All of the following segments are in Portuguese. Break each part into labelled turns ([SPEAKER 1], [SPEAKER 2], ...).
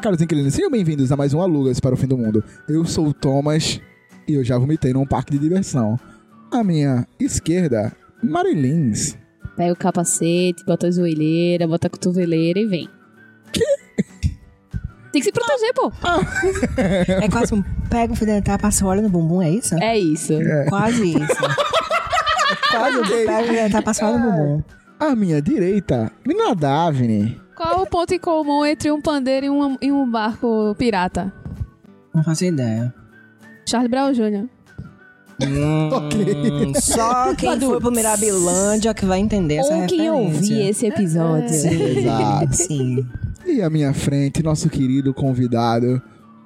[SPEAKER 1] caros inquilinos, sejam bem-vindos a mais um Alugas para o Fim do Mundo. Eu sou o Thomas e eu já vomitei num parque de diversão. À minha esquerda, Marilins.
[SPEAKER 2] Pega o capacete, bota a joelheira, bota a cotoveleira e vem. Tem que se proteger, pô.
[SPEAKER 3] É quase um pega o fio dental, passa o óleo no bumbum, é isso?
[SPEAKER 2] É isso.
[SPEAKER 3] Quase isso. quase um pega o fio dental, passa o óleo no bumbum.
[SPEAKER 1] À minha direita, Nina Davine.
[SPEAKER 4] Qual o ponto em comum entre um pandeiro e, uma- e um barco pirata?
[SPEAKER 3] Não faço ideia.
[SPEAKER 4] Charles Brown Jr.
[SPEAKER 1] Ok.
[SPEAKER 3] Hum. Só quem
[SPEAKER 2] Madu.
[SPEAKER 3] foi pro Mirabilândia um que vai entender essa é
[SPEAKER 2] Ou quem ouvir
[SPEAKER 3] referência.
[SPEAKER 2] esse episódio.
[SPEAKER 1] Exato.
[SPEAKER 3] Sim.
[SPEAKER 1] E à minha frente, nosso querido convidado,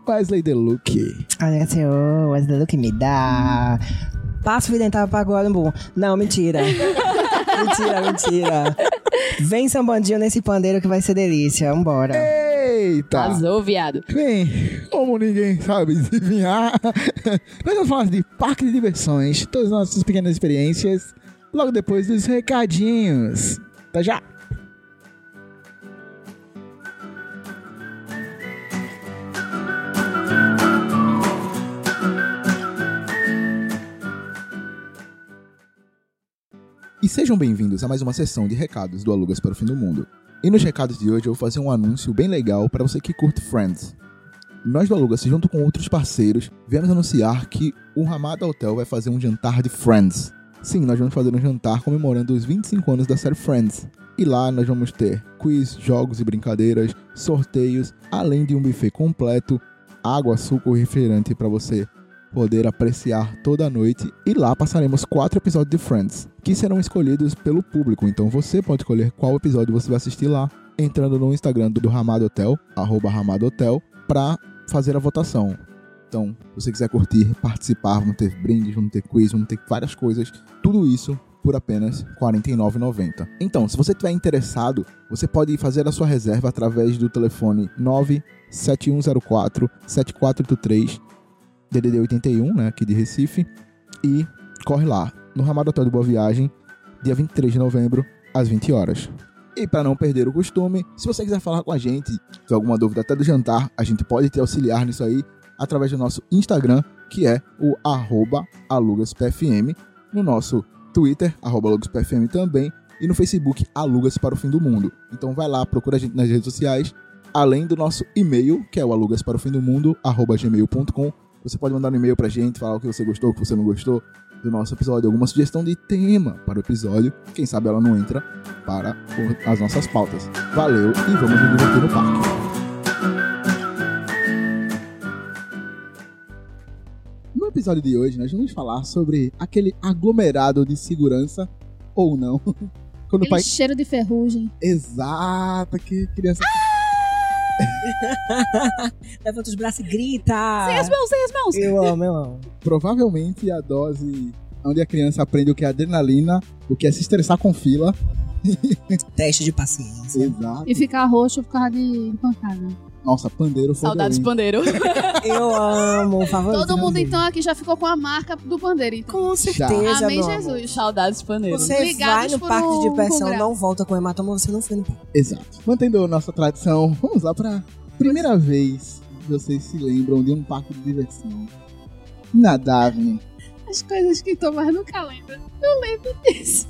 [SPEAKER 1] Wesley Deluque.
[SPEAKER 3] Olha, senhor, Wesley Luke é me dá. Passa o fio dental, paga o óleo no bumbum. Não, mentira. mentira, mentira. Vem sambandinho nesse pandeiro que vai ser delícia. Vambora.
[SPEAKER 1] Eita!
[SPEAKER 2] Arrasou, viado.
[SPEAKER 1] Bem, como ninguém sabe adivinhar, nós vamos falar de parque de diversões, todas as nossas pequenas experiências, logo depois dos recadinhos. Tá já? E sejam bem-vindos a mais uma sessão de recados do Alugas para o Fim do Mundo. E nos recados de hoje eu vou fazer um anúncio bem legal para você que curte Friends. Nós do Alugas, junto com outros parceiros, viemos anunciar que o Ramada Hotel vai fazer um jantar de Friends. Sim, nós vamos fazer um jantar comemorando os 25 anos da série Friends. E lá nós vamos ter quiz, jogos e brincadeiras, sorteios, além de um buffet completo, água, suco e refrigerante para você poder apreciar toda a noite e lá passaremos quatro episódios de Friends, que serão escolhidos pelo público, então você pode escolher qual episódio você vai assistir lá, entrando no Instagram do Ramado Hotel, arroba Ramado Hotel, pra fazer a votação. Então, se você quiser curtir, participar, vamos ter brindes, vamos ter quiz, vamos ter várias coisas, tudo isso por apenas R$ 49,90. Então, se você estiver interessado, você pode fazer a sua reserva através do telefone 97104 7483 DDD 81, né, aqui de Recife, e corre lá no Ramada Hotel de Boa Viagem, dia 23 de novembro, às 20 horas. E para não perder o costume, se você quiser falar com a gente, tiver alguma dúvida até do jantar, a gente pode te auxiliar nisso aí através do nosso Instagram, que é o arroba alugaspfm, no nosso Twitter, arroba alugaspfm também, e no Facebook, Alugas para o Fim do Mundo. Então vai lá, procura a gente nas redes sociais, além do nosso e-mail, que é o alugas para o fim do mundo, arroba gmail.com, você pode mandar um e-mail pra gente, falar o que você gostou, o que você não gostou do nosso episódio, alguma sugestão de tema para o episódio. Quem sabe ela não entra para o- as nossas pautas. Valeu e vamos nos divertir no parque. No episódio de hoje, nós vamos falar sobre aquele aglomerado de segurança ou não. Quando o
[SPEAKER 4] Aquele
[SPEAKER 1] pai.
[SPEAKER 4] cheiro de ferrugem.
[SPEAKER 1] Exata, que criança.
[SPEAKER 3] Levanta os braços e grita.
[SPEAKER 4] Sem as mãos, sem as mãos.
[SPEAKER 3] Eu amo, eu amo.
[SPEAKER 1] Provavelmente a dose onde a criança aprende o que é adrenalina, o que é se estressar com fila.
[SPEAKER 3] Teste de paciência.
[SPEAKER 1] Exato.
[SPEAKER 4] E ficar roxo por causa de pancada.
[SPEAKER 1] Nossa, pandeiro foi
[SPEAKER 2] Saudades
[SPEAKER 1] violento.
[SPEAKER 2] pandeiro.
[SPEAKER 3] Eu amo, um favorito.
[SPEAKER 4] Todo mundo então aqui já ficou com a marca do pandeiro. então.
[SPEAKER 3] Com certeza,
[SPEAKER 4] Amém,
[SPEAKER 3] meu amor.
[SPEAKER 4] Jesus.
[SPEAKER 2] Saudades paneiro.
[SPEAKER 3] Você vai
[SPEAKER 4] Ligados
[SPEAKER 3] no
[SPEAKER 4] por
[SPEAKER 3] parque
[SPEAKER 4] um
[SPEAKER 3] de diversão,
[SPEAKER 4] congresso.
[SPEAKER 3] não volta com hematoma, você não foi no parque.
[SPEAKER 1] Exato. Mantendo a nossa tradição, vamos lá pra primeira vez que vocês se lembram de um parque de diversão. Na Daphne.
[SPEAKER 4] As coisas que tô mais no calendário. Eu lembro disso.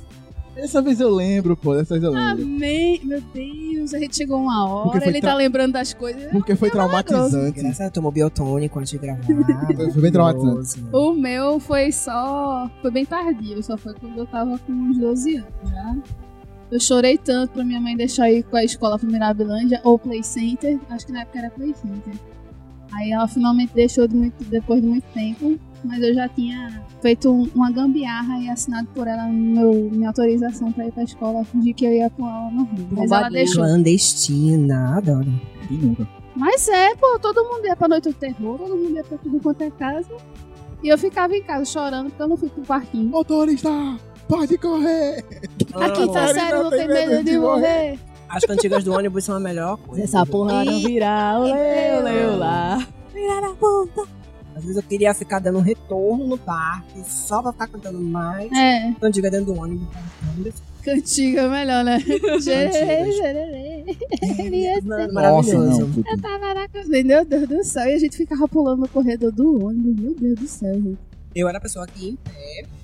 [SPEAKER 1] Dessa vez eu lembro, pô, dessa vez eu
[SPEAKER 2] Ah,
[SPEAKER 1] lembro.
[SPEAKER 4] Amém. Meu Deus, a gente chegou uma
[SPEAKER 1] Porque
[SPEAKER 4] hora,
[SPEAKER 1] foi
[SPEAKER 4] ele
[SPEAKER 1] tra-
[SPEAKER 4] tá lembrando das coisas.
[SPEAKER 1] Porque foi traumatizante.
[SPEAKER 3] Graças a Deus, tomou biotônico antes de gravar. Foi
[SPEAKER 1] bem traumatizante.
[SPEAKER 4] O meu foi só. Foi bem tardio, só foi quando eu tava com uns 12 anos já. Eu chorei tanto pra minha mãe deixar eu ir com a escola pra Mirabilândia ou Play Center. Acho que na época era Play Center. Aí ela finalmente deixou de muito- depois de muito tempo, mas eu já tinha feito um- uma gambiarra e assinado por ela meu- minha autorização pra ir pra escola de que eu ia com ela normal. Mas ela
[SPEAKER 2] Roubadinha.
[SPEAKER 4] deixou.
[SPEAKER 3] Clandestina, adoro.
[SPEAKER 1] Quem nunca?
[SPEAKER 4] Mas é, pô, todo mundo ia pra Noite do Terror, todo mundo ia pra tudo quanto é casa. E eu ficava em casa chorando porque eu não fui pro parquinho.
[SPEAKER 1] Motorista, pode correr!
[SPEAKER 4] Aqui tá
[SPEAKER 1] Ele
[SPEAKER 4] sério,
[SPEAKER 1] não
[SPEAKER 4] não
[SPEAKER 1] tem
[SPEAKER 4] tem
[SPEAKER 1] medo
[SPEAKER 4] medo
[SPEAKER 1] de
[SPEAKER 4] de morrer.
[SPEAKER 3] As cantigas do ônibus são a melhor coisa.
[SPEAKER 2] Essa porra não
[SPEAKER 4] E-
[SPEAKER 2] virar, olê, olê,
[SPEAKER 3] Eu-
[SPEAKER 2] olá.
[SPEAKER 3] Às vezes eu queria ficar dando um retorno no parque, só pra ficar cantando mais.
[SPEAKER 4] É,
[SPEAKER 3] Cantiga dentro do ônibus.
[SPEAKER 4] cantiga é melhor, né? Gerê,
[SPEAKER 3] Cantigas.
[SPEAKER 4] gerê. Ele
[SPEAKER 2] É
[SPEAKER 3] Mano,
[SPEAKER 1] Nossa,
[SPEAKER 3] maravilhoso.
[SPEAKER 1] não. puta.
[SPEAKER 2] Tá
[SPEAKER 4] Caraca, meu Deus do céu. E a gente ficava pulando no corredor do ônibus. Meu Deus do céu, gente.
[SPEAKER 3] Eu era a pessoa que pra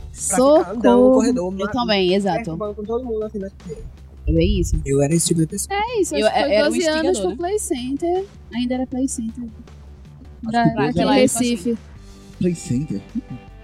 [SPEAKER 3] ficar andando no
[SPEAKER 4] Socorro.
[SPEAKER 3] corredor,
[SPEAKER 2] Eu
[SPEAKER 3] ma-
[SPEAKER 2] também, exato.
[SPEAKER 3] perturbando com todo mundo assim, né?
[SPEAKER 2] É bem isso.
[SPEAKER 3] Eu era esse tipo de pessoa.
[SPEAKER 4] É isso,
[SPEAKER 2] Eu-
[SPEAKER 4] acho que
[SPEAKER 2] era um
[SPEAKER 4] foi 12 anos
[SPEAKER 2] instigador,
[SPEAKER 4] pro Play Center. Ainda era Play Center. Da,
[SPEAKER 1] que
[SPEAKER 4] aqui em
[SPEAKER 2] Play Center. é
[SPEAKER 4] Recife.
[SPEAKER 1] Play Center.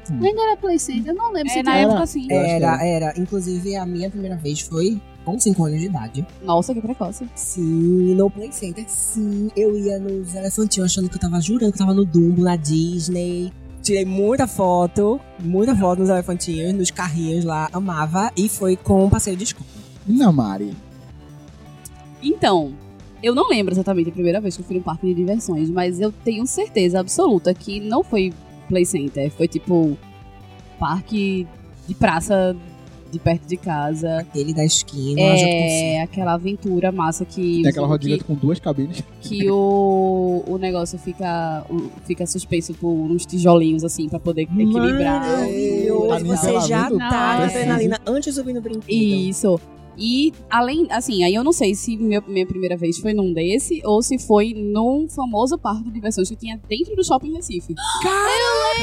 [SPEAKER 4] Ainda era Play Center, eu não lembro se
[SPEAKER 2] É, na
[SPEAKER 1] era-
[SPEAKER 2] época, assim.
[SPEAKER 1] Eu acho que
[SPEAKER 3] Era, era. Inclusive, a minha primeira vez foi com 5 anos de idade.
[SPEAKER 2] Nossa, que precoce.
[SPEAKER 3] Sim, no Play Center. Sim, eu ia nos elefantinhos achando que eu tava jurando que eu tava no Dumbo, na Disney. Tirei muita foto, muita foto nos elefantinhos, nos carrinhos lá. Amava. E foi com um passeio de escola.
[SPEAKER 1] Não, Mari.
[SPEAKER 2] Então, eu não lembro exatamente a primeira vez que eu fui num parque de diversões, mas eu tenho certeza absoluta que não foi Play Center. Foi tipo. Parque de praça de perto de casa.
[SPEAKER 3] Aquele da esquina, junto com o
[SPEAKER 2] É aquela aventura massa que.
[SPEAKER 1] Tem aquela
[SPEAKER 2] que-
[SPEAKER 1] rodinha com duas cabines.
[SPEAKER 2] que o, o negócio fica, o- fica suspenso por uns tijolinhos, assim, pra poder equilibrar.
[SPEAKER 3] Maravilhoso.
[SPEAKER 1] Tá
[SPEAKER 3] Você já
[SPEAKER 1] nivelamento?
[SPEAKER 3] tá na
[SPEAKER 2] Preciso.
[SPEAKER 3] adrenalina antes de subir no brinquedo.
[SPEAKER 2] Isso. E, além, assim, aí eu não sei se meu- minha primeira vez foi num desse ou se foi num famoso parque de diversões que tinha dentro do shopping Recife.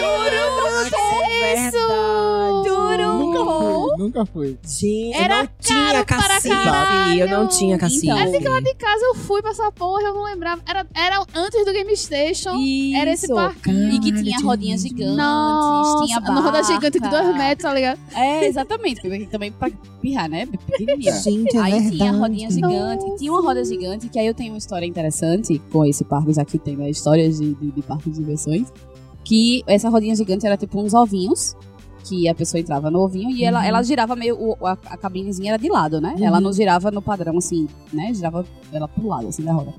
[SPEAKER 4] É
[SPEAKER 2] Durou
[SPEAKER 1] Nunca fui, nunca fui.
[SPEAKER 3] Gente, eu
[SPEAKER 4] Era
[SPEAKER 3] não tinha
[SPEAKER 4] caro para
[SPEAKER 3] cacife.
[SPEAKER 4] caralho.
[SPEAKER 3] Eu não tinha cacife.
[SPEAKER 2] Então,
[SPEAKER 4] Mas é que lá de casa eu fui pra essa porra, eu não lembrava. Era, era antes do Game Station. Era esse parquinho.
[SPEAKER 2] E que tinha
[SPEAKER 3] Caralho,
[SPEAKER 2] rodinhas
[SPEAKER 3] gente.
[SPEAKER 2] gigantes, tinha
[SPEAKER 4] Nossa,
[SPEAKER 2] barca.
[SPEAKER 4] na roda gigante de dois metros, tá ligado?
[SPEAKER 2] É, exatamente. porque Também pra pirrar, né? Pequenininha.
[SPEAKER 3] Gente, é
[SPEAKER 2] Aí
[SPEAKER 3] verdade.
[SPEAKER 2] tinha a rodinha gigante,
[SPEAKER 4] Nossa.
[SPEAKER 2] tinha uma roda gigante, que aí eu tenho uma história interessante com esse parque, já que tem né, histórias de, de, de parques de diversões. Que essa rodinha gigante era tipo uns ovinhos, que a pessoa entrava no ovinho e ela,
[SPEAKER 3] Uhum.
[SPEAKER 2] ela girava meio. o- A, a cabinezinha era de lado, né? Ela não girava no padrão assim, né? Girava ela pro lado, assim, da roda.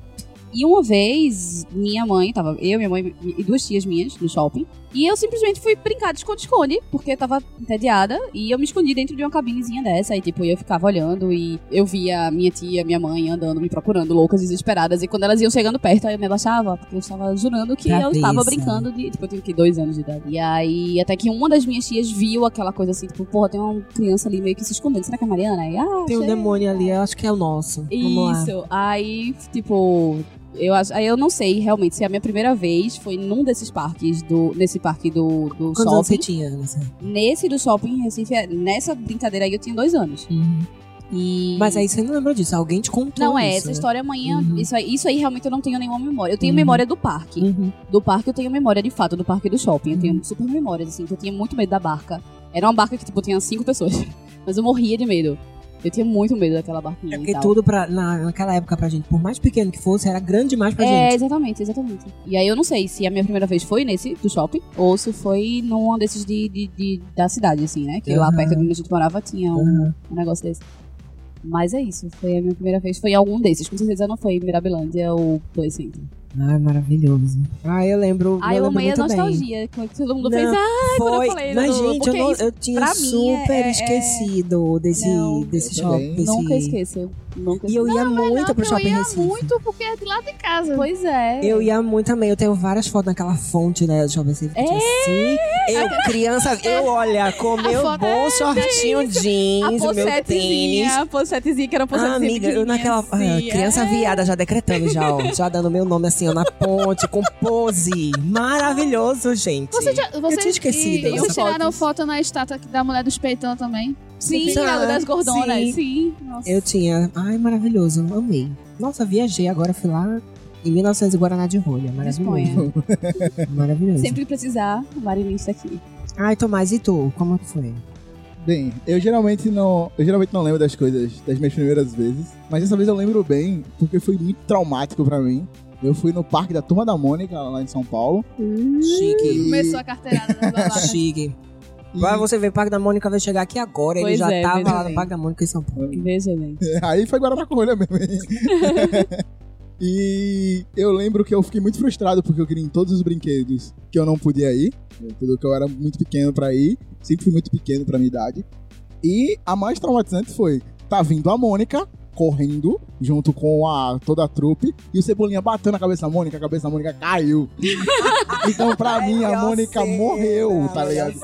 [SPEAKER 2] E uma vez, minha mãe, tava eu, minha mãe e duas tias minhas no shopping, e eu simplesmente fui brincar de esconde-esconde, porque eu tava entediada, e eu me escondi dentro de uma cabinezinha dessa, e tipo, eu ficava olhando, e eu via minha tia, minha mãe andando, me procurando, loucas, desesperadas, e quando elas iam chegando perto, aí eu me abaixava, porque eu estava jurando que eu
[SPEAKER 3] Cabeça.
[SPEAKER 2] estava brincando de, tipo, eu tinha que dois anos de idade. E aí, até que uma das minhas tias viu aquela coisa assim, tipo, porra, tem uma criança ali meio que se escondendo, será que é a Mariana? E, ah,
[SPEAKER 3] Tem um
[SPEAKER 2] achei.
[SPEAKER 3] demônio ali, eu acho que é o nosso. Vamos lá.
[SPEAKER 2] Isso. Aí, tipo, eu acho, aí eu não sei realmente se é a minha primeira vez foi num desses parques do nesse parque do, do
[SPEAKER 3] Quantos anos você
[SPEAKER 2] shopping.
[SPEAKER 3] tinha, Vanessa?
[SPEAKER 2] Nesse do shopping em Recife, é- nessa brincadeira aí eu tinha dois anos. E
[SPEAKER 3] Mas aí você não lembrou disso, alguém te contou
[SPEAKER 2] Uhum. não é
[SPEAKER 3] isso.
[SPEAKER 2] essa história amanhã.
[SPEAKER 3] Uhum.
[SPEAKER 2] Isso aí, isso aí realmente eu não tenho nenhuma memória. Eu tenho
[SPEAKER 3] Uhum.
[SPEAKER 2] memória do parque.
[SPEAKER 3] Uhum.
[SPEAKER 2] Do parque eu tenho memória de fato, do parque e do shopping. Eu
[SPEAKER 3] Uhum.
[SPEAKER 2] tenho super memórias, assim, que eu tinha muito medo da barca. Era uma barca que, tipo, tinha cinco pessoas. Mas eu morria de medo. Eu tinha muito medo daquela barquinha.
[SPEAKER 3] É
[SPEAKER 2] e
[SPEAKER 3] porque
[SPEAKER 2] tal.
[SPEAKER 3] tudo pra, na, naquela época pra gente, por mais pequeno que fosse, era grande demais pra
[SPEAKER 2] É,
[SPEAKER 3] gente.
[SPEAKER 2] exatamente, exatamente. E aí eu não sei se a minha primeira vez foi nesse do shopping ou se foi num desses de, de- de- da cidade, assim, né? Que lá
[SPEAKER 3] Aham.
[SPEAKER 2] perto de onde a gente morava tinha um,
[SPEAKER 3] Uhum.
[SPEAKER 2] um negócio desse. Mas é isso, foi a minha primeira vez. Foi em algum desses, com certeza não foi em Mirabilândia ou Play Center.
[SPEAKER 3] Ai, maravilhoso. Ah, eu lembro.
[SPEAKER 2] Ah, eu
[SPEAKER 3] lembro
[SPEAKER 2] amei a
[SPEAKER 3] muito bem.
[SPEAKER 2] nostalgia. Quando todo mundo
[SPEAKER 3] Não,
[SPEAKER 2] fez, ah, quando eu
[SPEAKER 3] Foi,
[SPEAKER 2] falei
[SPEAKER 3] mas
[SPEAKER 2] do-
[SPEAKER 3] gente, eu,
[SPEAKER 2] porque
[SPEAKER 3] não-
[SPEAKER 2] isso,
[SPEAKER 3] eu tinha
[SPEAKER 2] pra mim,
[SPEAKER 3] super
[SPEAKER 2] é- é-
[SPEAKER 3] esquecido desse,
[SPEAKER 2] Não,
[SPEAKER 3] desse
[SPEAKER 1] eu também.
[SPEAKER 3] shopping. Desse...
[SPEAKER 2] nunca esqueço. Nunca
[SPEAKER 3] E eu ia muito
[SPEAKER 4] Não,
[SPEAKER 3] pro
[SPEAKER 4] eu
[SPEAKER 3] shopping
[SPEAKER 4] ia
[SPEAKER 3] Recife.
[SPEAKER 4] muito porque é de lá de casa.
[SPEAKER 2] Pois é.
[SPEAKER 3] Eu ia muito também. Eu tenho várias fotos naquela fonte, né? Do shopping Recife.
[SPEAKER 2] É.
[SPEAKER 3] que tinha Assim. Eu, criança, eu olha, com meu
[SPEAKER 4] foto-
[SPEAKER 3] bom shortinho
[SPEAKER 2] é a
[SPEAKER 3] jeans, o meu tênis.
[SPEAKER 2] pochetezinha, a pochetezinha que era uma
[SPEAKER 3] Ah,
[SPEAKER 2] pochetezinha
[SPEAKER 3] amiga, eu naquela. ah,
[SPEAKER 2] pequenininha, assim,
[SPEAKER 3] criança viada já decretando, já, ó. Já dando meu nome assim, ó, na ponte, com pose. Maravilhoso, gente.
[SPEAKER 4] Você já, vocês,
[SPEAKER 3] tinha esquecido
[SPEAKER 4] e Vocês
[SPEAKER 3] dessa foto.
[SPEAKER 4] tiraram foto na estátua da mulher dos peitão também?
[SPEAKER 2] Sim,
[SPEAKER 3] Tá,
[SPEAKER 2] a das gordonas,
[SPEAKER 3] sim.
[SPEAKER 2] sim.
[SPEAKER 4] Nossa.
[SPEAKER 3] Eu tinha. Ai, maravilhoso. eu Amei. Nossa, viajei agora, fui lá em 1900 e Guaraná de Rolha. Maravilhoso. Maravilhoso.
[SPEAKER 2] Sempre que precisar, a Marilyn está aqui.
[SPEAKER 3] Ai, Tomás, e tu? Como é que foi?
[SPEAKER 1] Bem, eu geralmente não. Eu geralmente não lembro das coisas das minhas primeiras vezes. Mas dessa vez eu lembro bem, porque foi muito traumático pra mim. Eu fui no parque da Turma da Mônica, lá em São Paulo.
[SPEAKER 3] Chique.
[SPEAKER 4] Hum. Começou a carteirada das babacas.
[SPEAKER 3] Chique.
[SPEAKER 1] E
[SPEAKER 3] Agora você vê, o Parque da Mônica vai chegar aqui agora. Ele
[SPEAKER 2] Pois
[SPEAKER 3] já
[SPEAKER 2] é,
[SPEAKER 3] tava
[SPEAKER 2] veja
[SPEAKER 3] lá no
[SPEAKER 2] bem.
[SPEAKER 3] Parque da Mônica em São Paulo.
[SPEAKER 2] Veja, gente.
[SPEAKER 1] aí foi Guarapacolha mesmo. hein? e eu lembro que eu fiquei muito frustrado porque eu queria ir em todos os brinquedos que eu não podia ir. Tudo que eu era muito pequeno pra ir. Sempre fui muito pequeno pra minha idade. E a mais traumatizante foi: tá vindo a Mônica. correndo junto com a, toda a trupe. E o Cebolinha bateu na cabeça da Mônica, a cabeça da Mônica caiu. então, pra mim, a Mônica morreu, tá ligado?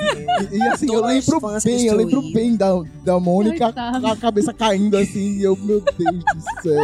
[SPEAKER 1] E, e, assim, eu
[SPEAKER 3] Toda a
[SPEAKER 1] lembro
[SPEAKER 3] infância
[SPEAKER 1] bem, eu lembro
[SPEAKER 3] destruída.
[SPEAKER 1] bem da, da Mônica
[SPEAKER 4] Coitada.
[SPEAKER 1] com a cabeça caindo assim. E eu, meu Deus do céu.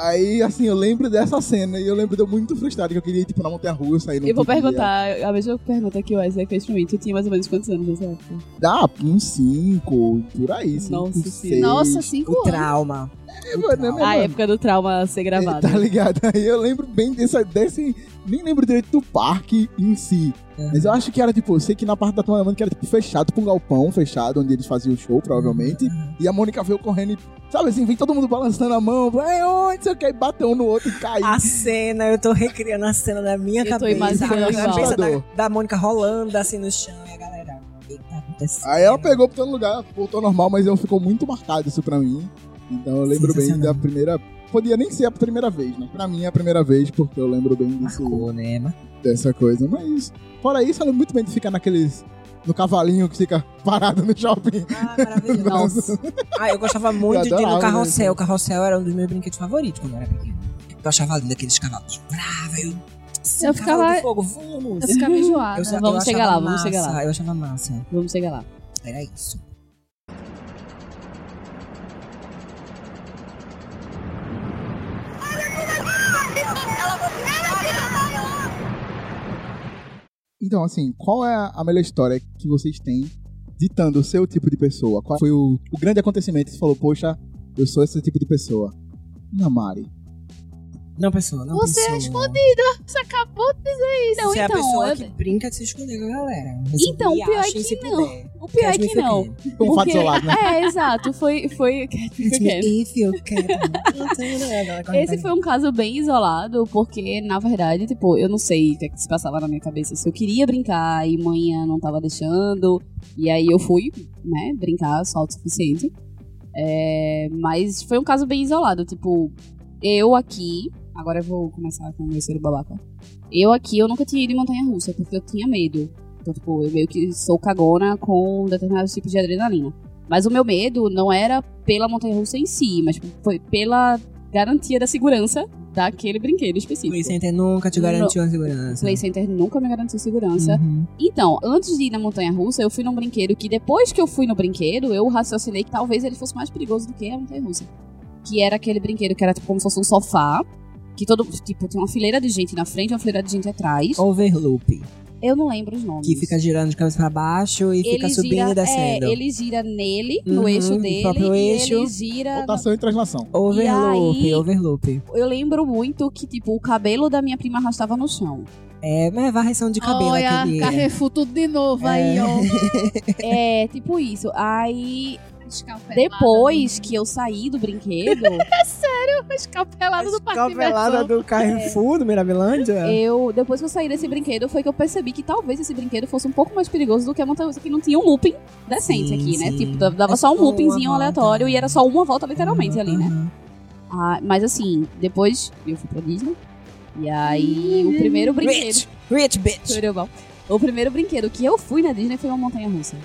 [SPEAKER 1] Aí, assim, eu lembro dessa cena e eu lembro de eu muito frustrado que eu queria ir, tipo, na montanha russa e não
[SPEAKER 2] Eu vou
[SPEAKER 1] podia.
[SPEAKER 2] perguntar, Tá, a mesma pergunta que o Wesley fez pra mim. Tu tinha mais ou menos quantos anos nessa época?
[SPEAKER 1] Dá Ah, uns 5, por aí. Cinco,
[SPEAKER 2] Nossa, Ah, sim.
[SPEAKER 1] seis.
[SPEAKER 4] Nossa, cinco
[SPEAKER 3] O
[SPEAKER 4] anos.
[SPEAKER 3] trauma.
[SPEAKER 1] É, mano, é,
[SPEAKER 2] A
[SPEAKER 1] mano.
[SPEAKER 2] época do trauma ser gravado.
[SPEAKER 1] Tá ligado? Aí eu lembro bem dessa, desse. Nem lembro direito do parque em si. Mas eu acho que era tipo, eu sei que na parte da Turma da Mônica era tipo fechado, tipo um galpão fechado, onde eles faziam o show, provavelmente. E a Mônica veio correndo e, sabe assim, vem todo mundo balançando a mão, é onde você quer, e bateu um no outro e caiu.
[SPEAKER 3] A cena, eu tô recriando a cena da minha
[SPEAKER 2] Eu tô
[SPEAKER 3] cabeça.
[SPEAKER 2] imaginando
[SPEAKER 3] a cabeça da,
[SPEAKER 1] igual.
[SPEAKER 3] da Mônica rolando assim no chão e a galera. O que tá acontecendo?
[SPEAKER 1] Aí é ela pegou pro todo lugar, voltou normal, mas eu ficou muito marcado isso pra mim. Então eu lembro bem da
[SPEAKER 3] Sensacional.
[SPEAKER 1] primeira. Podia nem ser a primeira vez, né? Pra mim é a primeira vez, porque eu lembro bem disso,
[SPEAKER 3] Pô, né? Mas
[SPEAKER 1] dessa coisa. Mas, fora isso, eu lembro muito bem de ficar naqueles. no cavalinho que fica parado no shopping.
[SPEAKER 3] Ah, maravilhoso.
[SPEAKER 1] Então,
[SPEAKER 3] Nossa. Ah, eu gostava muito
[SPEAKER 1] Eu
[SPEAKER 3] de ir no
[SPEAKER 1] adorava, né?
[SPEAKER 3] carrossel. O carrossel era um dos meus brinquedos favoritos quando eu era pequeno. Eu achava lindo aqueles cavalos. Brava, eu. Sim,
[SPEAKER 4] Eu
[SPEAKER 3] cavalo
[SPEAKER 4] ficava-
[SPEAKER 3] de fogo, vamos!
[SPEAKER 4] Eu ficava enjoada.
[SPEAKER 3] Eu sa-
[SPEAKER 2] Ah, Vamos
[SPEAKER 3] eu
[SPEAKER 2] chegar
[SPEAKER 3] achava
[SPEAKER 2] lá, vamos chegar
[SPEAKER 3] massa,
[SPEAKER 2] lá.
[SPEAKER 3] Eu achava massa.
[SPEAKER 2] Vamos chegar lá.
[SPEAKER 3] Era isso.
[SPEAKER 1] Então, assim, qual é a melhor história que vocês têm ditando o seu tipo de pessoa? Qual foi o, o grande acontecimento que você falou, poxa, eu sou esse tipo de pessoa? Na Mari.
[SPEAKER 3] Não, pessoa, não.
[SPEAKER 4] Você
[SPEAKER 3] pessoa.
[SPEAKER 4] é escondida. Você acabou de dizer isso.
[SPEAKER 5] Não,
[SPEAKER 3] Você é a
[SPEAKER 5] então,
[SPEAKER 3] pessoa
[SPEAKER 5] eu-
[SPEAKER 3] que brinca de se esconder com a galera.
[SPEAKER 5] Então,
[SPEAKER 3] Me
[SPEAKER 5] pior é
[SPEAKER 3] achem
[SPEAKER 5] que
[SPEAKER 3] se
[SPEAKER 5] não.
[SPEAKER 3] puder.
[SPEAKER 2] O pior é
[SPEAKER 3] Catch me
[SPEAKER 2] que
[SPEAKER 3] if you
[SPEAKER 2] não.
[SPEAKER 3] can.
[SPEAKER 1] Com o fato
[SPEAKER 2] Porque-
[SPEAKER 1] isolado, né?
[SPEAKER 2] É, exato. Foi. foi...
[SPEAKER 3] Catch me if you can.
[SPEAKER 2] Esse foi um caso bem isolado, porque, na verdade, tipo, eu não sei o que, é que se passava na minha cabeça. Se eu queria brincar e manhã não tava deixando. E aí eu fui, né, brincar só o suficiente. É, mas foi um caso bem isolado. Tipo, eu aqui. Agora eu vou começar com o meu ser babaca. Eu aqui, eu nunca tinha ido em montanha russa, porque eu tinha medo. Então, tipo, eu meio que sou cagona com determinados tipos de adrenalina. Mas o meu medo não era pela montanha russa em si, mas tipo, foi pela garantia da segurança daquele brinquedo
[SPEAKER 3] O
[SPEAKER 2] específico.
[SPEAKER 3] Play Center nunca te garantiu a
[SPEAKER 2] O
[SPEAKER 3] segurança.
[SPEAKER 2] Play Center nunca me garantiu segurança.
[SPEAKER 3] Uhum.
[SPEAKER 2] Então, antes de ir na montanha russa, eu fui num brinquedo que depois que eu fui no brinquedo, eu raciocinei que talvez ele fosse mais perigoso do que a montanha russa. Que era aquele brinquedo que era tipo como se fosse um sofá, que todo, tipo, tem uma fileira de gente na frente e uma fileira de gente atrás.
[SPEAKER 3] Overloop.
[SPEAKER 2] Eu não lembro os nomes.
[SPEAKER 3] Que fica girando de cabeça pra baixo e fica subindo
[SPEAKER 2] gira,
[SPEAKER 3] e descendo.
[SPEAKER 2] É, ele gira nele, no
[SPEAKER 3] Uhum,
[SPEAKER 2] eixo
[SPEAKER 3] no
[SPEAKER 2] dele,
[SPEAKER 3] próprio
[SPEAKER 2] e ele
[SPEAKER 3] eixo.
[SPEAKER 2] gira...
[SPEAKER 1] Rotação e translação.
[SPEAKER 3] Overloop,
[SPEAKER 2] E aí-
[SPEAKER 3] overloop.
[SPEAKER 2] Eu lembro muito que, tipo, o cabelo da minha prima arrastava no chão.
[SPEAKER 3] É, mas é varreção de cabelo
[SPEAKER 4] Olha,
[SPEAKER 3] aquele.
[SPEAKER 4] Carrefour tudo de novo aí,
[SPEAKER 3] É.
[SPEAKER 4] ó.
[SPEAKER 2] É, tipo isso. Aí,
[SPEAKER 4] Escalpelado.
[SPEAKER 3] né?
[SPEAKER 2] depois que eu saí do brinquedo...
[SPEAKER 4] Escalpelado do Parque de
[SPEAKER 6] Capelada
[SPEAKER 4] Diversão.
[SPEAKER 6] do Carrefour, do Mirabilândia?
[SPEAKER 2] Eu, depois que eu saí desse brinquedo, foi que eu percebi que talvez esse brinquedo fosse um pouco mais perigoso do que a montanha russa, que não tinha um looping decente
[SPEAKER 3] Sim,
[SPEAKER 2] aqui, né?
[SPEAKER 3] sim.
[SPEAKER 2] Tipo, da- dava
[SPEAKER 3] É
[SPEAKER 2] só um
[SPEAKER 3] só uma
[SPEAKER 2] loopingzinho
[SPEAKER 3] volta.
[SPEAKER 2] aleatório e era só uma volta literalmente ali, né?
[SPEAKER 3] Uhum.
[SPEAKER 2] Ah, mas assim, depois eu fui pra Disney. E aí, o primeiro brinquedo.
[SPEAKER 3] Rich, rich bitch.
[SPEAKER 2] Tudo bom. O primeiro brinquedo que eu fui na Disney foi uma montanha russa.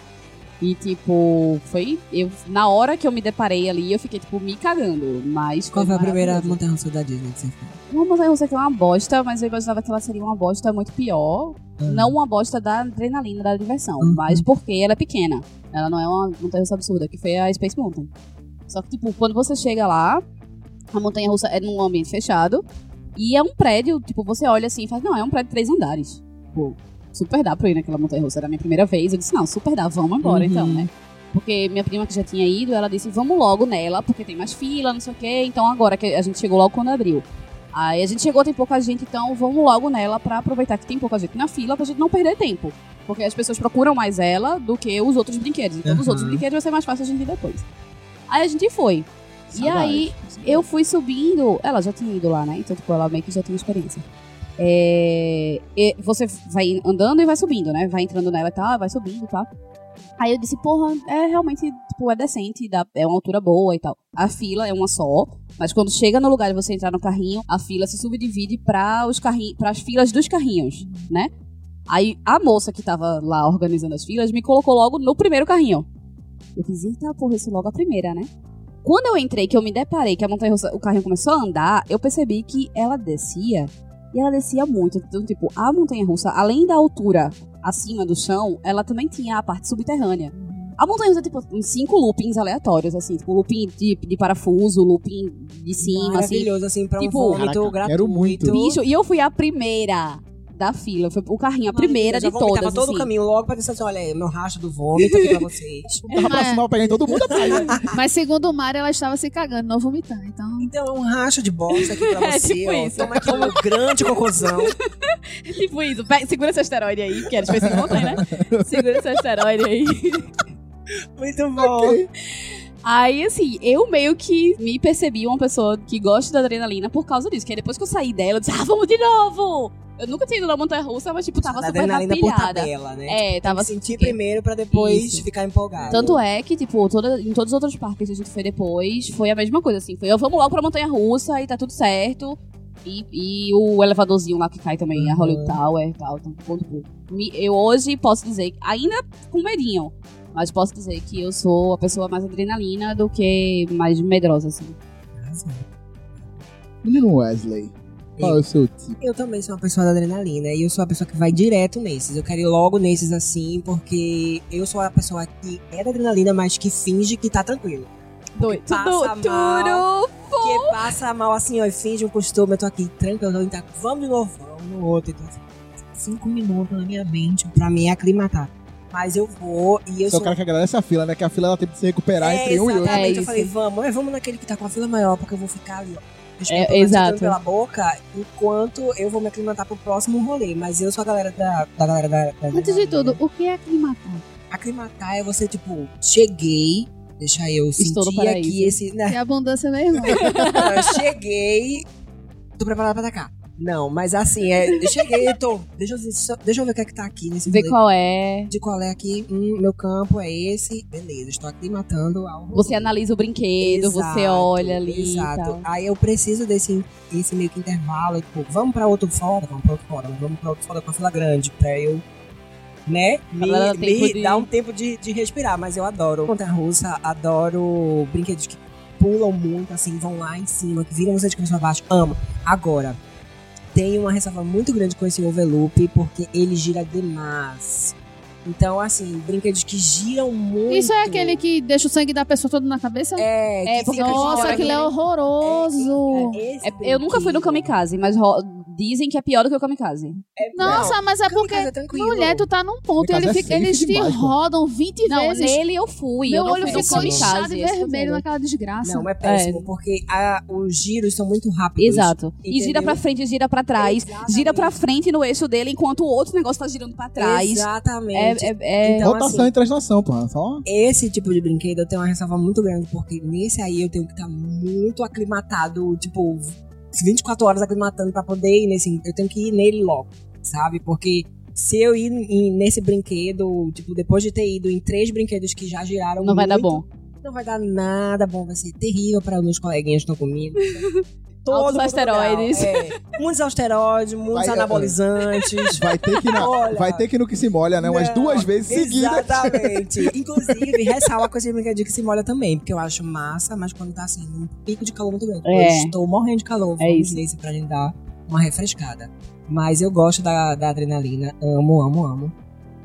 [SPEAKER 2] E tipo, foi. Eu, na hora que eu me deparei ali, eu fiquei, tipo, me cagando. Mas
[SPEAKER 3] Qual foi a primeira
[SPEAKER 2] maravilhoso.
[SPEAKER 3] montanha russa da Disney que você foi?
[SPEAKER 2] Uma montanha russa que é uma bosta, mas eu imaginava que ela seria uma bosta muito pior. Não uma bosta da adrenalina, da diversão,
[SPEAKER 3] É. Uhum.
[SPEAKER 2] mas porque ela é pequena. Ela não é uma montanha russa absurda, que foi a Space Mountain. Só que, tipo, quando você chega lá, a montanha russa é num ambiente fechado. E é um prédio, tipo, você olha assim e fala, não, é um prédio de três andares. Tipo, super dá pra eu ir naquela montanha russa. Era a minha primeira vez. Eu disse, não, super dá, vamos agora
[SPEAKER 3] Uhum.
[SPEAKER 2] então, né? Porque minha prima que já tinha ido, ela disse, vamos logo né?" nela, porque tem mais fila, não sei o quê. Então agora que a gente chegou logo quando abriu. Aí a gente chegou, tem pouca gente, então vamos logo nela pra aproveitar que tem pouca gente na fila pra gente não perder tempo. Porque as pessoas procuram mais ela do que os outros brinquedos. Então, os
[SPEAKER 3] Aham.
[SPEAKER 2] outros brinquedos vai ser mais fácil a gente ir depois. Aí a gente foi. E
[SPEAKER 1] Saudades.
[SPEAKER 2] aí, eu fui subindo. Ela já tinha ido lá, né? Então, tipo, ela meio que já tinha experiência. É, e você vai andando e vai subindo, né? Vai entrando nela e tal, vai subindo e tal. Aí eu disse, porra, é realmente, tipo, é decente, dá, é uma altura boa e tal. A fila é uma só, mas quando chega no lugar de você entrar no carrinho, a fila se subdivide para os carrinhos, para as filas dos carrinhos, né? Aí a moça que tava lá organizando as filas me colocou logo no primeiro carrinho. Eu fiz, eita porra, isso logo a primeira, né? Quando eu entrei, que eu me deparei que a montanha russa, o carrinho começou a andar, eu percebi que ela descia e ela descia muito. Então, tipo, a montanha russa, além da altura acima do chão, ela também tinha a parte subterrânea. A montanha russa, tipo, uns cinco loopings aleatórios, assim, tipo, looping de, de parafuso, looping de cima, assim.
[SPEAKER 3] Maravilhoso, assim, pra um
[SPEAKER 2] Tipo,
[SPEAKER 3] vômito gratuito.
[SPEAKER 1] quero muito.
[SPEAKER 2] Bicho, e eu fui a primeira da fila. Foi o carrinho, a primeira
[SPEAKER 3] Eu já
[SPEAKER 2] de todas.
[SPEAKER 3] vomitava todo
[SPEAKER 2] assim.
[SPEAKER 3] o caminho logo pra dizer assim, olha, aí, meu racho do vômito aqui pra vocês.
[SPEAKER 1] Tava pra cima, peguei todo mundo atrás.
[SPEAKER 4] É,
[SPEAKER 1] né?
[SPEAKER 4] Mas segundo o Mário, ela estava se cagando, não vomitando. Então,
[SPEAKER 3] Então, é um racho de bosta aqui pra
[SPEAKER 2] É,
[SPEAKER 3] você,
[SPEAKER 2] tipo
[SPEAKER 3] ó.
[SPEAKER 2] isso.
[SPEAKER 3] Toma aqui um grande cocôzão.
[SPEAKER 2] Tipo isso, pe- segura esse asteroide aí, porque era espécie de montanha, né? Segura esse asteroide aí.
[SPEAKER 3] Muito bom.
[SPEAKER 2] Aí, assim, eu meio que me percebi uma pessoa que gosta da adrenalina por causa disso. Que aí depois que eu saí dela, eu disse, ah, vamos de novo! Eu nunca tinha ido na montanha russa, mas, tipo, tava
[SPEAKER 3] Da
[SPEAKER 2] super
[SPEAKER 3] adrenalina por
[SPEAKER 2] pilhada.
[SPEAKER 3] tabela, né?
[SPEAKER 2] É, tava
[SPEAKER 3] Sentir primeiro pra depois
[SPEAKER 2] Isso.
[SPEAKER 3] ficar empolgado.
[SPEAKER 2] Tanto é que, tipo, toda, em todos os outros parques que a gente foi depois, foi a mesma coisa, assim. Foi, eu vamos logo pra Montanha Russa e tá tudo certo. E, e o elevadorzinho lá que cai também, a Hollywood Tower e tal. Então, ponto bom. Me- Eu hoje posso dizer, ainda com medinho, mas posso dizer que eu sou a pessoa mais adrenalina do que mais medrosa, assim.
[SPEAKER 1] Menino Wesley, qual é o seu tipo?
[SPEAKER 3] Eu também sou uma pessoa da adrenalina e eu sou a pessoa que vai direto nesses. Eu quero ir logo nesses assim, porque eu sou a pessoa que é da adrenalina, mas que finge que tá tranquilo.
[SPEAKER 2] Doido.
[SPEAKER 3] Passa mal.
[SPEAKER 2] Tudo.
[SPEAKER 3] Que passa mal assim, ó, e finge um costume. Eu tô aqui tranquilo, então vamos de novo, vamos no outro. Então, assim, cinco minutos na minha mente pra me aclimatar. Mas eu vou e
[SPEAKER 1] Você
[SPEAKER 3] eu
[SPEAKER 1] é
[SPEAKER 3] sou.
[SPEAKER 1] o cara que agradece a fila, né? Que a fila ela tem que se recuperar
[SPEAKER 3] É,
[SPEAKER 1] entre um e outro.
[SPEAKER 3] exatamente.
[SPEAKER 2] É
[SPEAKER 3] eu
[SPEAKER 2] isso.
[SPEAKER 3] falei, vamos, é, vamos naquele que tá com a fila maior, porque eu vou ficar ali, ó.
[SPEAKER 2] É,
[SPEAKER 3] respirando
[SPEAKER 2] exato.
[SPEAKER 3] pela boca, enquanto eu vou me aclimatar pro próximo rolê. Mas eu sou a galera da, da galera da, da-
[SPEAKER 4] antes de tudo, o que é aclimatar?
[SPEAKER 3] Aclimatar é você, tipo, cheguei. Deixa eu
[SPEAKER 2] Estou no
[SPEAKER 3] sentir aqui
[SPEAKER 2] paraíso.
[SPEAKER 3] esse. Né?
[SPEAKER 4] É abundância mesmo.
[SPEAKER 3] Eu cheguei. Tô preparada pra atacar. Não, mas assim, é, eu cheguei, eu tô. Deixa eu, ver só- deixa eu ver o que é que tá aqui nesse
[SPEAKER 2] Ver
[SPEAKER 3] rolê.
[SPEAKER 2] qual é.
[SPEAKER 3] De qual é aqui? Hum, meu campo é esse. Beleza, estou aclimatando ao rolê.
[SPEAKER 2] Você analisa o brinquedo, você
[SPEAKER 3] Exato,
[SPEAKER 2] olha ali. e
[SPEAKER 3] Exato.
[SPEAKER 2] tal.
[SPEAKER 3] Aí eu preciso desse, desse meio que intervalo, tipo, vamos pra outro fora, vamos pra outro fora, mas vamos pra outro fora com a fila grande, pra eu, né, me,
[SPEAKER 2] Pra dar
[SPEAKER 3] me
[SPEAKER 2] tempo de-
[SPEAKER 3] dar um tempo de, de respirar, mas eu adoro montanha russa, adoro brinquedos que pulam muito, assim, vão lá em cima, que viram você de cabeça pra baixo, amo. Agora, tem uma ressalva muito grande com esse overloop, porque ele gira demais. Então, assim, brinquedos que giram muito.
[SPEAKER 4] Isso é aquele que deixa o sangue da pessoa todo na cabeça?
[SPEAKER 3] É, que
[SPEAKER 2] É, porque
[SPEAKER 3] fica
[SPEAKER 4] Nossa,
[SPEAKER 3] girando.
[SPEAKER 4] aquilo é horroroso.
[SPEAKER 3] Esse
[SPEAKER 2] É, eu nunca fui no kamikaze, mas ro- dizem que é pior do que o kamikaze.
[SPEAKER 3] É,
[SPEAKER 4] Nossa, mas é porque.
[SPEAKER 3] Kamikaze é tranquilo.
[SPEAKER 4] Mulher, tu tá num ponto e
[SPEAKER 1] Kamikaze
[SPEAKER 4] ele
[SPEAKER 1] é
[SPEAKER 4] fica-
[SPEAKER 1] safe
[SPEAKER 4] eles te
[SPEAKER 1] demais, pô.
[SPEAKER 4] rodam 20
[SPEAKER 2] Não,
[SPEAKER 4] vezes.
[SPEAKER 2] nele eu fui.
[SPEAKER 4] Meu
[SPEAKER 2] eu não
[SPEAKER 4] olho
[SPEAKER 2] fui no
[SPEAKER 4] ficou
[SPEAKER 2] kamikaze,
[SPEAKER 4] inchado e
[SPEAKER 2] esse
[SPEAKER 4] vermelho
[SPEAKER 2] foi o
[SPEAKER 4] naquela desgraça.
[SPEAKER 3] Não, é péssimo, porque a- os giros são muito rápidos.
[SPEAKER 2] Exato. E
[SPEAKER 3] Entendeu?
[SPEAKER 2] gira pra frente, gira pra trás.
[SPEAKER 3] Exatamente.
[SPEAKER 2] Gira pra frente no eixo dele, enquanto o outro negócio tá girando pra trás.
[SPEAKER 3] Exatamente.
[SPEAKER 2] É, é- é-
[SPEAKER 3] Então,
[SPEAKER 1] Rotação
[SPEAKER 3] assim,
[SPEAKER 1] entre as nações, pô. Só
[SPEAKER 3] Esse tipo de brinquedo eu tenho uma ressalva muito grande, porque nesse aí eu tenho que estar muito aclimatado, tipo, 24 horas aclimatando pra poder ir nesse. Eu tenho que ir nele logo, sabe? Porque se eu ir em- nesse brinquedo, tipo, depois de ter ido em três brinquedos que já giraram
[SPEAKER 2] não vai dar
[SPEAKER 3] muito,
[SPEAKER 2] bom.
[SPEAKER 3] Não vai dar nada bom, vai ser terrível para os meus coleguinhas que estão comigo.
[SPEAKER 2] Altos asteroides.
[SPEAKER 3] Portugal, é. muitos asteroides, muitos
[SPEAKER 1] Vai, é.
[SPEAKER 3] anabolizantes.
[SPEAKER 1] vai ter que na-
[SPEAKER 3] Olha.
[SPEAKER 1] vai ter que ir no que se molha, né? Umas
[SPEAKER 3] Não,
[SPEAKER 1] duas vezes seguidas.
[SPEAKER 3] Exatamente. Inclusive, ressalva com esse brinquedinho que se molha também, porque eu acho massa, mas quando tá assim, num pico de calor muito grande.
[SPEAKER 2] É.
[SPEAKER 3] Eu estou morrendo de calor,
[SPEAKER 2] É
[SPEAKER 3] vamos
[SPEAKER 2] isso.
[SPEAKER 3] nesse pra gente dar uma refrescada. Mas eu gosto da, da adrenalina, amo, amo, amo.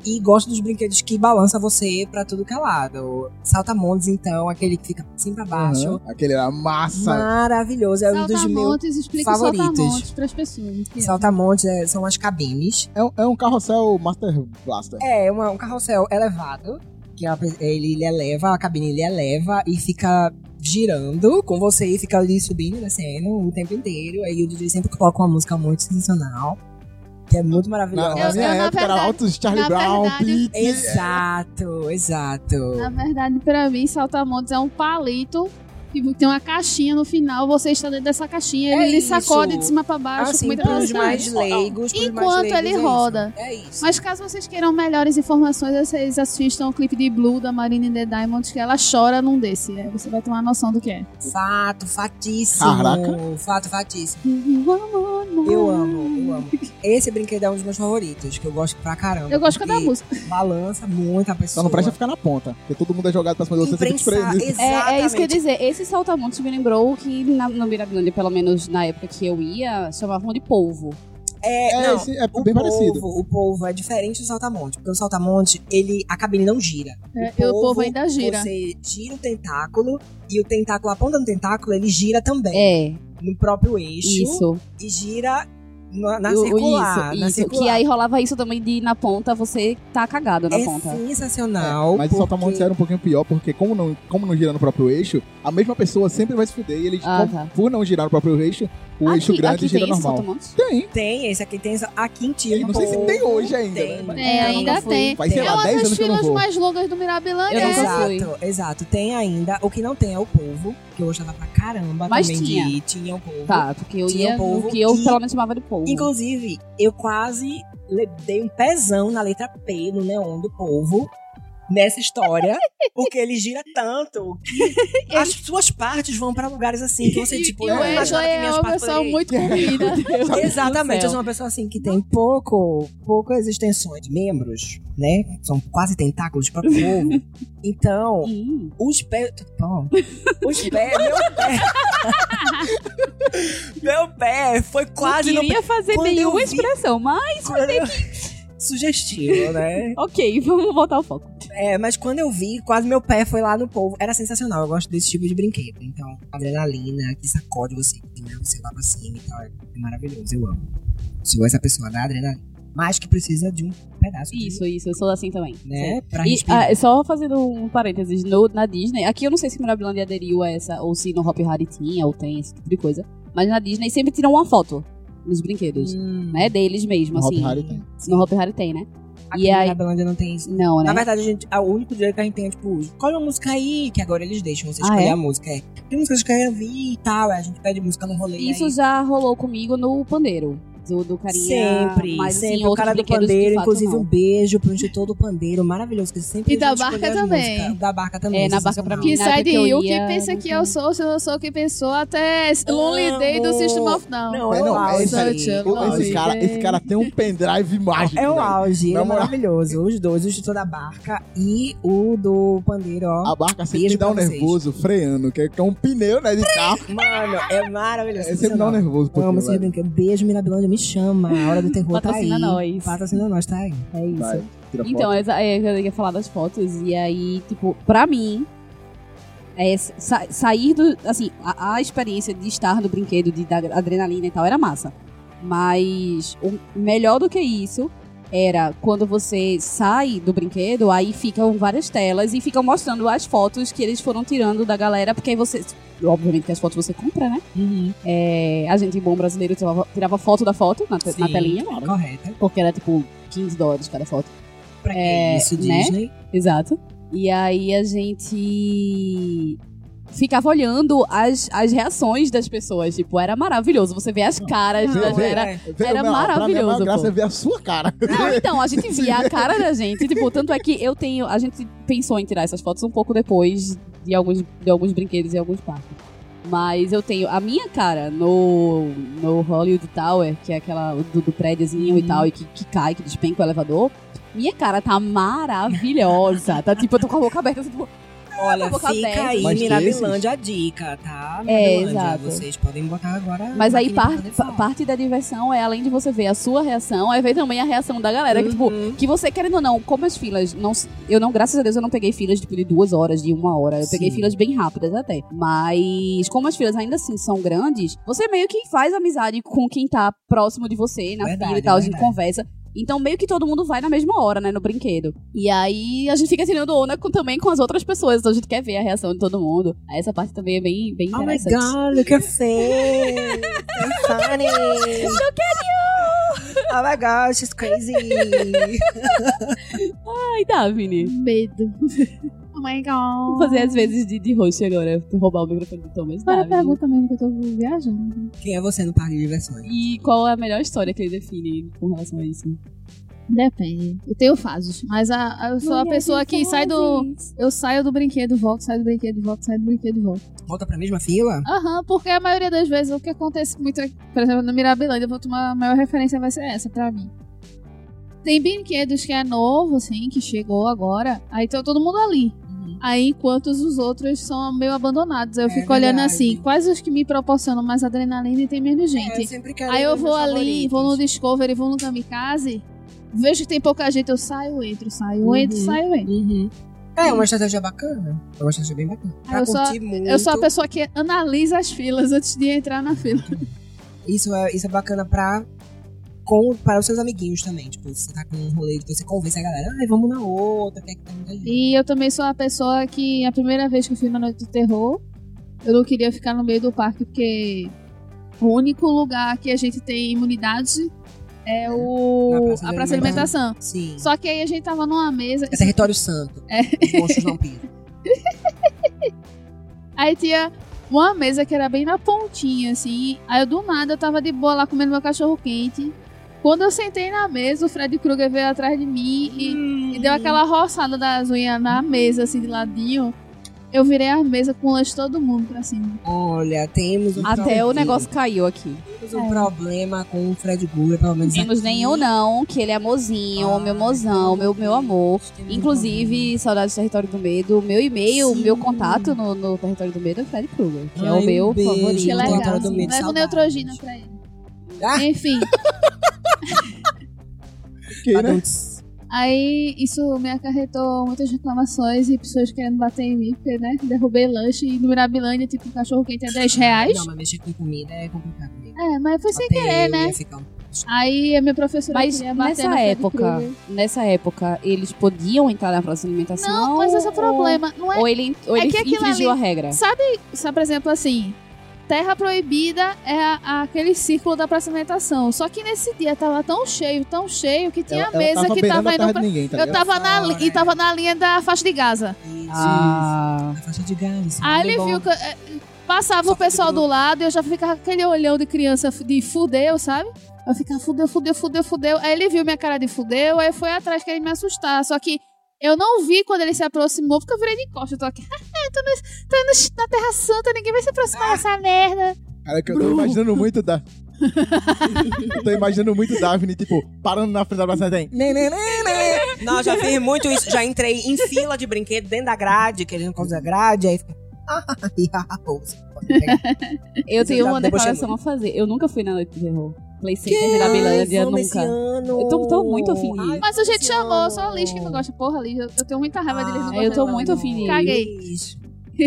[SPEAKER 3] E gosto dos brinquedos que balança você pra tudo que é lado. Saltamontes, então, aquele que fica assim pra baixo.
[SPEAKER 1] Aham. Uhum. Aquele era massa.
[SPEAKER 3] Maravilhoso, é um dos meus.
[SPEAKER 4] Saltamontes, explica o
[SPEAKER 3] favoritos.
[SPEAKER 4] saltamontes pras pessoas. o que é.
[SPEAKER 3] Saltamontes é, são as cabines.
[SPEAKER 1] É um, é um carrossel Master Blaster.
[SPEAKER 3] É uma- um carrossel elevado, que a pe- ele, ele eleva, a cabine ele eleva e fica girando com você e fica ali subindo, e descendo o tempo inteiro. Aí o DJ sempre coloca uma música muito sensacional, que é muito
[SPEAKER 1] Na,
[SPEAKER 3] maravilhosa.
[SPEAKER 1] na
[SPEAKER 4] Eu-
[SPEAKER 1] minha
[SPEAKER 4] eu, na
[SPEAKER 1] época era
[SPEAKER 4] verdade-
[SPEAKER 1] altos Charlie
[SPEAKER 4] na
[SPEAKER 1] Brown,
[SPEAKER 4] verdade-
[SPEAKER 1] Pete.
[SPEAKER 3] Exato, exato.
[SPEAKER 4] Na verdade, pra mim, saltamontes é um palito que tem uma caixinha no final, você está dentro dessa caixinha.
[SPEAKER 3] É
[SPEAKER 4] ele lhe
[SPEAKER 3] isso.
[SPEAKER 4] sacode de cima pra baixo com
[SPEAKER 3] Assim,
[SPEAKER 4] muita
[SPEAKER 3] pros mais
[SPEAKER 4] velocidade.
[SPEAKER 3] leigos, pros mais
[SPEAKER 4] Enquanto ele
[SPEAKER 3] leigos, é isso.
[SPEAKER 4] roda.
[SPEAKER 3] É isso.
[SPEAKER 4] Mas caso vocês queiram melhores informações, vocês assistam o clipe de Blue da Marina and the Diamonds, que ela chora num desse. Aí você vai tomar noção do que é.
[SPEAKER 3] Fato, fatíssimo.
[SPEAKER 1] Caraca.
[SPEAKER 3] Fato, fatíssimo.
[SPEAKER 4] Amor, amor.
[SPEAKER 3] Eu amo, eu amo. Esse brinquedo é um dos meus favoritos, que eu gosto pra caramba.
[SPEAKER 4] Eu gosto de cada
[SPEAKER 3] porque
[SPEAKER 4] música.
[SPEAKER 3] Balança muito a pessoa.
[SPEAKER 1] Só Então não presta ficar na ponta, porque todo mundo é jogado pra cima de você, você fica
[SPEAKER 3] Imprensar,
[SPEAKER 1] desprendido.
[SPEAKER 3] exatamente.
[SPEAKER 2] É, é isso que eu ia dizer. Esse saltamontes me lembrou que na, no Mirabilândia, pelo menos na época que eu ia, chamavam de polvo.
[SPEAKER 3] É,
[SPEAKER 1] É,
[SPEAKER 3] não,
[SPEAKER 1] esse é
[SPEAKER 3] o
[SPEAKER 1] bem
[SPEAKER 3] polvo,
[SPEAKER 1] parecido.
[SPEAKER 3] O polvo é diferente do saltamonte, porque o saltamonte, ele, a cabine não gira.
[SPEAKER 4] É, e o povo ainda gira.
[SPEAKER 3] Você gira o tentáculo e o tentáculo, a ponta do tentáculo, ele gira também
[SPEAKER 2] É,
[SPEAKER 3] no próprio eixo
[SPEAKER 2] isso.
[SPEAKER 3] e gira na, na
[SPEAKER 2] O- o-
[SPEAKER 3] circular.
[SPEAKER 2] isso,
[SPEAKER 3] na
[SPEAKER 2] isso.
[SPEAKER 3] circular.
[SPEAKER 2] Que aí rolava isso também de na ponta, você tá cagado na
[SPEAKER 3] é
[SPEAKER 2] ponta.
[SPEAKER 3] sensacional.
[SPEAKER 1] Mas o
[SPEAKER 3] porque-
[SPEAKER 1] saltamontes era um pouquinho pior, porque como não, como não gira no próprio eixo, a mesma pessoa sempre vai se fuder. E eles,
[SPEAKER 2] Ah,
[SPEAKER 1] como-
[SPEAKER 2] tá.
[SPEAKER 1] por não girar no próprio eixo, o eixo grande
[SPEAKER 2] aqui
[SPEAKER 1] gira
[SPEAKER 2] tem esse
[SPEAKER 1] normal.
[SPEAKER 2] saltamontes?
[SPEAKER 1] Tem.
[SPEAKER 3] Tem, esse aqui tem aqui
[SPEAKER 1] tem.
[SPEAKER 3] em Tiro.
[SPEAKER 1] Não sei se tem hoje ainda,
[SPEAKER 3] Tem.
[SPEAKER 1] né? Mas-
[SPEAKER 4] É,
[SPEAKER 2] eu
[SPEAKER 4] ainda
[SPEAKER 2] nunca fui.
[SPEAKER 4] tem.
[SPEAKER 1] Faz, sei
[SPEAKER 4] É
[SPEAKER 1] lá,
[SPEAKER 4] uma
[SPEAKER 1] 10
[SPEAKER 4] das
[SPEAKER 1] anos que eu não
[SPEAKER 4] filas
[SPEAKER 1] vou.
[SPEAKER 4] mais longas do Mirabilândia.
[SPEAKER 2] Eu
[SPEAKER 4] é
[SPEAKER 2] nunca
[SPEAKER 4] essa.
[SPEAKER 2] fui.
[SPEAKER 3] Exato, exato. Tem ainda. O que não tem é o polvo, que eu gostava pra caramba
[SPEAKER 2] Mas
[SPEAKER 3] também
[SPEAKER 2] tinha.
[SPEAKER 3] de ir. Tinha o polvo.
[SPEAKER 2] Tá, porque eu
[SPEAKER 3] Tinha
[SPEAKER 2] ia
[SPEAKER 3] polvo
[SPEAKER 2] no que eu
[SPEAKER 3] e-
[SPEAKER 2] pelo menos chamava de polvo.
[SPEAKER 3] Inclusive, eu quase le- dei um pezão na letra P no neon do polvo nessa história, porque ele gira tanto que as suas partes vão pra lugares assim que você,
[SPEAKER 4] E-
[SPEAKER 3] tipo,
[SPEAKER 4] e
[SPEAKER 3] eu
[SPEAKER 4] o
[SPEAKER 3] não
[SPEAKER 4] Ejo
[SPEAKER 3] imaginava que
[SPEAKER 4] é
[SPEAKER 3] minhas
[SPEAKER 4] uma
[SPEAKER 3] partes
[SPEAKER 4] pessoa
[SPEAKER 3] poderiam ir.
[SPEAKER 4] muito corrida.
[SPEAKER 3] Exatamente,
[SPEAKER 2] do
[SPEAKER 3] eu
[SPEAKER 2] céu.
[SPEAKER 3] sou uma pessoa assim que tem pouco, poucas extensões de membros, né? São quase tentáculos de próprio povo. Então,
[SPEAKER 2] Hum.
[SPEAKER 3] os pés. Bom, os pés, meu pé. meu pé foi quase
[SPEAKER 2] não
[SPEAKER 3] no.
[SPEAKER 2] queria fazer
[SPEAKER 3] Quando eu
[SPEAKER 2] nenhuma
[SPEAKER 3] vi-
[SPEAKER 2] expressão, mas
[SPEAKER 3] Sugestivo, né?
[SPEAKER 2] ok, vamos voltar ao foco.
[SPEAKER 3] É, mas quando eu vi, quase meu pé foi lá no povo. Era sensacional, eu gosto desse tipo de brinquedo. Então, adrenalina, que sacode você, que leva você lá pra cima e tal. É maravilhoso, eu amo. Sou essa pessoa da adrenalina. Mas que precisa de um pedaço de
[SPEAKER 2] Isso, isso, eu sou assim também.
[SPEAKER 3] né? Pra
[SPEAKER 2] E,
[SPEAKER 3] respirar.
[SPEAKER 2] ah, só fazendo um parênteses, no- na Disney, aqui eu não sei se Mirabilândia aderiu a essa, ou se no Hop Harry tinha, ou tem esse tipo de coisa, mas na Disney sempre tiram uma foto dos brinquedos,
[SPEAKER 3] Hum,
[SPEAKER 2] né, deles mesmo,
[SPEAKER 1] No
[SPEAKER 2] assim.
[SPEAKER 1] Hop Harry tem.
[SPEAKER 2] No Hop Harry tem, né?
[SPEAKER 3] aqui
[SPEAKER 2] e
[SPEAKER 3] na
[SPEAKER 2] aí-
[SPEAKER 3] Babilândia não tem isso.
[SPEAKER 2] Não,
[SPEAKER 3] Na
[SPEAKER 2] né?
[SPEAKER 3] verdade, a gente, a- o único direito que a gente tem é, tipo, escolhe uma música aí, que agora eles deixam você
[SPEAKER 2] Ah,
[SPEAKER 3] escolher
[SPEAKER 2] é?
[SPEAKER 3] a música. É. Tem músicas que eu quero ouvir e tal, aí a gente pede música no rolê.
[SPEAKER 2] Isso
[SPEAKER 3] aí.
[SPEAKER 2] já rolou comigo no pandeiro, do, do carinha.
[SPEAKER 3] sempre,
[SPEAKER 2] mas, assim,
[SPEAKER 3] sempre. o
[SPEAKER 2] outros
[SPEAKER 3] cara do
[SPEAKER 2] brinquedos, de
[SPEAKER 3] pandeiro,
[SPEAKER 2] fato,
[SPEAKER 3] inclusive
[SPEAKER 2] não.
[SPEAKER 3] um beijo pro instrutor do pandeiro, maravilhoso, que sempre
[SPEAKER 4] E da
[SPEAKER 3] ajuda a escolher
[SPEAKER 4] barca
[SPEAKER 3] as
[SPEAKER 4] também.
[SPEAKER 3] músicas. Da barca também.
[SPEAKER 2] É, na barca pra
[SPEAKER 3] sensacional.
[SPEAKER 2] mim.
[SPEAKER 4] Que
[SPEAKER 2] Na época
[SPEAKER 4] sai de
[SPEAKER 2] que eu
[SPEAKER 4] Rio,
[SPEAKER 2] ia,
[SPEAKER 4] que pensa
[SPEAKER 2] não
[SPEAKER 4] que é
[SPEAKER 2] tinha.
[SPEAKER 4] eu sou, se eu não sou quem pensou, até Lonely Day do
[SPEAKER 3] Amo.
[SPEAKER 4] System of Down.
[SPEAKER 3] Não, é,
[SPEAKER 1] É, não,
[SPEAKER 3] o
[SPEAKER 1] é
[SPEAKER 3] auge.
[SPEAKER 1] isso aí.
[SPEAKER 4] Such a
[SPEAKER 1] O- Esse
[SPEAKER 4] lovely
[SPEAKER 1] cara,
[SPEAKER 4] day.
[SPEAKER 1] esse cara tem um pendrive mágico.
[SPEAKER 3] É o
[SPEAKER 1] velho.
[SPEAKER 3] auge,
[SPEAKER 1] Na
[SPEAKER 3] ele é
[SPEAKER 1] moral.
[SPEAKER 3] maravilhoso. Os dois, o instrutor da barca e o do pandeiro, ó.
[SPEAKER 1] A barca sempre
[SPEAKER 3] Beijo
[SPEAKER 1] dá um
[SPEAKER 3] pra vocês.
[SPEAKER 1] nervoso freando, que é que é um pneu, né, de carro.
[SPEAKER 3] Mano, é maravilhoso.
[SPEAKER 1] É sempre dá um
[SPEAKER 3] sensacional.
[SPEAKER 1] nervoso. um
[SPEAKER 3] Eu
[SPEAKER 1] pouquinho,
[SPEAKER 3] amo esse
[SPEAKER 1] velho.
[SPEAKER 3] brinquedo. Beijo, Mirabilândia, me chama. A hora do terror tá aí.
[SPEAKER 2] Patrocina nós.
[SPEAKER 3] Patrocina nós, tá aí. É isso.
[SPEAKER 1] Vai, tira foto.
[SPEAKER 2] Então, essa- é, eu ia falar das fotos. E aí, tipo, pra mim, é, sa- sair do. Assim, a, a experiência de estar no brinquedo, de dar adrenalina e tal, era massa. Mas o melhor do que isso era quando você sai do brinquedo, aí ficam várias telas e ficam mostrando as fotos que eles foram tirando da galera, porque aí você. Obviamente que as fotos você compra, né? É, a gente, bom brasileiro, tirava, tirava foto da foto na, te- na
[SPEAKER 3] Sim,
[SPEAKER 2] telinha,
[SPEAKER 3] Correta.
[SPEAKER 2] porque era tipo 15 dólares cada foto.
[SPEAKER 3] Pra que
[SPEAKER 2] É,
[SPEAKER 3] isso,
[SPEAKER 2] né?
[SPEAKER 3] Disney?
[SPEAKER 2] Exato. E aí a gente ficava olhando as, as reações das pessoas. Tipo, era maravilhoso. Você vê as caras
[SPEAKER 1] Vê-
[SPEAKER 2] da
[SPEAKER 1] vê-
[SPEAKER 2] galera.
[SPEAKER 1] Vê, não, pra mim,
[SPEAKER 2] era
[SPEAKER 1] a maior
[SPEAKER 2] maravilhoso,
[SPEAKER 1] graça
[SPEAKER 2] pô.
[SPEAKER 1] é ver a sua cara.
[SPEAKER 2] Não, então, a gente via a cara da gente. Tipo, tanto é que eu tenho. A gente pensou em tirar essas fotos um pouco depois de alguns, de alguns brinquedos e alguns parques. Mas eu tenho a minha cara no, no Hollywood Tower, que é aquela do, do prédiozinho e tal, e que, que cai, que despenca o elevador. Minha cara tá maravilhosa. Tá tipo, eu tô com a boca aberta, assim, tipo,
[SPEAKER 3] Olha,
[SPEAKER 2] Com a boca
[SPEAKER 3] fica
[SPEAKER 2] aberta.
[SPEAKER 3] aí,
[SPEAKER 1] Mas
[SPEAKER 3] Mirabilândia, a dica, tá?
[SPEAKER 2] É,
[SPEAKER 3] Mirabilândia,
[SPEAKER 2] exato.
[SPEAKER 3] Vocês podem botar agora.
[SPEAKER 2] Mas aí
[SPEAKER 3] naquele
[SPEAKER 2] par-
[SPEAKER 3] poder
[SPEAKER 2] pa-
[SPEAKER 3] falar.
[SPEAKER 2] parte da diversão é além de você ver a sua reação, aí ver também a reação da galera. Que, tipo,
[SPEAKER 3] Uhum.
[SPEAKER 2] que você, querendo ou não, como as filas. Não, se- eu não, graças a Deus, eu não peguei filas tipo, de duas horas, de uma hora. Eu peguei
[SPEAKER 3] Sim.
[SPEAKER 2] filas bem rápidas até. Mas como as filas ainda assim são grandes, você meio que faz amizade com quem tá próximo de você na
[SPEAKER 3] Verdade,
[SPEAKER 2] fila e tal, a gente
[SPEAKER 3] verdade.
[SPEAKER 2] conversa. Então, meio que todo mundo vai na mesma hora, né, no brinquedo. E aí, a gente fica tirando onda com- também com as outras pessoas. Então, a gente quer ver a reação de todo mundo. Aí, Essa parte também é bem, bem
[SPEAKER 3] Oh my
[SPEAKER 2] interessante.
[SPEAKER 3] god, look at face. So funny. look at you. Oh my god, she's crazy.
[SPEAKER 2] Ai, Daphne.
[SPEAKER 4] Medo. Oh my god.
[SPEAKER 2] Vou fazer às vezes de, de host agora, roubar o microfone do Thomas
[SPEAKER 4] Agora
[SPEAKER 2] Davi.
[SPEAKER 4] é pergunta mesmo que eu tô viajando.
[SPEAKER 3] Quem é você no parque de diversões?
[SPEAKER 2] E qual é a melhor história que ele define com relação a isso?
[SPEAKER 4] Depende. Eu tenho fases. Mas a, a- eu sou a pessoa que sai do. Eu saio do brinquedo, volto, saio do brinquedo, volto, saio do brinquedo, volto.
[SPEAKER 3] Volta pra mesma fila?
[SPEAKER 4] Aham, porque a maioria das vezes o que acontece muito, é- por exemplo, no Mirabilândia, eu vou tomar a maior referência vai ser essa pra mim. Tem brinquedos que é novo, assim, que chegou agora, aí tá todo mundo ali. Aí enquanto os outros são meio abandonados. Aí eu
[SPEAKER 3] Uhum. É
[SPEAKER 4] fico olhando
[SPEAKER 3] verdade.
[SPEAKER 4] assim, quais os que me proporcionam mais adrenalina e tem menos gente.
[SPEAKER 3] É, eu sempre quero
[SPEAKER 4] Aí eu
[SPEAKER 3] os
[SPEAKER 4] vou
[SPEAKER 3] meus
[SPEAKER 4] ali,
[SPEAKER 3] favoritos.
[SPEAKER 4] vou no Discovery, vou no Kamikaze, vejo que tem pouca gente, eu saio, entro, saio, entro,
[SPEAKER 3] Uhum.
[SPEAKER 4] saio, entro.
[SPEAKER 3] É uma estratégia bacana. É uma estratégia bem bacana. Pra
[SPEAKER 4] eu sou a-
[SPEAKER 3] curtir muito.
[SPEAKER 4] Eu sou a pessoa que analisa as filas antes de entrar na fila.
[SPEAKER 3] Isso é, isso é bacana pra. Com, para os seus amiguinhos também. Tipo, você tá com um rolê, então você convence a galera, ai, vamos na outra, até que tá muita gente.
[SPEAKER 4] E eu também sou a pessoa que a primeira vez que eu fui na Noite do Terror, eu não queria ficar no meio do parque, porque o único lugar que a gente tem imunidade é
[SPEAKER 3] Na
[SPEAKER 4] o
[SPEAKER 3] praça
[SPEAKER 4] a
[SPEAKER 3] de
[SPEAKER 4] praça de
[SPEAKER 3] alimentação.
[SPEAKER 4] alimentação.
[SPEAKER 3] Sim.
[SPEAKER 4] Só que aí a gente tava numa mesa.
[SPEAKER 3] É território santo.
[SPEAKER 4] É.
[SPEAKER 3] Os monstros vampiros.
[SPEAKER 4] Aí tinha uma mesa que era bem na pontinha, assim. Aí eu, do nada eu tava de boa lá comendo meu cachorro quente. Quando eu sentei na mesa, o Fred Krueger veio atrás de mim e, e deu aquela
[SPEAKER 3] Hum.
[SPEAKER 4] roçada das unhas na mesa, assim, de ladinho. Eu virei a mesa com o lanche de todo mundo pra cima.
[SPEAKER 3] Olha, temos um
[SPEAKER 2] Até o
[SPEAKER 3] problema.
[SPEAKER 2] negócio caiu aqui.
[SPEAKER 3] Temos um problema com o Fred Gura, pelo menos.
[SPEAKER 2] Menos
[SPEAKER 3] aqui.
[SPEAKER 2] nenhum, não, que ele é amorzinho, meu mozão, meu, meu amor.
[SPEAKER 3] Temos um
[SPEAKER 2] Inclusive, saudades do Território do Medo, meu e-mail,
[SPEAKER 3] Sim.
[SPEAKER 2] meu contato no, no Território do Medo é Fred Krueger, que é
[SPEAKER 3] Ai,
[SPEAKER 2] o meu
[SPEAKER 3] um beijo,
[SPEAKER 2] favorito.
[SPEAKER 4] Que
[SPEAKER 3] Sim,
[SPEAKER 4] legal.
[SPEAKER 3] Território do
[SPEAKER 4] assim.
[SPEAKER 3] Medo,
[SPEAKER 4] Leva o
[SPEAKER 3] saudade.
[SPEAKER 4] Neutrogena pra ele.
[SPEAKER 3] Ah!
[SPEAKER 4] Enfim,
[SPEAKER 1] Que, né?
[SPEAKER 3] Adultos.
[SPEAKER 4] aí isso me acarretou muitas reclamações e pessoas querendo bater em mim, porque, né, derrubei lanche e no Mirabilândia, tipo, um cachorro quente é 10 reais.
[SPEAKER 3] Não, mas mexer com comida é complicado. né?
[SPEAKER 4] É, mas foi sem
[SPEAKER 3] Até
[SPEAKER 4] querer,
[SPEAKER 3] eu
[SPEAKER 4] né?
[SPEAKER 3] ia ficar um-
[SPEAKER 4] Aí a minha professora
[SPEAKER 2] Mas
[SPEAKER 4] queria bater no
[SPEAKER 2] nessa
[SPEAKER 4] Fred
[SPEAKER 2] época,
[SPEAKER 4] Krueger.
[SPEAKER 2] nessa época, eles podiam entrar na próxima alimentação?
[SPEAKER 4] Não, mas esse é o
[SPEAKER 2] ou-
[SPEAKER 4] problema. Não é.
[SPEAKER 2] Ou ele, ou
[SPEAKER 4] É
[SPEAKER 2] ele
[SPEAKER 4] que aquilo
[SPEAKER 2] infringiu
[SPEAKER 4] ali-
[SPEAKER 2] a regra?
[SPEAKER 4] Sabe, sabe, por exemplo, assim. Terra proibida é a- a- aquele círculo da praça de alimentação. Só que nesse dia tava tão cheio, tão cheio, que tinha
[SPEAKER 1] Ela-
[SPEAKER 4] a
[SPEAKER 1] ela
[SPEAKER 4] mesa
[SPEAKER 1] tava
[SPEAKER 4] que
[SPEAKER 1] beirando
[SPEAKER 4] tava
[SPEAKER 1] a
[SPEAKER 4] indo
[SPEAKER 1] terra
[SPEAKER 4] pra.
[SPEAKER 1] de ninguém, tá
[SPEAKER 4] eu
[SPEAKER 1] ligado?
[SPEAKER 4] tava na, li-
[SPEAKER 3] Fora,
[SPEAKER 4] e tava na linha da faixa de Gaza.
[SPEAKER 3] Isso.
[SPEAKER 2] Ah,
[SPEAKER 3] Na faixa de gás.
[SPEAKER 4] Aí
[SPEAKER 3] bem
[SPEAKER 4] ele
[SPEAKER 3] bom.
[SPEAKER 4] viu que. eh, Passava
[SPEAKER 3] Só
[SPEAKER 4] o pessoal
[SPEAKER 3] que não-
[SPEAKER 4] do lado e eu já ficava com aquele olhão de criança de fudeu, sabe? Eu ficava fudeu, fudeu, fudeu, fudeu. Aí ele viu minha cara de fudeu, aí foi atrás querendo me assustar. Só que eu não vi quando ele se aproximou, porque eu virei de costas. Eu tô aqui, "Ah, tô, no- tô no- na Terra Santa, ninguém vai se aproximar dessa merda.
[SPEAKER 1] Cara, que eu tô imaginando muito da. eu tô imaginando muito Daphne, tipo, parando na frente da praça tem.
[SPEAKER 3] Né, né, né, né. Não, já fiz muito isso. Já entrei em fila de brinquedo dentro da grade, querendo coisa da grade. Aí fica. ah,
[SPEAKER 2] eu tenho
[SPEAKER 3] já
[SPEAKER 2] uma
[SPEAKER 3] debochei
[SPEAKER 2] declaração a fazer. Eu nunca fui na Noite do Terror. Play Center da Bilândia, nunca.
[SPEAKER 3] Eu
[SPEAKER 2] Eu tô- tô muito afim de ir.
[SPEAKER 4] Mas a gente chamou, só o Liz que não gosta. Porra, Liz, eu, eu tenho muita raiva deles não
[SPEAKER 2] Ah, eu tô
[SPEAKER 4] gostarem.
[SPEAKER 2] muito afim de ir.
[SPEAKER 4] Caguei.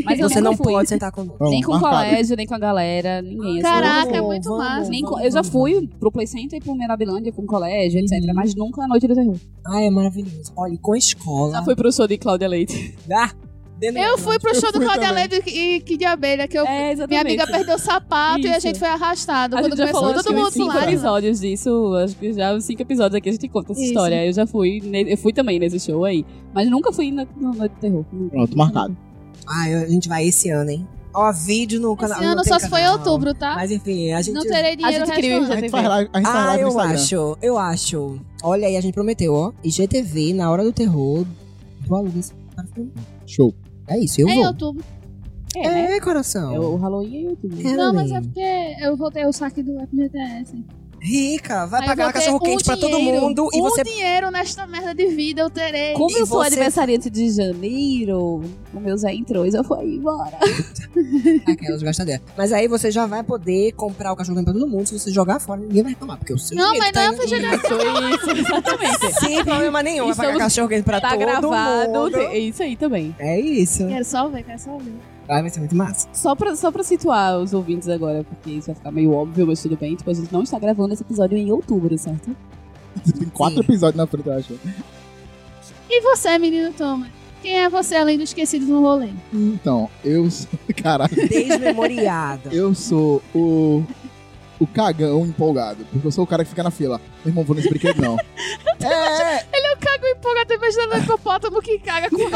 [SPEAKER 2] Mas eu
[SPEAKER 3] Você
[SPEAKER 2] nunca
[SPEAKER 3] não
[SPEAKER 2] fui.
[SPEAKER 3] pode sentar comigo.
[SPEAKER 1] Vamos,
[SPEAKER 2] Nem com é? o
[SPEAKER 1] marcado.
[SPEAKER 2] colégio, nem com a galera, ninguém. Eu sou-
[SPEAKER 4] Caraca, é muito massa.
[SPEAKER 2] Nem co- eu já fui pro Play Center e pro Mirabilândia com colégio, etc. Mas nunca a Noite do Terror.
[SPEAKER 3] Ah, é maravilhoso. Olha, e com a escola.
[SPEAKER 2] Já fui pro show de Cláudia Leite.
[SPEAKER 3] Ah, dentro da
[SPEAKER 4] Eu fui pro show do
[SPEAKER 1] fui
[SPEAKER 4] Claudia
[SPEAKER 1] também.
[SPEAKER 4] Leve e que de abelha, que eu
[SPEAKER 2] É, exatamente.
[SPEAKER 4] Minha amiga perdeu o sapato e a
[SPEAKER 2] Isso.
[SPEAKER 4] gente foi arrastado.
[SPEAKER 2] A
[SPEAKER 4] Quando
[SPEAKER 2] gente já
[SPEAKER 4] começou,
[SPEAKER 2] falou
[SPEAKER 4] todo
[SPEAKER 2] acho que uns
[SPEAKER 4] mundo
[SPEAKER 2] cinco
[SPEAKER 4] lá.
[SPEAKER 2] episódios disso, acho que já uns cinco episódios aqui a gente conta essa
[SPEAKER 4] Isso.
[SPEAKER 2] história. Eu já fui, ne- eu fui também nesse show aí. Mas nunca fui na, na Noite do Terror.
[SPEAKER 1] Pronto, marcado.
[SPEAKER 3] Ah, eu- a gente vai esse ano, hein? Ó, vídeo no canal.
[SPEAKER 4] Esse ano
[SPEAKER 3] não tem
[SPEAKER 4] só se foi em
[SPEAKER 3] canal.
[SPEAKER 4] outubro, tá?
[SPEAKER 3] Mas enfim, a gente.
[SPEAKER 4] Não terei dinheiro
[SPEAKER 2] A gente
[SPEAKER 4] o resto
[SPEAKER 2] queria-
[SPEAKER 4] do
[SPEAKER 1] A
[SPEAKER 4] ano.
[SPEAKER 1] gente faz live, a gente faz
[SPEAKER 3] Ah,
[SPEAKER 1] live no
[SPEAKER 3] eu
[SPEAKER 1] Instagram.
[SPEAKER 3] acho, eu acho. Olha aí, a gente prometeu, ó. IGTV na hora do terror do Alugas.
[SPEAKER 1] Show.
[SPEAKER 3] É isso, eu
[SPEAKER 4] É em
[SPEAKER 3] vou.
[SPEAKER 4] outubro.
[SPEAKER 2] É, né?
[SPEAKER 3] É, coração.
[SPEAKER 2] É, o Halloween é YouTube.
[SPEAKER 3] É,
[SPEAKER 4] Não,
[SPEAKER 3] neném.
[SPEAKER 4] mas é porque eu voltei o saque do FGTS.
[SPEAKER 3] Rica, vai
[SPEAKER 4] Aí eu
[SPEAKER 3] pagar
[SPEAKER 4] vou ter
[SPEAKER 3] cachorro quente
[SPEAKER 4] um
[SPEAKER 3] pra todo
[SPEAKER 4] dinheiro,
[SPEAKER 3] mundo e
[SPEAKER 4] um
[SPEAKER 3] você.
[SPEAKER 4] dinheiro nesta merda de vida eu terei.
[SPEAKER 2] Como
[SPEAKER 3] E
[SPEAKER 2] eu sou
[SPEAKER 3] você-
[SPEAKER 2] aniversariante de janeiro, o meu já entrou e já foi embora.
[SPEAKER 3] Aquelas gastadeiras. Mas aí você já vai poder comprar o cachorro quente pra todo mundo. Se você jogar fora, ninguém vai reclamar. Porque o seu
[SPEAKER 4] Não,
[SPEAKER 3] dinheiro
[SPEAKER 4] mas
[SPEAKER 3] tá
[SPEAKER 4] não é
[SPEAKER 3] indo-
[SPEAKER 2] Foi isso, exatamente.
[SPEAKER 3] Sem problema nenhum. Vai pagar
[SPEAKER 2] Estamos-
[SPEAKER 3] cachorro quente pra
[SPEAKER 2] Tá
[SPEAKER 3] todo
[SPEAKER 2] gravado.
[SPEAKER 3] mundo.
[SPEAKER 2] tem- É isso aí também.
[SPEAKER 3] É isso.
[SPEAKER 4] Quero só ver, quero só ver.
[SPEAKER 3] Ai, vai ser muito massa.
[SPEAKER 2] Só pra, só pra situar os ouvintes agora, porque isso vai ficar meio óbvio, mas tudo bem. Tipo, a gente não está gravando esse episódio em outubro, certo?
[SPEAKER 1] Tem quatro
[SPEAKER 3] Sim.
[SPEAKER 1] episódios na frente, eu acho.
[SPEAKER 4] E você, menino Thomas? Quem é você além do esquecido no rolê?
[SPEAKER 1] Então, eu sou. Caralho.
[SPEAKER 3] Desmemoriada.
[SPEAKER 1] Eu sou o. O cagão empolgado. Porque eu sou o cara que fica na fila. Meu irmão, vou nesse brinquedo, não. é, é,
[SPEAKER 4] Eu cago empolgado imaginando o hipopótamo que caga com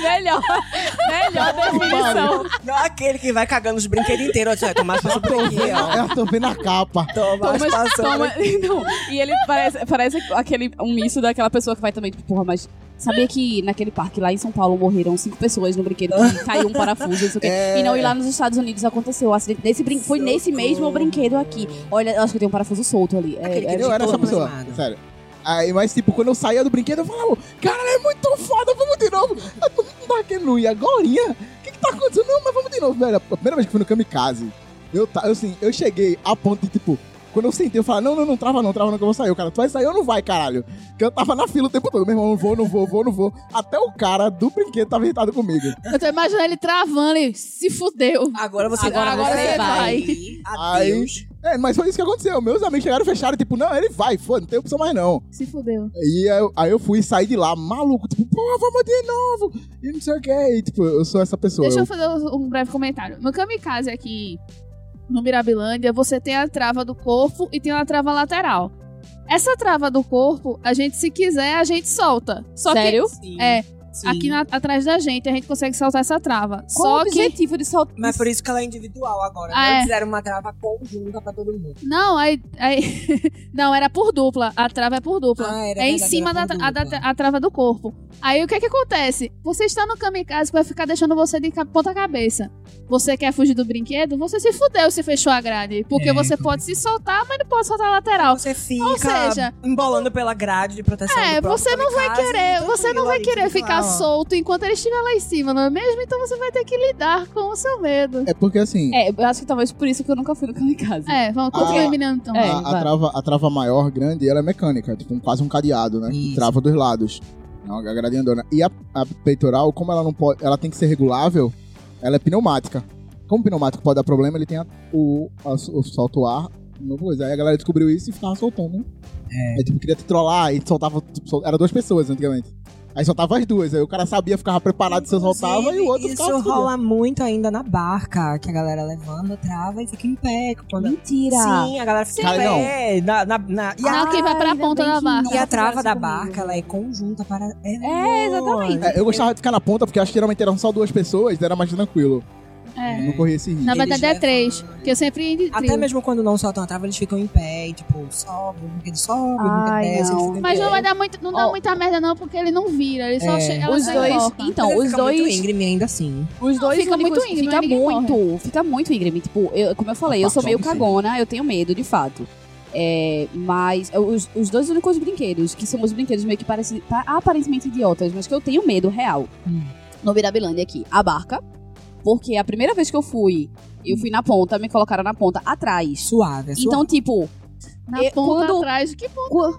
[SPEAKER 2] melhor, melhor definição edição.
[SPEAKER 3] Não é aquele que vai cagando os brinquedos inteiros. Assim, ó, Tomás passou por aqui, ó. um
[SPEAKER 1] Eu tô vendo a capa.
[SPEAKER 3] Tomás
[SPEAKER 2] Thomas,
[SPEAKER 3] passou.
[SPEAKER 2] Thomas, não. E ele parece, parece aquele, um misto daquela pessoa que vai também, tipo, porra, mas. Sabia que naquele parque lá em São Paulo morreram cinco pessoas no brinquedo e caiu um parafuso, não sei o quê. E
[SPEAKER 3] É.
[SPEAKER 2] não, e lá nos Estados Unidos aconteceu o acidente. Nesse brin... Foi nesse mesmo brinquedo aqui. Olha, eu acho que tem um parafuso solto ali. É,
[SPEAKER 3] Aquele que
[SPEAKER 2] é-
[SPEAKER 3] deu-
[SPEAKER 1] Eu era essa
[SPEAKER 3] Todo
[SPEAKER 1] pessoa,
[SPEAKER 3] animado.
[SPEAKER 1] sério. Aí, mas tipo, quando eu saía do brinquedo, eu falava, cara, é muito foda, vamos de novo. Aí todo mundo tava querendo ir agorinha. O que que tá acontecendo? Não, mas vamos de novo, velho. A primeira vez que fui no kamikaze, eu, ta- eu, assim, eu cheguei a ponto de, tipo, quando eu sentei, eu falei, não, não, não, trava não, trava não, que eu vou sair. O cara, tu vai sair ou não vai, caralho? Que eu tava na fila o tempo todo, meu irmão, não vou, não vou, vou, não vou. Até o cara do brinquedo tava irritado comigo.
[SPEAKER 4] Eu tô imaginando ele travando e se fudeu.
[SPEAKER 3] Agora você
[SPEAKER 2] Agora você vai.
[SPEAKER 3] Adeus.
[SPEAKER 1] É, mas foi isso que aconteceu. Meus amigos chegaram e fecharam, tipo, não, ele vai, foda, não tem opção mais não.
[SPEAKER 4] Se fudeu.
[SPEAKER 1] E aí eu, aí eu fui sair de lá, maluco, tipo, pô, vamos de novo. E não sei o que. E tipo, eu sou essa pessoa.
[SPEAKER 4] Deixa eu
[SPEAKER 1] eu...
[SPEAKER 4] fazer um breve comentário. No kamikaze aqui no Mirabilândia, você tem a trava do corpo e tem uma trava lateral. Essa trava do corpo, a gente, se quiser, a gente solta. Só
[SPEAKER 2] Sério?
[SPEAKER 4] Que, é,
[SPEAKER 3] Sim.
[SPEAKER 4] aqui na- atrás da gente, a gente consegue soltar essa trava.
[SPEAKER 2] Qual o
[SPEAKER 4] Só que.
[SPEAKER 2] objetivo de soltar?
[SPEAKER 3] Mas por isso que ela é individual agora.
[SPEAKER 4] Ah,
[SPEAKER 3] Ah,
[SPEAKER 4] é.
[SPEAKER 3] Fizeram uma trava conjunta pra todo mundo.
[SPEAKER 4] Não, aí. aí não, era por dupla. A trava é por dupla.
[SPEAKER 3] Ah, era
[SPEAKER 4] é em
[SPEAKER 3] verdade,
[SPEAKER 4] cima
[SPEAKER 3] era
[SPEAKER 4] da,
[SPEAKER 3] por
[SPEAKER 4] tra- a, da-
[SPEAKER 3] dupla.
[SPEAKER 4] a trava do corpo. Aí o que é que acontece? Você está no kamikaze que vai ficar deixando você de ca- ponta cabeça. Você quer fugir do brinquedo? Você se fudeu se fechou a grade. Porque
[SPEAKER 3] É,
[SPEAKER 4] você pode se soltar, mas não pode soltar a lateral.
[SPEAKER 3] Você fica
[SPEAKER 4] Ou seja,
[SPEAKER 3] embolando pela grade de proteção.
[SPEAKER 4] É,
[SPEAKER 3] do próprio
[SPEAKER 4] você não vai
[SPEAKER 3] kamikaze,
[SPEAKER 4] querer,
[SPEAKER 3] então
[SPEAKER 4] você não
[SPEAKER 3] tranquilo,
[SPEAKER 4] vai
[SPEAKER 3] aí
[SPEAKER 4] querer
[SPEAKER 3] fica
[SPEAKER 4] ficar
[SPEAKER 3] lá, ó.
[SPEAKER 4] solto enquanto ele estiver lá em cima, não é mesmo? Então você vai ter que lidar com o seu medo.
[SPEAKER 1] É porque assim,
[SPEAKER 2] É, eu acho que talvez por isso que eu nunca fui no kamikaze.
[SPEAKER 4] É, vamos continuar
[SPEAKER 1] Ah,
[SPEAKER 4] menino então.
[SPEAKER 1] a,
[SPEAKER 2] é.
[SPEAKER 1] a
[SPEAKER 2] vai.
[SPEAKER 1] trava, a trava maior, grande, ela é mecânica, tipo, um- quase um cadeado, né? Que
[SPEAKER 3] Isso.
[SPEAKER 1] trava dos lados. É uma gradinha andona. E a, a peitoral, como ela não pode. Ela tem que ser regulável, ela é pneumática. Como pneumático pode dar problema, ele tem a- o, a- o salto ar. no coisa. Aí a galera descobriu isso e ficava soltando. né?
[SPEAKER 3] É.
[SPEAKER 1] Aí, tipo, queria te trollar e soltava. tipo, sol- Era duas pessoas antigamente. Aí soltava as duas. Aí o cara sabia, ficava preparado se eu soltava e o outro
[SPEAKER 3] Inclusive,
[SPEAKER 1] ficava.
[SPEAKER 3] Isso
[SPEAKER 1] se fudendo.
[SPEAKER 3] rola muito ainda na barca, que a galera levanta, trava e fica em pé. Quando...
[SPEAKER 2] Mentira.
[SPEAKER 3] É. Sim, a galera fica
[SPEAKER 1] Cara,
[SPEAKER 3] em pé. Na, na, na- E, a,
[SPEAKER 4] Não, quem Ah, vai pra
[SPEAKER 2] ainda
[SPEAKER 4] ponta
[SPEAKER 2] bem
[SPEAKER 4] da
[SPEAKER 2] que não.
[SPEAKER 4] barca.
[SPEAKER 3] e a trava da
[SPEAKER 2] Comigo.
[SPEAKER 3] barca, ela é conjunta para.
[SPEAKER 2] assim, né? É, exatamente.
[SPEAKER 1] É, eu gostava de ficar na ponta, porque acho que geralmente eram só duas pessoas, era mais tranquilo.
[SPEAKER 4] É.
[SPEAKER 1] Não corria esse risco.
[SPEAKER 4] Na
[SPEAKER 3] Eles
[SPEAKER 4] verdade é
[SPEAKER 3] levam-
[SPEAKER 4] três, que eu sempre ia de
[SPEAKER 3] Até
[SPEAKER 4] trio.
[SPEAKER 3] mesmo quando não soltam a trava, eles ficam em pé, e, tipo, sobe, porque ele sobe,
[SPEAKER 2] Ai,
[SPEAKER 3] ele desce,
[SPEAKER 2] não. é
[SPEAKER 3] ele fica em
[SPEAKER 4] Mas
[SPEAKER 3] pé.
[SPEAKER 4] não vai dar muito, não dá
[SPEAKER 2] Ó.
[SPEAKER 4] muita merda não, porque ele não vira, ele só
[SPEAKER 3] É.
[SPEAKER 4] chega, ela
[SPEAKER 2] Os
[SPEAKER 4] só
[SPEAKER 2] dois,
[SPEAKER 4] enforca.
[SPEAKER 2] então,
[SPEAKER 3] Mas ele
[SPEAKER 2] os
[SPEAKER 3] fica muito
[SPEAKER 2] dois
[SPEAKER 3] íngreme ainda assim.
[SPEAKER 2] Os
[SPEAKER 4] Não,
[SPEAKER 2] dois
[SPEAKER 4] fica
[SPEAKER 2] únicos-
[SPEAKER 4] muito íngreme,
[SPEAKER 2] Fica
[SPEAKER 4] ninguém
[SPEAKER 2] muito, fica muito íngreme. Tipo, eu- como eu falei,
[SPEAKER 1] A
[SPEAKER 2] eu sou meio
[SPEAKER 1] parte, sim.
[SPEAKER 2] cagona, eu tenho medo, de fato. É, mas eu- os, os dois únicos brinquedos, que são os brinquedos meio que parecem, pa- aparentemente idiotas, mas que eu tenho medo real.
[SPEAKER 3] Hum.
[SPEAKER 2] No Mirabilândia aqui, a barca. Porque a primeira vez que eu fui, eu fui na ponta, me colocaram na ponta atrás.
[SPEAKER 3] Suave, Hum. é suave.
[SPEAKER 2] Então, tipo,
[SPEAKER 4] Na
[SPEAKER 2] Eu-
[SPEAKER 4] ponta
[SPEAKER 2] quando-
[SPEAKER 4] atrás, que ponta?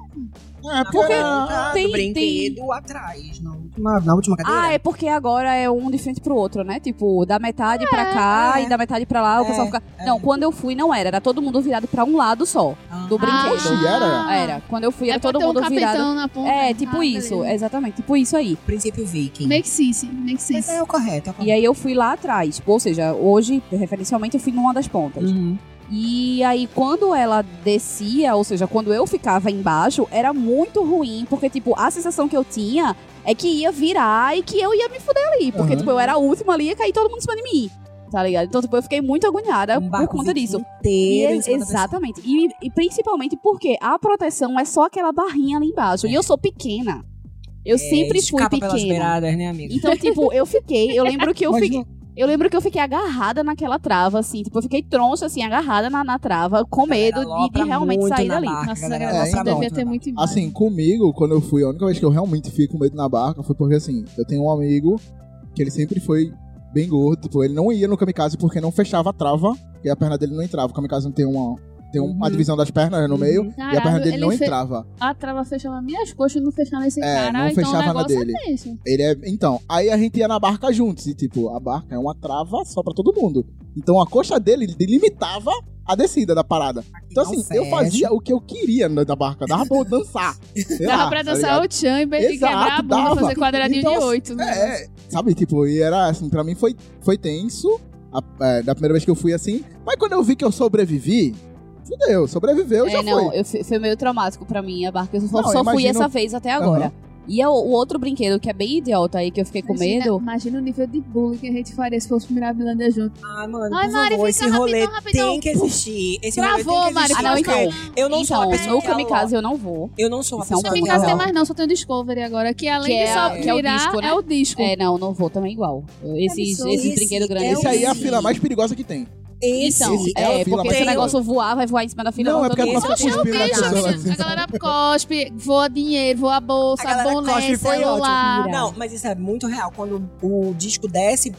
[SPEAKER 1] É,
[SPEAKER 3] Na
[SPEAKER 1] porque.
[SPEAKER 4] então,
[SPEAKER 3] ponta
[SPEAKER 2] tem-
[SPEAKER 3] Ah, do brinquedo atrás, na última, na última cadeira.
[SPEAKER 2] Ah, é porque agora é um de frente pro outro, né? Tipo, da metade pra cá
[SPEAKER 3] é.
[SPEAKER 2] e da metade pra lá, o
[SPEAKER 3] É,
[SPEAKER 2] pessoal fica. Não, quando eu fui, não era. Era todo mundo virado pra um lado só
[SPEAKER 3] Ah.
[SPEAKER 2] do brinquedo.
[SPEAKER 1] Oxi, era?
[SPEAKER 2] Era. Quando eu fui,
[SPEAKER 4] É
[SPEAKER 2] era
[SPEAKER 4] pra
[SPEAKER 2] todo
[SPEAKER 4] ter um
[SPEAKER 2] mundo virado.
[SPEAKER 4] capitão na ponta.
[SPEAKER 2] É, tipo
[SPEAKER 4] Ah,
[SPEAKER 2] isso, é.
[SPEAKER 4] beleza.
[SPEAKER 2] exatamente, tipo isso aí.
[SPEAKER 3] Princípio viking.
[SPEAKER 4] Make sense, make
[SPEAKER 3] Mas
[SPEAKER 4] sense.
[SPEAKER 3] é o correto, é o correto.
[SPEAKER 2] E aí eu fui lá atrás, tipo, ou seja, hoje, referencialmente, eu fui numa das pontas.
[SPEAKER 3] Uhum.
[SPEAKER 4] Hum.
[SPEAKER 2] E aí, quando ela descia, ou seja, quando eu ficava embaixo, era muito ruim, porque, tipo, a sensação que eu tinha é que ia virar e que eu ia me fuder ali. Porque,
[SPEAKER 1] Aham.
[SPEAKER 2] tipo, eu era a última ali e cair todo mundo em cima de mim. Tá ligado? Então, tipo, eu fiquei muito
[SPEAKER 4] Um
[SPEAKER 2] agoniada por
[SPEAKER 3] Um barco
[SPEAKER 2] conta
[SPEAKER 3] viking
[SPEAKER 2] disso. E
[SPEAKER 3] Inteiro
[SPEAKER 2] é-
[SPEAKER 3] em cima da
[SPEAKER 2] exatamente. E, e principalmente porque a proteção é só aquela barrinha ali embaixo. E eu sou pequena. Eu
[SPEAKER 3] pessoa.
[SPEAKER 2] sempre
[SPEAKER 3] É,
[SPEAKER 2] fui
[SPEAKER 3] escapa pelas
[SPEAKER 2] pequena.
[SPEAKER 3] beiradas, né, amiga?
[SPEAKER 2] Então, tipo, eu fiquei, eu lembro que eu
[SPEAKER 3] Mas
[SPEAKER 2] fiquei. Eu lembro que eu fiquei agarrada naquela trava, assim. Tipo, eu fiquei troncha, assim, agarrada na, na trava, com medo de, de
[SPEAKER 3] alopra
[SPEAKER 2] realmente
[SPEAKER 3] muito
[SPEAKER 2] sair
[SPEAKER 3] na
[SPEAKER 2] dali.
[SPEAKER 3] barra.
[SPEAKER 4] Nossa,
[SPEAKER 3] Galera,
[SPEAKER 4] essa
[SPEAKER 1] é, então,
[SPEAKER 4] gravação devia
[SPEAKER 3] né?
[SPEAKER 4] ter muito imagem.
[SPEAKER 1] Assim, comigo, quando eu fui, a única vez que eu realmente fiquei com medo na barca foi porque, assim, eu tenho um amigo que ele sempre foi bem gordo. Tipo, ele não ia no kamikaze porque não fechava a trava e a perna dele não entrava. O kamikaze não tem uma, tem uma
[SPEAKER 3] Uhum.
[SPEAKER 1] divisão das pernas né, no
[SPEAKER 3] Uhum.
[SPEAKER 1] meio e a perna
[SPEAKER 4] Caralho,
[SPEAKER 1] dele
[SPEAKER 4] ele
[SPEAKER 1] não
[SPEAKER 4] fe-
[SPEAKER 1] entrava.
[SPEAKER 4] a trava fechava minhas coxas e não fechava nesse
[SPEAKER 1] É,
[SPEAKER 4] cara.
[SPEAKER 1] não
[SPEAKER 4] então
[SPEAKER 1] fechava na
[SPEAKER 4] o negócio
[SPEAKER 1] dele.
[SPEAKER 4] é tenso.
[SPEAKER 1] Ele é. Então, aí a gente ia na barca juntos. E, tipo, a barca é uma trava só pra todo mundo. Então a coxa dele delimitava a descida da parada. Então,
[SPEAKER 3] Não
[SPEAKER 1] assim, eu
[SPEAKER 3] fecha.
[SPEAKER 1] fazia o que eu queria na- da barca. Dava pra eu dançar. Sei
[SPEAKER 4] Dava
[SPEAKER 1] lá,
[SPEAKER 4] pra
[SPEAKER 1] tá
[SPEAKER 4] dançar
[SPEAKER 1] ligado?
[SPEAKER 4] o Chan e be- e
[SPEAKER 1] Exato,
[SPEAKER 4] quebrar a bunda,
[SPEAKER 1] dava.
[SPEAKER 4] fazer quadradinho
[SPEAKER 1] Então,
[SPEAKER 4] de oito. né?
[SPEAKER 1] É, é, sabe, tipo, e era assim, pra mim foi, foi tenso. A, é, da primeira vez que eu fui assim. Mas quando eu vi que eu sobrevivi, fudeu, sobreviveu,
[SPEAKER 2] é,
[SPEAKER 1] já
[SPEAKER 2] não,
[SPEAKER 1] foi.
[SPEAKER 2] eu fui- foi meio traumático pra mim a barca. Eu só,
[SPEAKER 1] Não,
[SPEAKER 2] só
[SPEAKER 1] eu
[SPEAKER 2] fui
[SPEAKER 1] imagino-
[SPEAKER 2] essa vez até agora. E é o, o outro brinquedo que é bem idiota aí, que eu fiquei com
[SPEAKER 4] Imagina-
[SPEAKER 2] medo.
[SPEAKER 4] Imagina o nível de bullying que a gente faria se fosse pro Mirabilândia junto.
[SPEAKER 3] Ai, mano,
[SPEAKER 4] Ai,
[SPEAKER 3] por favor,
[SPEAKER 4] Mari, fica
[SPEAKER 3] esse rolê
[SPEAKER 4] rapidão, rapidão.
[SPEAKER 3] tem que existir. Esse rolê
[SPEAKER 4] Travou,
[SPEAKER 3] tem que
[SPEAKER 4] Mari,
[SPEAKER 3] existir.
[SPEAKER 2] Ah, não,
[SPEAKER 3] porque
[SPEAKER 2] então.
[SPEAKER 3] Eu não sou a
[SPEAKER 2] Então,
[SPEAKER 3] pessoa
[SPEAKER 2] no
[SPEAKER 3] que ela-
[SPEAKER 2] Kamikaze eu não vou.
[SPEAKER 3] Eu não sou a
[SPEAKER 2] Isso é um
[SPEAKER 3] pessoa
[SPEAKER 4] Não
[SPEAKER 2] Não,
[SPEAKER 4] tem
[SPEAKER 3] que
[SPEAKER 4] caso
[SPEAKER 3] ela-
[SPEAKER 4] tem mais não, só tem o Discovery agora, que
[SPEAKER 2] Que
[SPEAKER 4] além de
[SPEAKER 2] é-
[SPEAKER 4] só
[SPEAKER 2] que é o
[SPEAKER 4] virar,
[SPEAKER 2] disco, né?
[SPEAKER 4] é o disco.
[SPEAKER 2] É, não, não vou também igual. Esses,
[SPEAKER 4] absurdo.
[SPEAKER 2] esses
[SPEAKER 3] Esse
[SPEAKER 2] brinquedos grandes.
[SPEAKER 1] Esse aí é a
[SPEAKER 3] Esse-
[SPEAKER 1] fila mais perigosa que tem.
[SPEAKER 3] Esse
[SPEAKER 2] Então,
[SPEAKER 1] esse é
[SPEAKER 2] é,
[SPEAKER 1] a fila
[SPEAKER 2] porque esse
[SPEAKER 3] mais-
[SPEAKER 2] negócio voar, vai voar em cima da fila.
[SPEAKER 1] Não, é
[SPEAKER 2] vai
[SPEAKER 1] porque
[SPEAKER 2] todo
[SPEAKER 1] ela
[SPEAKER 2] mundo.
[SPEAKER 1] tá cuspindo na
[SPEAKER 4] Deixa,
[SPEAKER 1] pessoa.
[SPEAKER 4] a galera cospe, voa dinheiro, voa bolsa,
[SPEAKER 3] A galera
[SPEAKER 4] boné,
[SPEAKER 3] cospe, foi
[SPEAKER 4] celular.
[SPEAKER 2] ótimo.
[SPEAKER 3] Não, mas isso é muito real. Quando o disco desce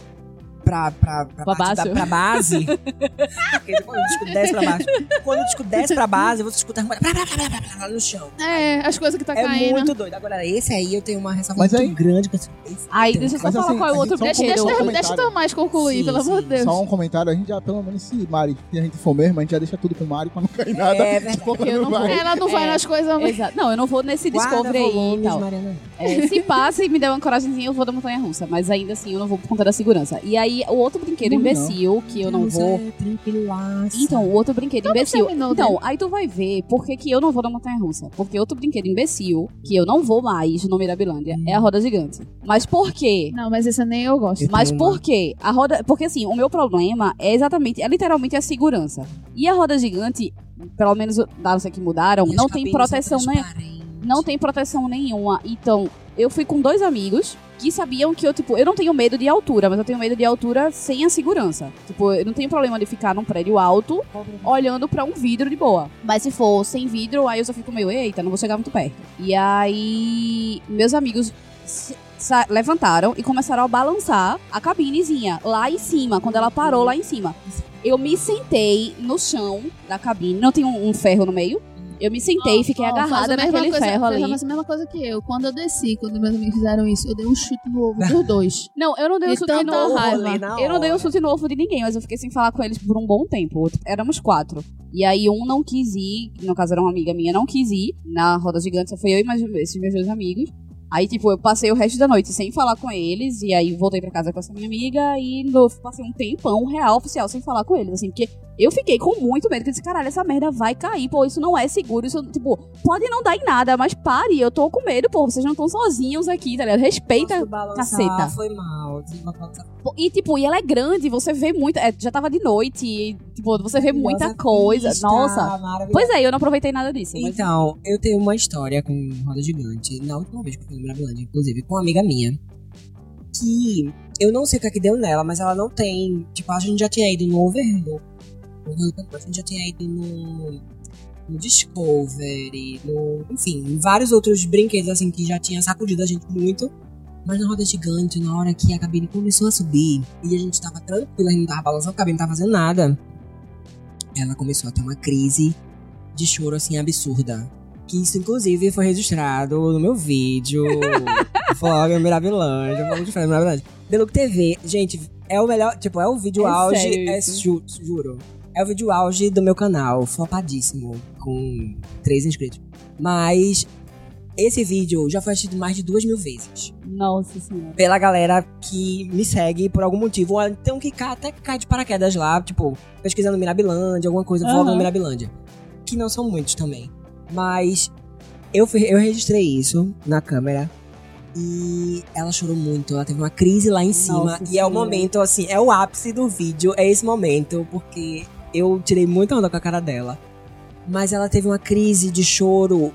[SPEAKER 3] pra, pra, pra,
[SPEAKER 2] Pra
[SPEAKER 3] parte
[SPEAKER 2] baixo.
[SPEAKER 3] da- pra base. quando o disco desce pra baixo. Quando o disco desce pra base, você escuta blá, blá, blá, blá, blá, blá, blá, no chão.
[SPEAKER 4] É, as coisas que tá
[SPEAKER 3] É
[SPEAKER 4] caindo.
[SPEAKER 3] muito doido. Agora, esse aí eu tenho uma ressalva
[SPEAKER 1] Mas
[SPEAKER 3] muito
[SPEAKER 1] aí-
[SPEAKER 3] grande com esse. esse
[SPEAKER 2] Aí,
[SPEAKER 3] tem.
[SPEAKER 2] deixa eu só
[SPEAKER 1] Mas
[SPEAKER 2] falar
[SPEAKER 1] assim,
[SPEAKER 2] qual é o
[SPEAKER 1] a
[SPEAKER 2] outro
[SPEAKER 1] gente só
[SPEAKER 4] Deixa, deixa,
[SPEAKER 1] um
[SPEAKER 2] brinquedo.
[SPEAKER 1] comentário.
[SPEAKER 4] deixa o teu mais concluir,
[SPEAKER 3] Sim,
[SPEAKER 4] pelo amor de Deus.
[SPEAKER 1] Só um comentário, a gente já, pelo menos, se Mari, se a gente for mesmo, a gente já deixa tudo com Mari pra não cair nada.
[SPEAKER 3] É verdade.
[SPEAKER 1] Quando
[SPEAKER 2] Eu não vou.
[SPEAKER 1] vai.
[SPEAKER 4] Ela não vai
[SPEAKER 2] É.
[SPEAKER 4] nas coisas mais.
[SPEAKER 2] Exato. Não, eu não vou nesse
[SPEAKER 3] Guarda
[SPEAKER 2] Discovery aí e
[SPEAKER 3] volumes,
[SPEAKER 1] né?
[SPEAKER 2] tal.
[SPEAKER 3] Mariana.
[SPEAKER 2] É, se passa e me der uma coragemzinha, eu vou da montanha russa. Mas ainda assim, eu não vou por conta da segurança. E aí, o outro brinquedo
[SPEAKER 1] Não, não.
[SPEAKER 2] imbecil que eu não
[SPEAKER 3] Deus
[SPEAKER 2] vou.
[SPEAKER 3] é tranquilaça.
[SPEAKER 2] Então, o outro brinquedo
[SPEAKER 3] assim,
[SPEAKER 2] imbecil.
[SPEAKER 4] terminou,
[SPEAKER 2] Então, aí tu vai ver por que, que eu não vou na montanha russa. Porque outro brinquedo imbecil que eu não vou mais no Mirabilândia é a roda gigante. Mas por quê?
[SPEAKER 4] Não, mas essa nem eu gosto.
[SPEAKER 3] Eu
[SPEAKER 2] Mas
[SPEAKER 3] Hum. tenho
[SPEAKER 2] por quê? A roda. Porque assim, o meu problema é exatamente, é literalmente a segurança. E a roda gigante, pelo menos dados é que mudaram,
[SPEAKER 3] E os
[SPEAKER 2] não tem
[SPEAKER 3] cabelos
[SPEAKER 2] proteção
[SPEAKER 3] são
[SPEAKER 2] nenhuma
[SPEAKER 3] transparentes.
[SPEAKER 2] não tem proteção nenhuma. Então, eu fui com dois amigos que sabiam que eu, tipo, eu não tenho medo de altura, mas eu tenho medo de altura sem a segurança. Tipo, eu não tenho problema de ficar num prédio alto olhando pra um vidro de boa. Mas se for sem vidro, aí eu só fico meio, eita, não vou chegar muito perto. E aí, meus amigos se- sa- levantaram e começaram a balançar a cabinezinha lá em cima, quando ela parou lá em cima. Eu me sentei no chão da cabine, não tem um, um ferro no meio. Eu me sentei e fiquei
[SPEAKER 4] Ó, faz
[SPEAKER 2] agarrada
[SPEAKER 4] a mesma
[SPEAKER 2] naquele
[SPEAKER 4] coisa,
[SPEAKER 2] ferro
[SPEAKER 4] fez
[SPEAKER 2] ali.
[SPEAKER 4] a mesma coisa que eu. Quando eu desci, quando meus amigos fizeram isso, eu dei um chute no ovo dos dois.
[SPEAKER 2] Não, eu não dei o
[SPEAKER 4] De
[SPEAKER 2] chute
[SPEAKER 4] tanta
[SPEAKER 2] novo.
[SPEAKER 4] raiva.
[SPEAKER 3] Então, Na
[SPEAKER 2] Eu não dei o
[SPEAKER 3] hora.
[SPEAKER 2] chute novo de ninguém, mas eu fiquei sem falar com eles por um bom tempo. Éramos quatro. E aí um não quis ir, no caso era uma amiga minha, não quis ir na roda gigante, só foi eu e mais esses meus dois amigos. Aí, tipo, eu passei o resto da noite sem falar com eles, e aí voltei pra casa com essa minha amiga, e no- passei um tempão real, oficial, sem falar com eles, assim, porque eu fiquei com muito medo, que eu disse, caralho, essa merda vai cair, pô, isso não é seguro, isso, tipo, pode não dar em nada, mas pare, eu tô com medo, pô, vocês não estão sozinhos aqui, tá ligado? Respeita
[SPEAKER 3] Posso balançar?
[SPEAKER 2] caceta.
[SPEAKER 3] Foi mal. Tive uma balança-
[SPEAKER 2] Pô, E, tipo, e ela é grande, você vê muita. é, já tava de noite, e, tipo, você vê muita coisa.
[SPEAKER 3] pista,
[SPEAKER 2] Nossa.
[SPEAKER 3] maravilhosa.
[SPEAKER 2] Pois é, eu não aproveitei nada disso. mas-
[SPEAKER 3] Então, eu tenho uma história com roda gigante, na última vez que eu fui no Mirabilândia, inclusive, com uma amiga minha, que eu não sei o que é que deu nela, mas ela não tem. Tipo, a gente já tinha ido no Overlook, a gente já tinha ido no, no Discovery, no, enfim, em vários outros brinquedos assim que já tinha sacudido a gente muito. Mas na roda gigante, na hora que a cabine começou a subir e a gente tava tranquila, a gente não tava balançando, a cabine não tava fazendo nada, ela começou a ter uma crise de choro assim absurda. Que isso, inclusive, foi registrado no meu vídeo. Vlog Mirabilândia. Vlog de Fred Mirabilândia. Beluco TV, gente, é o melhor. Tipo, é o vídeo
[SPEAKER 2] É
[SPEAKER 3] auge.
[SPEAKER 2] sério
[SPEAKER 3] É,
[SPEAKER 2] isso?
[SPEAKER 3] ju- juro. É o vídeo auge do meu canal, flopadíssimo, com três inscritos. Mas esse vídeo já foi assistido mais de duas mil vezes.
[SPEAKER 2] Nossa senhora.
[SPEAKER 3] Pela galera que me segue por algum motivo. Ou então que cai, até que cai de paraquedas lá, tipo, pesquisando Mirabilândia, alguma coisa,
[SPEAKER 2] Aham.
[SPEAKER 3] vlog no Mirabilândia que não são muitos também. Mas eu, fui- eu registrei isso na câmera. E ela chorou muito, ela teve uma crise lá em cima.
[SPEAKER 2] Nossa
[SPEAKER 3] e é o
[SPEAKER 2] Senhora.
[SPEAKER 3] momento, assim, é o ápice do vídeo, é esse momento, porque eu tirei muita onda com a cara dela. Mas ela teve uma crise de choro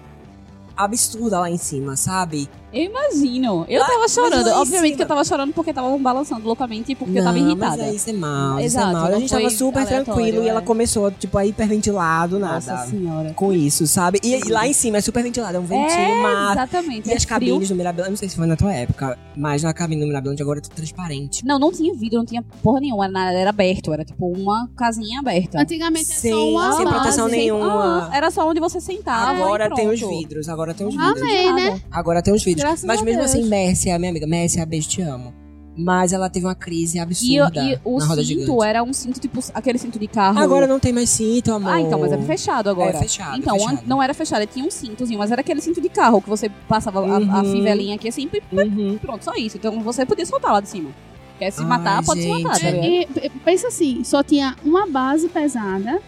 [SPEAKER 3] absurda lá em cima, sabe?
[SPEAKER 2] Eu imagino. Eu tava
[SPEAKER 3] mas
[SPEAKER 2] chorando.
[SPEAKER 3] lá em
[SPEAKER 2] Obviamente
[SPEAKER 3] cima.
[SPEAKER 2] que eu tava chorando porque tava balançando loucamente e porque eu
[SPEAKER 3] Não,
[SPEAKER 2] tava irritada.
[SPEAKER 3] Mas aí isso é mal, isso é
[SPEAKER 2] Exato,
[SPEAKER 3] mal. A
[SPEAKER 2] não
[SPEAKER 3] gente tava
[SPEAKER 2] foi
[SPEAKER 3] super tranquilo e
[SPEAKER 2] aleatório,
[SPEAKER 3] ela
[SPEAKER 2] é.
[SPEAKER 3] começou, tipo, a hiperventilar do nada.
[SPEAKER 2] Nossa senhora.
[SPEAKER 3] Com isso, sabe? E, e lá em cima é super ventilado, é um ventinho,
[SPEAKER 2] É,
[SPEAKER 3] mata.
[SPEAKER 2] Exatamente.
[SPEAKER 3] E
[SPEAKER 2] é
[SPEAKER 3] as
[SPEAKER 2] frio.
[SPEAKER 3] cabines do Mirabilândia, não sei se foi na tua época, mas na cabine do Mirabilândia agora é tudo transparente.
[SPEAKER 2] Não, não tinha vidro, não tinha porra nenhuma. Era, era aberto, era tipo uma casinha aberta.
[SPEAKER 4] Antigamente é só
[SPEAKER 3] Então. Sim,
[SPEAKER 4] uma
[SPEAKER 3] sem
[SPEAKER 2] Ah,
[SPEAKER 4] base.
[SPEAKER 3] proteção
[SPEAKER 2] sem-
[SPEAKER 3] nenhuma.
[SPEAKER 2] ah, era só onde você sentava.
[SPEAKER 3] agora
[SPEAKER 2] Ah, e
[SPEAKER 3] tem os
[SPEAKER 2] pronto. Ah, é.
[SPEAKER 3] vidros, agora tem os vidros.
[SPEAKER 4] Amém, né?
[SPEAKER 3] Agora tem os vidros.
[SPEAKER 4] Graças
[SPEAKER 3] mas
[SPEAKER 4] a
[SPEAKER 3] mesmo
[SPEAKER 4] Deus.
[SPEAKER 3] assim, Mércia, minha amiga, Mércia, beijo, te amo. Mas ela teve uma crise
[SPEAKER 2] E,
[SPEAKER 3] absurda
[SPEAKER 2] e o
[SPEAKER 3] na roda
[SPEAKER 2] cinto
[SPEAKER 3] gigante.
[SPEAKER 2] era um cinto, tipo, aquele cinto de carro.
[SPEAKER 3] Agora não tem mais cinto, amor.
[SPEAKER 2] Ah, então, mas é fechado agora.
[SPEAKER 3] É fechado,
[SPEAKER 2] Então,
[SPEAKER 3] fechado.
[SPEAKER 2] an- não era fechada, tinha um cintozinho, mas era aquele cinto de carro que você passava a, a
[SPEAKER 3] Uhum.
[SPEAKER 2] fivelinha aqui assim e
[SPEAKER 3] Uhum.
[SPEAKER 2] pronto, só isso. Então você podia soltar lá de cima. Quer se
[SPEAKER 3] Ai,
[SPEAKER 4] É,
[SPEAKER 2] matar, né? pode se matar,
[SPEAKER 3] gente. é.
[SPEAKER 2] tá ligado?
[SPEAKER 4] E- e- pensa assim, só tinha uma base pesada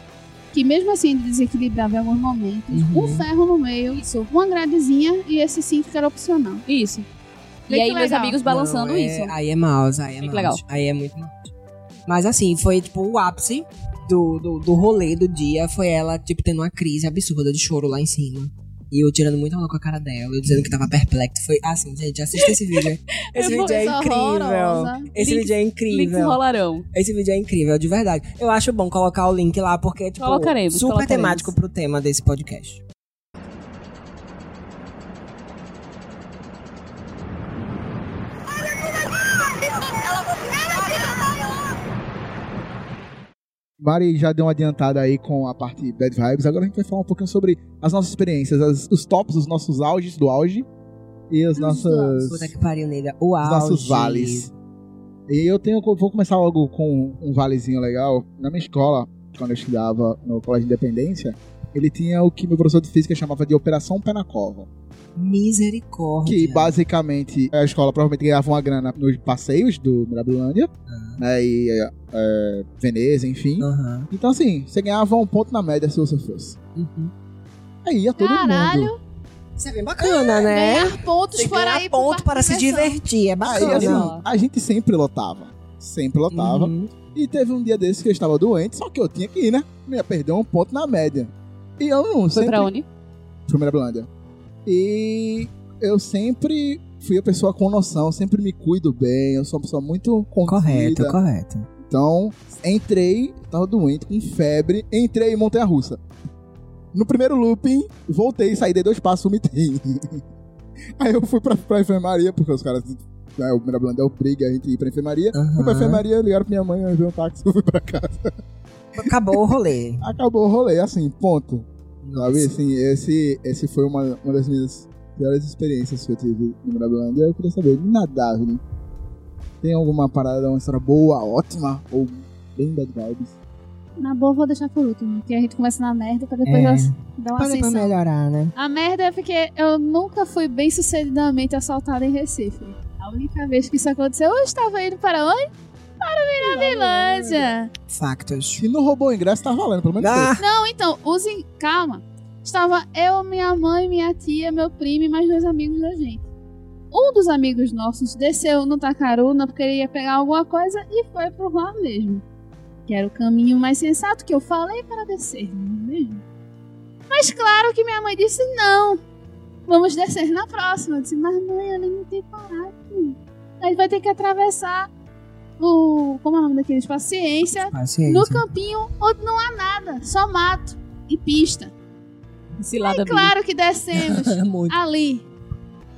[SPEAKER 4] que mesmo assim ele desequilibrava em alguns momentos.
[SPEAKER 3] Uhum.
[SPEAKER 4] Um ferro no meio, uma gradezinha e esse cinto que era opcional.
[SPEAKER 2] Isso. E
[SPEAKER 4] Bem
[SPEAKER 2] aí,
[SPEAKER 4] que
[SPEAKER 2] meus
[SPEAKER 4] legal.
[SPEAKER 2] amigos balançando
[SPEAKER 3] Não, é-
[SPEAKER 2] isso.
[SPEAKER 3] Aí é mouse, aí é
[SPEAKER 2] Fica
[SPEAKER 3] mouse.
[SPEAKER 2] legal.
[SPEAKER 3] Aí é muito mouse. Mas assim, foi tipo o ápice do, do, do rolê do dia. Foi ela, tipo, tendo uma crise absurda de choro lá em cima. E eu tirando muita onda com a cara dela, eu dizendo que tava perplexo. Foi assim, gente, assista esse vídeo. Esse vídeo é
[SPEAKER 4] Coisa
[SPEAKER 3] incrível.
[SPEAKER 4] horrorosa.
[SPEAKER 3] Esse
[SPEAKER 2] Links-
[SPEAKER 3] vídeo é
[SPEAKER 2] Links
[SPEAKER 3] incrível.
[SPEAKER 2] rolarão.
[SPEAKER 3] Esse vídeo é incrível, de verdade. Eu acho bom colocar o link lá, porque é tipo,
[SPEAKER 2] Colocaremos,
[SPEAKER 3] super
[SPEAKER 2] colocaremos.
[SPEAKER 3] temático pro tema desse podcast.
[SPEAKER 1] Mari já deu uma adiantada aí com a parte Bad Vibes. Agora a gente vai falar um pouquinho sobre as nossas experiências, as- os tops, os nossos auges do auge e as nossas,
[SPEAKER 3] Puta
[SPEAKER 1] os
[SPEAKER 3] que pariu, nega. O
[SPEAKER 1] nossos
[SPEAKER 3] auge.
[SPEAKER 1] vales. E eu tenho, vou começar logo com um valezinho legal. Na minha escola, quando eu estudava no Colégio de Independência, ele tinha o que meu professor de física chamava de Operação Pé na Cova.
[SPEAKER 3] Misericórdia.
[SPEAKER 1] Que basicamente a escola provavelmente ganhava uma grana nos passeios do Mirabilândia, né? E é, é, Veneza, enfim.
[SPEAKER 3] Aham.
[SPEAKER 1] Então, assim, você ganhava um ponto na média se você fosse.
[SPEAKER 3] Uhum.
[SPEAKER 1] Aí ia todo mundo.
[SPEAKER 4] Caralho,
[SPEAKER 3] Isso é bem bacana, né?
[SPEAKER 4] ganhar pontos
[SPEAKER 3] Você
[SPEAKER 4] para
[SPEAKER 3] ganha
[SPEAKER 4] ir pro
[SPEAKER 3] ponto
[SPEAKER 4] parque
[SPEAKER 3] para se
[SPEAKER 4] de diversão.
[SPEAKER 3] divertir. É
[SPEAKER 1] Aí,
[SPEAKER 3] bacana.
[SPEAKER 1] assim, a gente sempre lotava. Sempre lotava.
[SPEAKER 3] Uhum.
[SPEAKER 1] E teve um dia desse que eu estava doente, só que eu tinha que ir, né? Eu ia perder um ponto na média. E eu não
[SPEAKER 2] Foi
[SPEAKER 1] sempre
[SPEAKER 2] pra onde?
[SPEAKER 1] Primeira Blândia. E eu sempre fui a pessoa com noção, sempre me cuido bem, eu sou uma pessoa muito
[SPEAKER 3] Correto,
[SPEAKER 1] contida.
[SPEAKER 3] correto.
[SPEAKER 1] Então, entrei, tava doente, com febre, entrei em Montanha Russa. No primeiro looping, voltei, saí, dei dois passos, vomitei. Aí eu fui pra, pra enfermaria, porque os caras. Né, o Mirablanda obriga a gente a ir pra enfermaria. Fui pra
[SPEAKER 3] Aham.
[SPEAKER 1] enfermaria, ligaram pra minha mãe, eu veio um táxi, eu fui pra casa.
[SPEAKER 3] Acabou o
[SPEAKER 4] Então,
[SPEAKER 3] rolê.
[SPEAKER 1] Acabou o rolê, assim, ponto. Sabe,
[SPEAKER 3] Nossa.
[SPEAKER 1] assim, esse, esse foi uma, uma das minhas piores experiências que eu tive no Mirabilândia. Eu queria saber, nada, né? Tem alguma parada, uma história boa, ótima, ou bem bad vibes?
[SPEAKER 4] Na boa, eu vou deixar por último, porque a gente começa na merda pra depois
[SPEAKER 3] É.
[SPEAKER 4] elas dar
[SPEAKER 6] Para
[SPEAKER 4] uma
[SPEAKER 6] pra
[SPEAKER 4] ascensão.
[SPEAKER 6] melhorar, né?
[SPEAKER 4] A merda é porque eu nunca fui bem sucedidamente assaltada em Recife. A única vez que isso aconteceu, eu estava indo para onde? Para Mirabilândia.
[SPEAKER 3] Factos.
[SPEAKER 1] Se não roubou o ingresso, tá valendo, pelo menos.
[SPEAKER 3] Ah,
[SPEAKER 4] Não, então, usem. Calma. Estava eu, minha mãe, minha tia, meu primo e mais dois amigos da gente. Um dos amigos nossos desceu no Tacaruna porque ele ia pegar alguma coisa e foi por lá mesmo. Que era o caminho mais sensato que eu falei para descer, não é mesmo? Mas claro que minha mãe disse não. Vamos descer na próxima. Eu disse, mas mãe, ali não tem parar aqui. Aí vai ter que atravessar o. Como é o nome daqueles? Paciência.
[SPEAKER 3] paciência.
[SPEAKER 4] No campinho onde não há nada, só mato e pista.
[SPEAKER 2] Cilada Bíblia.
[SPEAKER 4] Claro que descemos
[SPEAKER 3] É muito.
[SPEAKER 4] ali,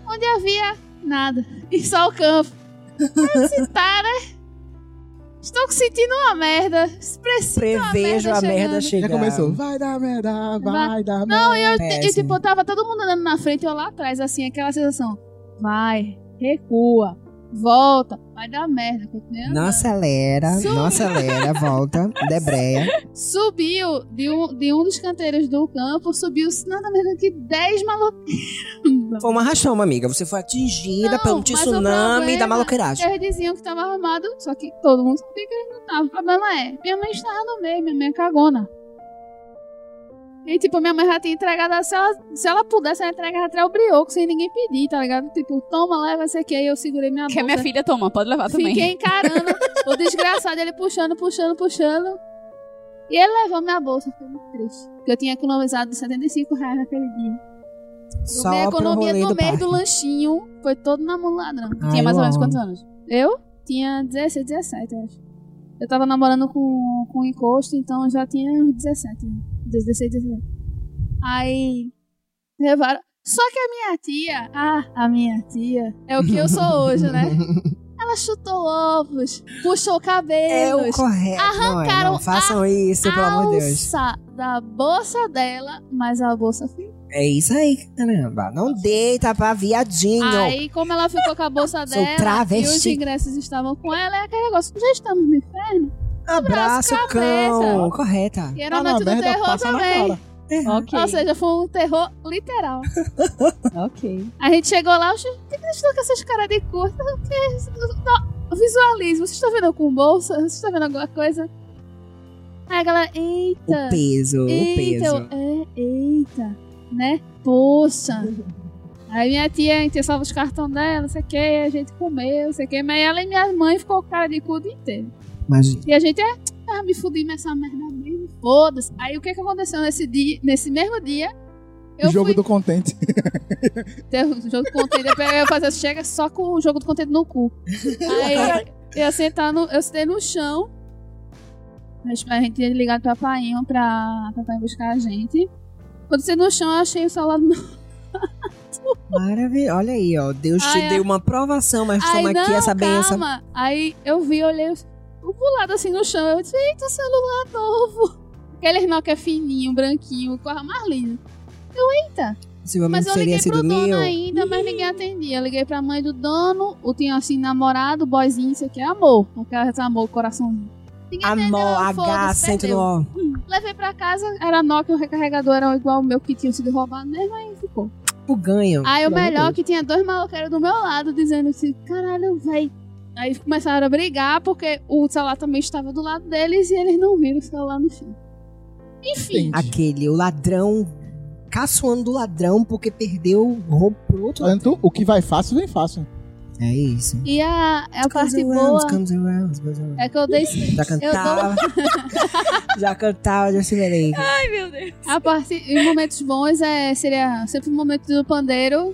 [SPEAKER 4] onde havia nada e só o campo. Citar, né? Estou sentindo uma merda. Preciso
[SPEAKER 3] Prevejo a
[SPEAKER 4] merda
[SPEAKER 3] merda
[SPEAKER 4] chegando.
[SPEAKER 3] chegar.
[SPEAKER 1] Já começou. Vai dar merda, vai dar merda.
[SPEAKER 4] Não, eu, eu
[SPEAKER 3] Péssimo.
[SPEAKER 4] tipo, eu tava todo mundo andando na frente e eu lá atrás, assim, aquela sensação. Vai, recua, volta, vai dar merda. Continua andando.
[SPEAKER 3] Não acelera,
[SPEAKER 6] Não acelera, volta, debreia.
[SPEAKER 4] Subiu de um, de um dos canteiros do campo, subiu nada menos que 10 maloqueiros.
[SPEAKER 3] Foi uma arrastão, uma amiga. Você foi atingida
[SPEAKER 4] Não,
[SPEAKER 3] pelo
[SPEAKER 4] mas o
[SPEAKER 3] tsunami
[SPEAKER 4] problema
[SPEAKER 3] da maloqueiragem.
[SPEAKER 4] Eles diziam que tava armado, só que todo mundo sabia que eles não estavam. O problema é, minha mãe estava no meio, minha mãe é cagona. E tipo, minha mãe já tinha entregado, se ela, se ela pudesse, ela entregava até o brioco sem ninguém pedir, tá ligado? Tipo, toma, leva esse aqui, aí eu segurei minha
[SPEAKER 3] é
[SPEAKER 2] Que a
[SPEAKER 4] bolsa.
[SPEAKER 2] minha filha toma, pode levar também.
[SPEAKER 4] Fiquei encarando o desgraçado, ele puxando, puxando, puxando. E ele levou minha bolsa, fiquei muito triste. Porque eu tinha economizado 75 reais naquele dia.
[SPEAKER 3] Só
[SPEAKER 4] é minha
[SPEAKER 3] pro
[SPEAKER 4] economia
[SPEAKER 3] rolê
[SPEAKER 4] do,
[SPEAKER 3] do
[SPEAKER 4] mês
[SPEAKER 3] parque.
[SPEAKER 4] do lanchinho foi todo na mão do ladrão.
[SPEAKER 3] Ai,
[SPEAKER 2] Tinha mais ou menos
[SPEAKER 3] eu
[SPEAKER 2] quantos
[SPEAKER 3] amo.
[SPEAKER 2] anos?
[SPEAKER 4] Eu tinha 16, 17, eu acho. Eu tava namorando com, com um encosto, então eu já tinha uns 17, né? 16, 17. Aí levaram. Só que a minha tia, ah, a minha tia, é o que eu sou hoje, né? Ela chutou ovos, puxou
[SPEAKER 3] É
[SPEAKER 4] cabelos.
[SPEAKER 3] o correto. não é,
[SPEAKER 4] Arrancaram
[SPEAKER 3] não façam isso, pelo amor de Deus.
[SPEAKER 4] alça da bolsa dela, mas a bolsa ficou.
[SPEAKER 3] É isso aí, caramba. Não deita pra viadinho.
[SPEAKER 4] Aí, como ela ficou com a bolsa
[SPEAKER 3] Sou
[SPEAKER 4] dela e os
[SPEAKER 3] travesti.
[SPEAKER 4] ingressos estavam com ela, é aquele negócio. Já estamos no inferno.
[SPEAKER 3] Abraço,
[SPEAKER 4] abraço,
[SPEAKER 3] cão.
[SPEAKER 4] cabeça.
[SPEAKER 3] Correta.
[SPEAKER 4] E era
[SPEAKER 1] Tá
[SPEAKER 4] a noite
[SPEAKER 1] na
[SPEAKER 4] do
[SPEAKER 1] merda,
[SPEAKER 4] terror
[SPEAKER 1] passa na
[SPEAKER 4] também.
[SPEAKER 1] cara.
[SPEAKER 3] Uhum.
[SPEAKER 2] Ok.
[SPEAKER 4] Ou seja, foi um terror literal.
[SPEAKER 2] ok.
[SPEAKER 4] A gente chegou lá, eu achei, por que que eles estão com essas caras de curta? O que é isso? Não, Visualize, vocês estão vendo eu com bolsa? Vocês estão vendo alguma coisa? Aí Aí a galera, eita.
[SPEAKER 3] O peso, o
[SPEAKER 4] Eita,
[SPEAKER 3] peso.
[SPEAKER 4] é, eita, né? Poxa. Aí minha tia interessava os cartões dela, não sei o que, a gente comeu, não sei o que, mas ela e minha mãe ficou com cara de cu o dia inteiro.
[SPEAKER 3] Imagina.
[SPEAKER 4] E a gente é, ah, me fudi, mas essa merda mesmo, foda-se. Aí o que que aconteceu nesse dia, nesse mesmo dia? Eu
[SPEAKER 1] Jogo
[SPEAKER 4] fui
[SPEAKER 1] do contente.
[SPEAKER 4] ter o jogo do contente, depois eu ia fazer chega só com o jogo do contente no cu. Aí eu ia sentar no, eu sentei no chão, mas a gente ia ligar pro papainho pra papai buscar a gente. Quando eu sentei no chão, eu achei o celular do meu
[SPEAKER 3] Maravilha. Olha aí, ó. Deus te
[SPEAKER 4] Ai, é.
[SPEAKER 3] deu uma aprovação, mas
[SPEAKER 4] Aí,
[SPEAKER 3] toma aqui
[SPEAKER 4] não,
[SPEAKER 3] essa benção.
[SPEAKER 4] calma. Aí eu vi, olhei o pulado assim no chão. Eu disse, eita, celular novo. Aquele Nokia fininho, branquinho, com a Marlene. Mas
[SPEAKER 3] Possivelmente
[SPEAKER 4] eu
[SPEAKER 3] seria
[SPEAKER 4] liguei pro
[SPEAKER 3] sido
[SPEAKER 4] dono
[SPEAKER 3] meu.
[SPEAKER 4] ainda, mas ninguém atendia. Eu liguei pra mãe do dono, eu tinha assim, namorado, boyzinho, isso aqui é amor. Não quero esse amor, coraçãozinho. Ninguém atendeu,
[SPEAKER 3] Amor, H,
[SPEAKER 4] foda-se,
[SPEAKER 3] sento no
[SPEAKER 4] perdeu.
[SPEAKER 3] ó.
[SPEAKER 4] Levei pra casa, era Nokia, o recarregador era igual o meu que tinha sido roubado mesmo, aí ficou.
[SPEAKER 3] O ganho.
[SPEAKER 4] Aí o
[SPEAKER 6] Pelo amor de
[SPEAKER 4] melhor é
[SPEAKER 6] Deus.
[SPEAKER 4] que tinha dois maloqueiros do meu lado dizendo assim, caralho, vai. Aí começaram a brigar porque o celular também estava do lado deles e eles não viram o celular no fim. Enfim,
[SPEAKER 3] Aquele, o ladrão caçoando do ladrão porque perdeu roubo pro outro. lado.
[SPEAKER 1] Tanto o que vai fácil, vem fácil.
[SPEAKER 3] É isso.
[SPEAKER 4] e a, a
[SPEAKER 3] Comes
[SPEAKER 4] parte
[SPEAKER 3] around,
[SPEAKER 4] boa
[SPEAKER 3] comes around, comes around.
[SPEAKER 4] é que eu dei.
[SPEAKER 3] Já
[SPEAKER 4] Eu dou,
[SPEAKER 3] cantava. já cantava, já se melei.
[SPEAKER 2] Ai, meu Deus.
[SPEAKER 4] a parte em momentos bons é, seria sempre o momento do pandeiro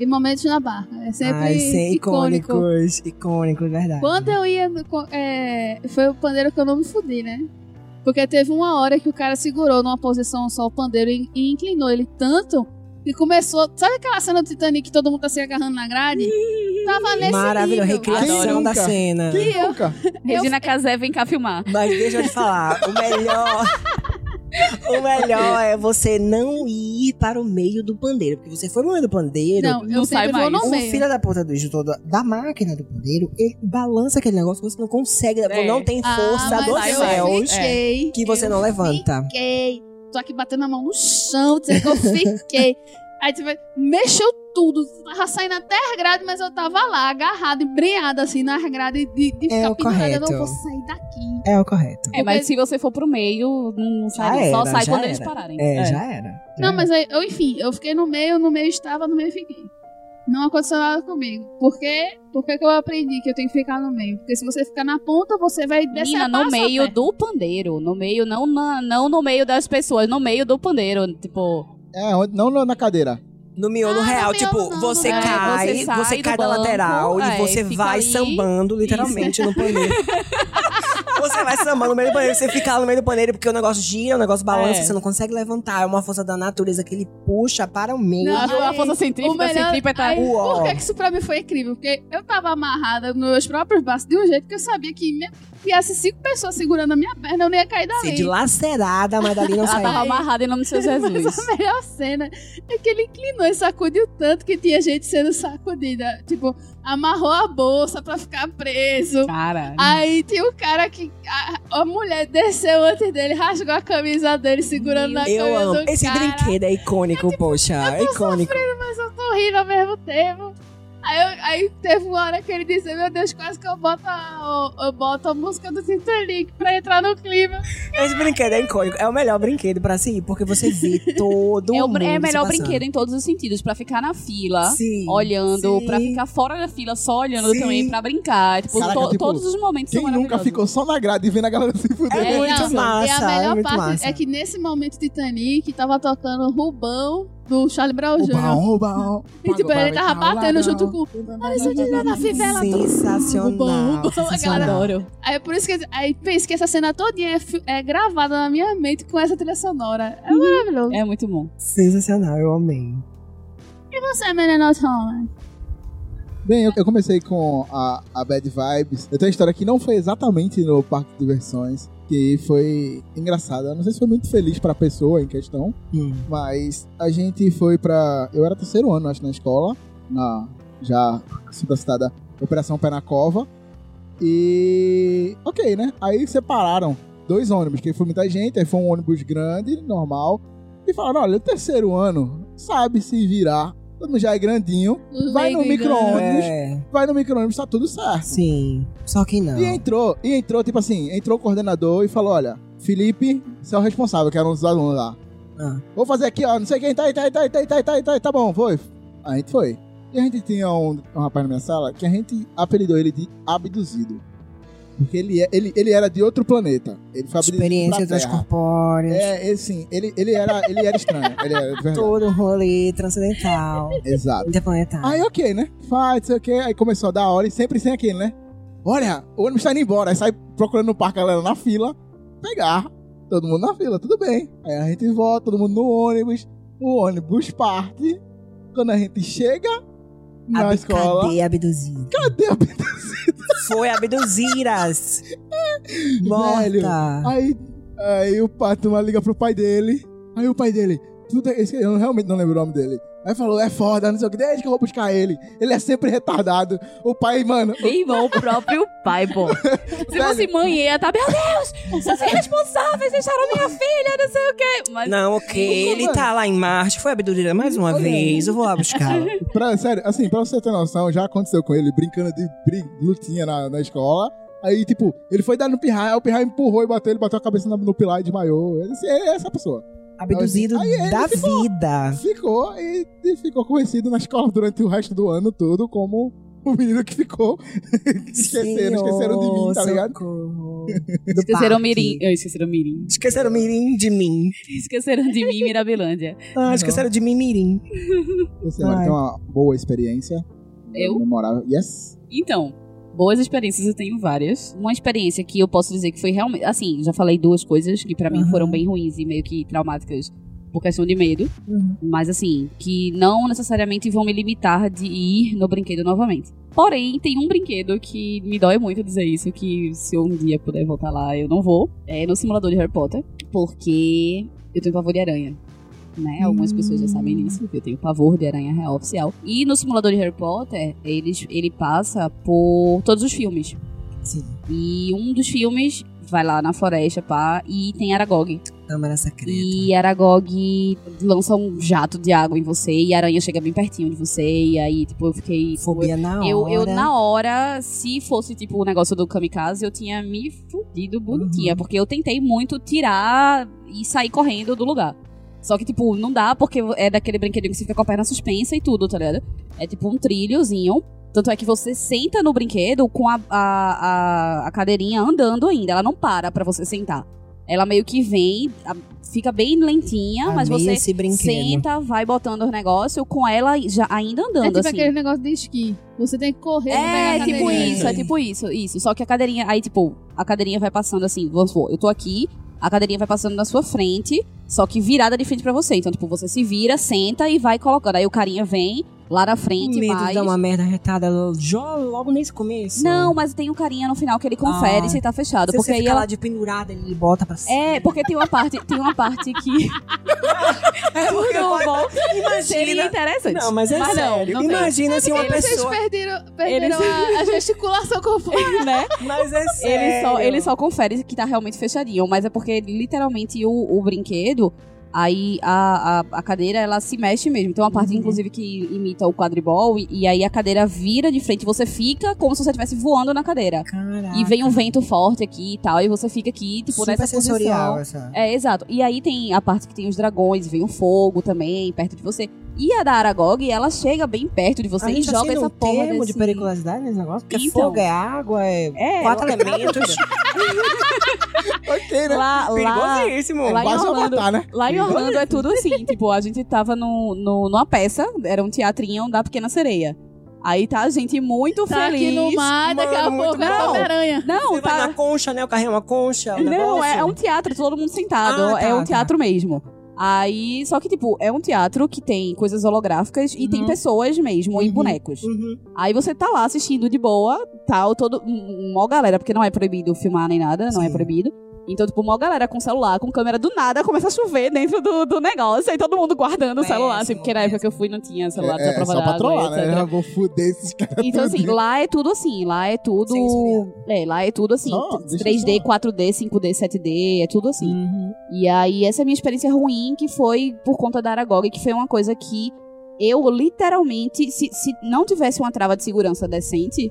[SPEAKER 4] e momentos na barca. É sempre
[SPEAKER 3] Ai, sim,
[SPEAKER 4] icônico.
[SPEAKER 3] icônicos. Icônicos, verdade.
[SPEAKER 4] Quando eu ia. no co- é, foi o pandeiro que eu não me fudi, né? Porque teve uma hora que o cara segurou numa posição só o pandeiro e, e inclinou ele tanto que começou. Sabe aquela cena do Titanic que todo mundo tá se agarrando na grade? Tava nesse
[SPEAKER 3] Maravilhoso,
[SPEAKER 4] nível.
[SPEAKER 3] recriação
[SPEAKER 1] Adoro.
[SPEAKER 3] da
[SPEAKER 1] Quem nunca?
[SPEAKER 3] cena.
[SPEAKER 1] Quem
[SPEAKER 4] eu-
[SPEAKER 1] nunca?
[SPEAKER 2] Regina Casé, vem cá filmar.
[SPEAKER 3] Mas deixa eu te falar, o melhor. o melhor é você não ir para o meio do pandeiro. Porque você foi no meio do pandeiro.
[SPEAKER 4] Não, eu
[SPEAKER 2] Não sai
[SPEAKER 4] sempre vou
[SPEAKER 2] mais.
[SPEAKER 4] no
[SPEAKER 3] O
[SPEAKER 4] meio.
[SPEAKER 3] filho da puta do gestor da, da máquina do pandeiro, ele balança aquele negócio que você não consegue,
[SPEAKER 2] É.
[SPEAKER 3] não tem
[SPEAKER 4] Ah,
[SPEAKER 3] força
[SPEAKER 4] mas
[SPEAKER 3] dos
[SPEAKER 2] aí
[SPEAKER 4] eu
[SPEAKER 3] céus
[SPEAKER 4] fiquei,
[SPEAKER 3] que você
[SPEAKER 4] eu
[SPEAKER 3] não levanta.
[SPEAKER 4] Fiquei. Tô aqui batendo a mão no chão, dizendo que eu fiquei. Aí tipo, mexeu tudo. Tava saindo até as grades, mas eu tava lá, agarrada, embreada, assim, nas grades de, de
[SPEAKER 3] É
[SPEAKER 4] ficar
[SPEAKER 3] o
[SPEAKER 4] pendurada. Eu
[SPEAKER 3] correto.
[SPEAKER 4] não vou sair daqui.
[SPEAKER 3] É o correto.
[SPEAKER 2] É, mas se você for pro meio, não
[SPEAKER 3] Já
[SPEAKER 2] sai. não.
[SPEAKER 3] era,
[SPEAKER 2] só sai
[SPEAKER 3] já
[SPEAKER 2] quando eles
[SPEAKER 3] era.
[SPEAKER 2] pararem.
[SPEAKER 3] É, já era. Já
[SPEAKER 4] Não, mas aí, eu, enfim, eu fiquei no meio, no meio estava, no meio fiquei. Não aconteceu nada comigo. Por quê? Por que, que eu aprendi que eu tenho que ficar no meio? Porque se você ficar na ponta, você vai descer
[SPEAKER 2] Menina, no meio do pandeiro. No meio, não, na- não no meio das pessoas, no meio do pandeiro. Tipo,
[SPEAKER 1] É, onde- não na- na cadeira.
[SPEAKER 3] No miolo
[SPEAKER 4] Ah,
[SPEAKER 3] real,
[SPEAKER 4] no miolo
[SPEAKER 3] tipo,
[SPEAKER 4] não,
[SPEAKER 3] você
[SPEAKER 4] é,
[SPEAKER 3] cai,
[SPEAKER 2] né? você
[SPEAKER 3] você,
[SPEAKER 2] sai do
[SPEAKER 3] cai da
[SPEAKER 2] banco,
[SPEAKER 3] lateral
[SPEAKER 2] é,
[SPEAKER 3] e você
[SPEAKER 2] fica
[SPEAKER 3] vai
[SPEAKER 2] ali.
[SPEAKER 3] sambando, literalmente, no paneiro. você vai sambando no meio do paneiro, você fica lá no meio do paneiro porque o negócio gira, o negócio balança,
[SPEAKER 2] É.
[SPEAKER 3] você não consegue levantar. É uma força da natureza que ele puxa para o meio.
[SPEAKER 4] Não,
[SPEAKER 2] a
[SPEAKER 4] aí,
[SPEAKER 2] força
[SPEAKER 4] O
[SPEAKER 2] centrífuga,
[SPEAKER 4] melhor-
[SPEAKER 2] centrípeta.
[SPEAKER 4] aí,
[SPEAKER 3] Uau.
[SPEAKER 4] Por que, que isso pra mim foi incrível? Porque eu tava amarrada nos meus próprios braços de um jeito que eu sabia que me viesse cinco pessoas segurando a minha perna, eu não ia cair
[SPEAKER 2] tá
[SPEAKER 3] Ser
[SPEAKER 4] dali.
[SPEAKER 3] dilacerada, mas dali não
[SPEAKER 2] Ela tava
[SPEAKER 3] sai.
[SPEAKER 2] amarrada em nome do seu
[SPEAKER 4] Mas
[SPEAKER 2] Jesus.
[SPEAKER 4] a melhor cena é que ele inclinou e sacudiu tanto que tinha gente sendo sacudida. Tipo, amarrou a bolsa pra ficar preso.
[SPEAKER 2] Cara.
[SPEAKER 4] Aí tinha o cara que. A, a mulher desceu antes dele, rasgou a camisa dele, segurando na
[SPEAKER 3] Eu
[SPEAKER 4] camisa
[SPEAKER 3] amo.
[SPEAKER 4] do
[SPEAKER 3] Esse
[SPEAKER 4] cara.
[SPEAKER 3] brinquedo é icônico, poxa. É icônico.
[SPEAKER 4] mas eu tô rindo ao mesmo tempo. Aí, eu- aí teve uma hora que ele disse, meu Deus, quase que eu boto a, eu, eu boto a música do Titanic pra entrar no clima.
[SPEAKER 3] Esse brinquedo é icônico. É o melhor brinquedo pra se ir, porque você vê todo
[SPEAKER 2] É o
[SPEAKER 3] mundo.
[SPEAKER 2] é
[SPEAKER 3] se
[SPEAKER 2] melhor
[SPEAKER 1] Tá
[SPEAKER 3] passando.
[SPEAKER 2] brinquedo em todos os sentidos. Pra ficar na fila,
[SPEAKER 3] Sim.
[SPEAKER 2] olhando,
[SPEAKER 3] sim.
[SPEAKER 2] pra ficar fora da fila, só olhando
[SPEAKER 3] Sim.
[SPEAKER 2] também, pra brincar. Tipo,
[SPEAKER 1] Caraca,
[SPEAKER 2] to-
[SPEAKER 1] tipo,
[SPEAKER 2] todos os momentos
[SPEAKER 1] Quem
[SPEAKER 2] são
[SPEAKER 1] nunca
[SPEAKER 2] maravilhosos.
[SPEAKER 1] ficou só na grade e vendo a galera se fuder?
[SPEAKER 3] É muito
[SPEAKER 4] e a
[SPEAKER 3] massa,
[SPEAKER 4] melhor
[SPEAKER 3] é muito
[SPEAKER 4] parte
[SPEAKER 3] massa.
[SPEAKER 4] é que nesse momento Titanic tava tocando Rubão do Charlie Brown
[SPEAKER 1] Oba,
[SPEAKER 4] Jr.
[SPEAKER 1] oba,
[SPEAKER 4] E tipo, ele tava batendo junto com. Olha de lá na fivela.
[SPEAKER 3] Sensacional.
[SPEAKER 4] Rubão, Rubão, a
[SPEAKER 3] sensacional.
[SPEAKER 4] galera.
[SPEAKER 2] Adoro.
[SPEAKER 4] Aí por isso que. Aí pensa que essa cena todinha é, fi- é gravada na minha mente com essa trilha sonora. É maravilhoso.
[SPEAKER 2] É muito bom.
[SPEAKER 3] Sensacional, eu amei.
[SPEAKER 4] E você, menina Thomas?
[SPEAKER 1] Bem, eu, eu comecei com a, a Bad Vibes. Eu tenho uma história que não foi exatamente no parque de diversões, que foi engraçada. Eu Não sei se foi muito feliz pra pessoa em questão,
[SPEAKER 3] Hum.
[SPEAKER 1] mas a gente foi pra. Eu era terceiro ano, acho, na escola, na já citada Operação Pé na Cova. E. Ok, né? Aí separaram dois ônibus, que foi muita gente, aí foi um ônibus grande, normal. E falaram: olha, o terceiro ano sabe se virar. Todo mundo já é grandinho. Vai no micro-ondas.
[SPEAKER 3] É,
[SPEAKER 1] vai no micro-ônibus, tá tudo certo.
[SPEAKER 3] sim. Só que não. Ah.
[SPEAKER 1] E entrou, e entrou, tipo assim, entrou o coordenador e falou: olha, Felipe, você é o responsável, que era um dos alunos lá.
[SPEAKER 3] Ah.
[SPEAKER 1] Vou fazer aqui, ó, não sei quem, tá aí, tá aí, tá aí, tá aí, tá aí, tá aí, tá aí, tá bom, foi. A gente foi. E a gente tinha um, um rapaz na minha sala que a gente apelidou ele de abduzido. Porque ele, é- ele, ele era de outro planeta. Ele foi abduzido
[SPEAKER 3] Experiência
[SPEAKER 1] pra Terra.
[SPEAKER 3] transcorpórea.
[SPEAKER 1] É, ele, sim, ele, ele, era, ele era estranho. ele era de verdade.
[SPEAKER 3] Todo um rolê transcendental,
[SPEAKER 1] Exato.
[SPEAKER 3] interplanetário.
[SPEAKER 1] Aí ok, né? Faz, sei o que, aí começou a dar hora e sempre sem aquele, né? Olha, o ônibus tá indo embora, aí sai procurando no parque, a galera na fila, pegar. Todo mundo na fila, tudo bem. Aí a gente volta, todo mundo no ônibus, o ônibus parte. Quando a gente chega na
[SPEAKER 3] Ab-
[SPEAKER 1] escola,
[SPEAKER 3] Cadê abduzido?
[SPEAKER 1] cadê a Bita?
[SPEAKER 3] Foi abduziras.
[SPEAKER 1] Velho.
[SPEAKER 3] Morta.
[SPEAKER 1] Aí, aí o Pato liga pro pai dele. Aí o pai dele, tudo é- esse- eu realmente não lembro o nome dele. Aí falou, é foda, não sei o que, desde que eu vou buscar ele. Ele é sempre retardado. O pai, mano,
[SPEAKER 2] Meu irmão, o próprio pai, pô. Se
[SPEAKER 1] Velho.
[SPEAKER 2] fosse mãe, ia tá, meu Deus, vocês são irresponsáveis, deixaram minha filha, não sei o quê. Mas
[SPEAKER 3] Não, ok.
[SPEAKER 1] Como,
[SPEAKER 3] Ele
[SPEAKER 1] mano?
[SPEAKER 3] tá lá em Marte. Foi abduzida mais uma
[SPEAKER 1] Olha.
[SPEAKER 3] vez. Eu vou lá buscá-lo.
[SPEAKER 1] Pra, sério, assim, pra você ter noção, já aconteceu com ele brincando de brin- lutinha na, na escola. Aí, tipo, ele foi dar no pirraia, o pirraia empurrou e bateu, ele bateu a cabeça no, no pilar e desmaiou. Ele, assim, ele é essa pessoa.
[SPEAKER 3] Abduzido
[SPEAKER 1] Aí ele
[SPEAKER 3] da
[SPEAKER 1] ficou-
[SPEAKER 3] vida.
[SPEAKER 1] Ficou e, e ficou conhecido na escola durante o resto do ano todo como o menino que ficou. esqueceram, esqueceram de mim, tá
[SPEAKER 3] Senhor,
[SPEAKER 1] ligado?
[SPEAKER 3] socorro.
[SPEAKER 2] esqueceram
[SPEAKER 3] parque.
[SPEAKER 2] Mirim. Eu, esqueceram Mirim.
[SPEAKER 3] Esqueceram Mirim de mim.
[SPEAKER 2] Esqueceram de mim, Mirabilândia.
[SPEAKER 3] Ah, esqueceram de mim, Mirim.
[SPEAKER 1] Você vai
[SPEAKER 3] Ai.
[SPEAKER 1] ter uma boa experiência.
[SPEAKER 2] Eu?
[SPEAKER 1] Memorável. Yes.
[SPEAKER 2] Então, boas experiências eu tenho várias. Uma experiência que eu posso dizer que foi realmente. Assim, já falei duas coisas que pra mim
[SPEAKER 3] Aham.
[SPEAKER 2] foram bem ruins e meio que traumáticas por questão de medo.
[SPEAKER 3] Uhum.
[SPEAKER 2] Mas assim, que não necessariamente vão me limitar de ir no brinquedo novamente. Porém, tem um brinquedo que me dói muito dizer isso, que se eu um dia puder voltar lá, eu não vou. É no simulador de Harry Potter. Porque eu tenho pavor de aranha. Né? Algumas pessoas já sabem disso, que eu tenho pavor de aranha real oficial. E no simulador de Harry Potter, eles, ele passa por todos os filmes.
[SPEAKER 3] Sim.
[SPEAKER 2] E um dos filmes vai lá na floresta, pá, e tem Aragog.
[SPEAKER 3] Câmara secreta.
[SPEAKER 2] E Aragog lança um jato de água em você e a aranha chega bem pertinho de você. E aí, tipo, eu fiquei.
[SPEAKER 3] Fobia na
[SPEAKER 2] Eu,
[SPEAKER 3] hora.
[SPEAKER 2] eu, na hora, se fosse, tipo, o negócio do kamikaze, eu tinha me fudido
[SPEAKER 3] Uhum.
[SPEAKER 2] bonitinha. Porque eu tentei muito tirar e sair correndo do lugar. Só que, tipo, não dá porque é daquele brinquedinho que você fica com a perna suspensa e tudo, tá ligado? É tipo um trilhozinho. Tanto é que você senta no brinquedo com a, a, a, a cadeirinha andando ainda. Ela não para pra você sentar. Ela meio que vem, a- fica bem lentinha, mas
[SPEAKER 3] Amei
[SPEAKER 2] você
[SPEAKER 3] esse brinquedo.
[SPEAKER 2] senta, vai botando os negócios com ela já ainda andando,
[SPEAKER 4] É tipo
[SPEAKER 2] assim.
[SPEAKER 4] aquele negócio de esqui. Você tem que correr pra pegar a
[SPEAKER 2] É, tipo
[SPEAKER 4] cadeirinha.
[SPEAKER 2] isso, é tipo isso, isso. Só que a cadeirinha, aí, tipo, a cadeirinha vai passando assim, vamos supor, eu tô aqui, a cadeirinha vai passando na sua frente, só que virada de frente pra você. Então, tipo, você se vira, senta e vai colocando. Aí o carinha vem lá na frente,
[SPEAKER 3] medo de
[SPEAKER 2] mas.
[SPEAKER 3] dar uma merda retada já logo nesse começo.
[SPEAKER 2] Não, mas tem um carinha no final que ele confere
[SPEAKER 3] Ah.
[SPEAKER 2] se tá fechado.
[SPEAKER 3] Se
[SPEAKER 2] porque aí
[SPEAKER 3] você ficar
[SPEAKER 2] ela.
[SPEAKER 3] lá de pendurada, ele bota pra cima.
[SPEAKER 2] É, porque tem uma parte, tem uma parte que.
[SPEAKER 3] porque
[SPEAKER 2] Não,
[SPEAKER 3] vai-
[SPEAKER 2] bom, seria
[SPEAKER 3] Imagina...
[SPEAKER 2] interessante.
[SPEAKER 3] Não, mas é
[SPEAKER 2] Mas não,
[SPEAKER 3] sério.
[SPEAKER 2] não tem.
[SPEAKER 3] Imagina se uma
[SPEAKER 4] Eles
[SPEAKER 3] pessoa...
[SPEAKER 4] perderam, perderam a, a gesticulação corporal.
[SPEAKER 2] né?
[SPEAKER 3] Mas é sério.
[SPEAKER 2] Ele só, ele só confere que tá realmente fechadinho, mas é porque literalmente o, o brinquedo, aí a, a, a cadeira ela se mexe mesmo. Tem uma
[SPEAKER 3] Uhum.
[SPEAKER 2] parte, inclusive, que imita o quadribol, e, e aí a cadeira vira de frente, você fica como se você estivesse voando na cadeira.
[SPEAKER 3] Caraca.
[SPEAKER 2] E vem um vento forte aqui e tal, e você fica aqui, tipo,
[SPEAKER 3] Super
[SPEAKER 2] nessa
[SPEAKER 3] sensorial,
[SPEAKER 2] posição.
[SPEAKER 3] essa.
[SPEAKER 2] É, exato. E aí tem a parte que tem os dragões, vem o fogo também, perto de você. E a da Aragog, ela chega bem perto de você
[SPEAKER 3] A
[SPEAKER 2] e
[SPEAKER 3] gente tá
[SPEAKER 2] joga
[SPEAKER 3] tendo
[SPEAKER 2] essa
[SPEAKER 3] um
[SPEAKER 2] porra
[SPEAKER 3] termo
[SPEAKER 2] desse...
[SPEAKER 3] de periculosidade nesse negócio? Porque
[SPEAKER 2] Então.
[SPEAKER 3] fogo é água, é...
[SPEAKER 2] É,
[SPEAKER 3] Quatro elementos.
[SPEAKER 1] Ok, né?
[SPEAKER 2] lá, lá,
[SPEAKER 3] Perigosíssimo.
[SPEAKER 2] lá em
[SPEAKER 1] Quase eu
[SPEAKER 2] Orlando.
[SPEAKER 1] matar, né?
[SPEAKER 2] Lá em Orlando é tudo assim, tipo, a gente tava no, no, numa peça, era um teatrinho da Pequena Sereia. Aí tá a gente muito
[SPEAKER 4] Tá
[SPEAKER 2] feliz.
[SPEAKER 4] aqui no mar, daqui a
[SPEAKER 3] Mano, muito
[SPEAKER 4] pouco é
[SPEAKER 3] bom.
[SPEAKER 4] Homem-Aranha.
[SPEAKER 2] Não,
[SPEAKER 3] Você vai
[SPEAKER 2] tá.
[SPEAKER 3] na concha, né? O carrinho é uma concha. um
[SPEAKER 2] Não,
[SPEAKER 3] negócio.
[SPEAKER 2] é, é um teatro, todo mundo sentado.
[SPEAKER 3] Ah, tá,
[SPEAKER 2] é um
[SPEAKER 3] tá.
[SPEAKER 2] teatro mesmo. Aí, só que, tipo, é um teatro que tem coisas holográficas e tem pessoas mesmo e
[SPEAKER 3] Uhum.
[SPEAKER 2] bonecos.
[SPEAKER 3] Uhum.
[SPEAKER 2] Aí você tá lá assistindo de boa, tal, todo. um- Mó galera, porque não é proibido filmar nem nada, não é
[SPEAKER 3] Sim.
[SPEAKER 2] proibido. Então, tipo, mó galera com celular, com câmera do nada, começa a chover dentro do, do negócio. Aí todo mundo guardando o celular, assim,
[SPEAKER 3] Péssimo,
[SPEAKER 2] porque na época que eu fui não tinha celular
[SPEAKER 1] é, é, só
[SPEAKER 2] desaprovado.
[SPEAKER 1] pra trollar, né?
[SPEAKER 2] etc.
[SPEAKER 1] Eu vou fuder esses caras.
[SPEAKER 2] Então, assim,
[SPEAKER 1] tudo.
[SPEAKER 2] lá é tudo assim, lá é tudo.
[SPEAKER 3] Sensorial.
[SPEAKER 2] É, lá é tudo assim.
[SPEAKER 1] Só, deixa
[SPEAKER 2] 3D,
[SPEAKER 1] só.
[SPEAKER 2] 4D, 5D, 7D, é tudo assim.
[SPEAKER 3] Uhum.
[SPEAKER 2] E aí, essa é a minha experiência ruim, que foi por conta da Aragog, que foi uma coisa que eu literalmente, se, se não tivesse uma trava de segurança decente,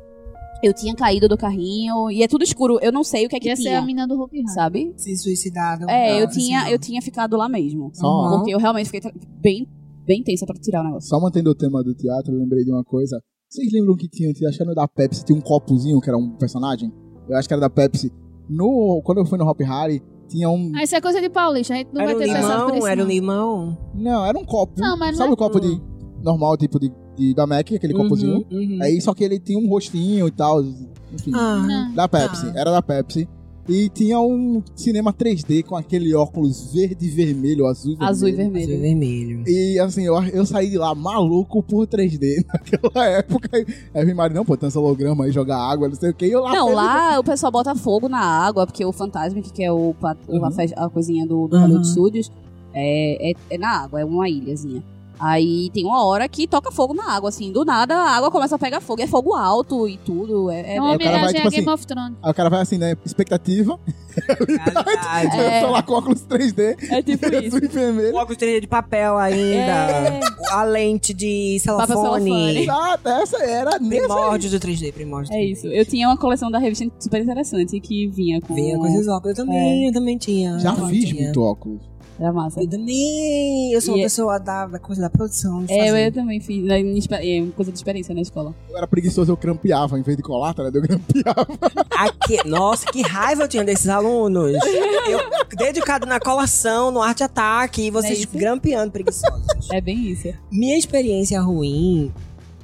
[SPEAKER 2] Eu tinha caído do carrinho e é tudo escuro. Eu não sei o que é que
[SPEAKER 4] Ia ser a
[SPEAKER 2] tinha,
[SPEAKER 4] mina do Hopi Hari.
[SPEAKER 2] sabe?
[SPEAKER 3] Se suicidaram.
[SPEAKER 2] É, eu
[SPEAKER 3] não,
[SPEAKER 2] tinha,
[SPEAKER 3] assim,
[SPEAKER 2] eu tinha ficado lá mesmo.
[SPEAKER 1] Só,
[SPEAKER 2] Porque eu realmente fiquei tra- bem, bem tensa pra tirar o negócio.
[SPEAKER 1] só mantendo o tema do teatro, eu lembrei de uma coisa. Vocês lembram que tinha, tinha achando da Pepsi, tinha um copozinho que era um personagem? Eu acho que era da Pepsi. No, quando eu fui no Hop Harry, tinha um.
[SPEAKER 4] Ah, isso é coisa de paulista, a gente não
[SPEAKER 3] Era um
[SPEAKER 4] vai ter pensado por
[SPEAKER 3] limão,
[SPEAKER 4] isso.
[SPEAKER 3] era um
[SPEAKER 4] não.
[SPEAKER 3] limão.
[SPEAKER 1] Não, era um copo.
[SPEAKER 4] Não, mas não
[SPEAKER 1] Sabe
[SPEAKER 4] é
[SPEAKER 1] o copo
[SPEAKER 3] tudo.
[SPEAKER 1] de normal, tipo de, de- da Mac, aquele copozinho?
[SPEAKER 3] Uhum, uhum.
[SPEAKER 1] Aí só que ele tinha um rostinho e tal. Enfim.
[SPEAKER 3] Ah,
[SPEAKER 4] Não.
[SPEAKER 1] Da Pepsi,
[SPEAKER 3] Ah.
[SPEAKER 1] era da Pepsi. E tinha um cinema 3D com aquele óculos verde e vermelho, azul e vermelho.
[SPEAKER 2] Azul e
[SPEAKER 3] azul e
[SPEAKER 2] vermelho.
[SPEAKER 3] vermelho.
[SPEAKER 1] E assim, eu, eu saí de lá maluco por 3D naquela época. Aí me Mari, não, pô, tem esse holograma aí, jogar água, não sei o que. E eu lá.
[SPEAKER 2] Não,
[SPEAKER 1] Tá feliz.
[SPEAKER 2] lá o pessoal bota fogo na água, porque o fantasma, que é o, pat-
[SPEAKER 1] Uhum.
[SPEAKER 2] a, fe- a coisinha do, do
[SPEAKER 3] Uhum.
[SPEAKER 2] Hollywood Studios, é, é, é na água, é uma ilhazinha. Aí tem uma hora que toca fogo na água, assim, do nada a água começa a pegar fogo, e é fogo alto e tudo. É, é-
[SPEAKER 4] É uma
[SPEAKER 1] o cara vai,
[SPEAKER 4] homenagem
[SPEAKER 1] tipo
[SPEAKER 4] a Game
[SPEAKER 1] assim,
[SPEAKER 4] of Thrones.
[SPEAKER 1] Aí o cara vai assim, né? Expectativa.
[SPEAKER 3] Verdade.
[SPEAKER 1] Eu tô lá com óculos 3D,
[SPEAKER 2] é tipo
[SPEAKER 1] azul e vermelho.
[SPEAKER 3] Logo 3D de papel ainda.
[SPEAKER 2] É.
[SPEAKER 3] A lente de
[SPEAKER 2] Papel
[SPEAKER 3] celofane.
[SPEAKER 2] celofane.
[SPEAKER 1] Exato, essa era nessa.
[SPEAKER 3] Primórdio do 3D, primórdio.
[SPEAKER 2] É isso. Eu tinha uma coleção da revista super interessante que vinha com.
[SPEAKER 3] Vinha com esses óculos. Eu também, eu também tinha.
[SPEAKER 1] Já
[SPEAKER 3] Eu
[SPEAKER 1] fiz
[SPEAKER 3] tinha.
[SPEAKER 1] muito óculos.
[SPEAKER 2] Era massa.
[SPEAKER 3] Eu também. Eu sou uma
[SPEAKER 2] E é-
[SPEAKER 3] pessoa da, da coisa da produção. de
[SPEAKER 2] É, eu,
[SPEAKER 3] fazer.
[SPEAKER 2] eu também fiz. né, em espe- É uma coisa de experiência na escola.
[SPEAKER 1] Eu era preguiçoso, eu crampeava. Em vez de colar, tá, né? Eu grampeava.
[SPEAKER 3] Aque- Nossa, que raiva eu tinha desses alunos. Eu, dedicado na colação, no arte ataque, e vocês
[SPEAKER 2] É isso.
[SPEAKER 3] grampeando preguiçosos.
[SPEAKER 2] É bem isso.
[SPEAKER 3] Minha experiência ruim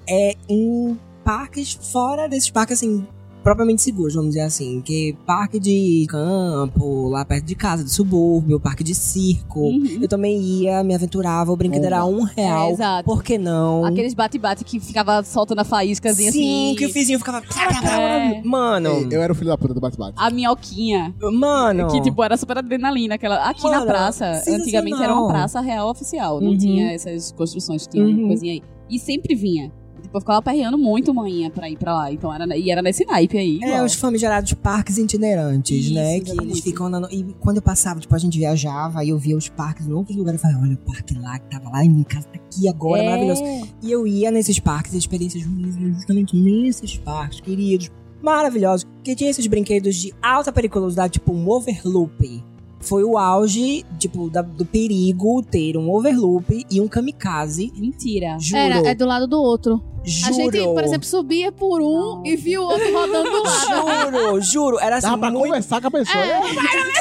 [SPEAKER 3] é em parques fora desses parques, assim, propriamente seguros, vamos dizer assim. Que parque de campo, lá perto de casa, de subúrbio, parque de circo.
[SPEAKER 2] Uhum.
[SPEAKER 3] Eu também ia, me aventurava, o brinquedo era um
[SPEAKER 2] É,
[SPEAKER 3] real.
[SPEAKER 2] exato.
[SPEAKER 3] Por que não?
[SPEAKER 2] Aqueles bate-bate que ficava soltando a faíscazinha
[SPEAKER 3] Sim,
[SPEAKER 2] assim.
[SPEAKER 3] que o vizinho ficava. "Tá,
[SPEAKER 2] É.
[SPEAKER 3] Mano,
[SPEAKER 1] Eu era o filho da puta do Bate-Bate.
[SPEAKER 2] A minhoquinha.
[SPEAKER 3] mano.
[SPEAKER 2] Que, tipo, era super adrenalina. Aquela... Aqui
[SPEAKER 3] Mano,
[SPEAKER 2] na praça,
[SPEAKER 3] sensacional.
[SPEAKER 2] antigamente era uma praça real oficial. Não
[SPEAKER 3] Uhum.
[SPEAKER 2] tinha essas construções, tinha
[SPEAKER 3] Uhum.
[SPEAKER 2] coisinha aí. E sempre vinha. Tipo, eu ficava perreando muito manhã pra ir pra lá. Então era... E era nesse naipe aí.
[SPEAKER 3] É,
[SPEAKER 2] igual.
[SPEAKER 3] os famigerados parques itinerantes,
[SPEAKER 2] Isso,
[SPEAKER 3] né? Que
[SPEAKER 2] exatamente.
[SPEAKER 3] eles ficam na. no- E quando eu passava, tipo, a gente viajava e eu via os parques em outros lugares. Eu falei, olha, o parque lá que tava lá em casa, tá aqui agora,
[SPEAKER 2] É.
[SPEAKER 3] maravilhoso. E eu ia nesses parques, e experiências ruins, eram justamente nesses parques, queridos, maravilhosos, que tinha esses brinquedos de alta periculosidade, tipo um overloop. Foi o auge, tipo, da- do perigo ter um overloop e um kamikaze.
[SPEAKER 2] Mentira.
[SPEAKER 3] Juro,
[SPEAKER 4] Era, é do lado do outro.
[SPEAKER 3] juro.
[SPEAKER 4] A gente, por exemplo, subia por um
[SPEAKER 2] Não.
[SPEAKER 4] e via o outro rodando do lado.
[SPEAKER 3] Juro, juro. Era assim,
[SPEAKER 1] Dava pra
[SPEAKER 3] muito
[SPEAKER 1] conversar com a pessoa.
[SPEAKER 4] É.
[SPEAKER 1] né?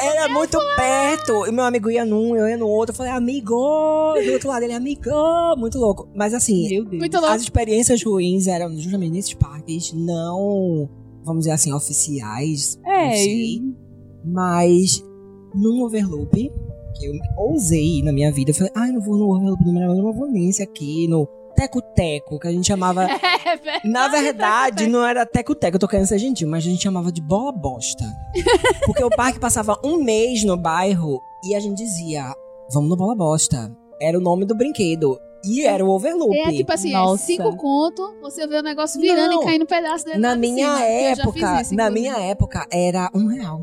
[SPEAKER 3] Era muito perto. E meu amigo ia num, eu ia no outro. Eu falei, amigo! Do outro lado, ele, amigo! Muito louco. Mas assim,
[SPEAKER 2] Meu Deus.
[SPEAKER 4] Muito louco.
[SPEAKER 3] as experiências ruins eram justamente nesses parques, não, vamos dizer assim, oficiais.
[SPEAKER 2] É,
[SPEAKER 3] não sei, Mas num overloop, que eu ousei na minha vida. Eu falei, ai, não vou no overloop do Mineirão, eu não vou nesse aqui, no teco-teco, que a gente chamava.
[SPEAKER 4] É, velho.
[SPEAKER 3] Na verdade, não era teco-teco, eu tô querendo ser gentil, mas a gente chamava de bola bosta. Porque o parque passava um mês no bairro e a gente dizia, vamos no bola bosta. Era o nome do brinquedo. E era o overloop.
[SPEAKER 4] É tipo assim, é
[SPEAKER 2] Nossa.
[SPEAKER 4] cinco conto, você vê o negócio virando
[SPEAKER 3] Não.
[SPEAKER 4] e caindo um pedaço dele. lá
[SPEAKER 3] na
[SPEAKER 4] de
[SPEAKER 3] minha
[SPEAKER 4] cima. assim, Eu já fiz
[SPEAKER 3] época,
[SPEAKER 4] isso,
[SPEAKER 3] na
[SPEAKER 4] inclusive.
[SPEAKER 3] minha época, era um real.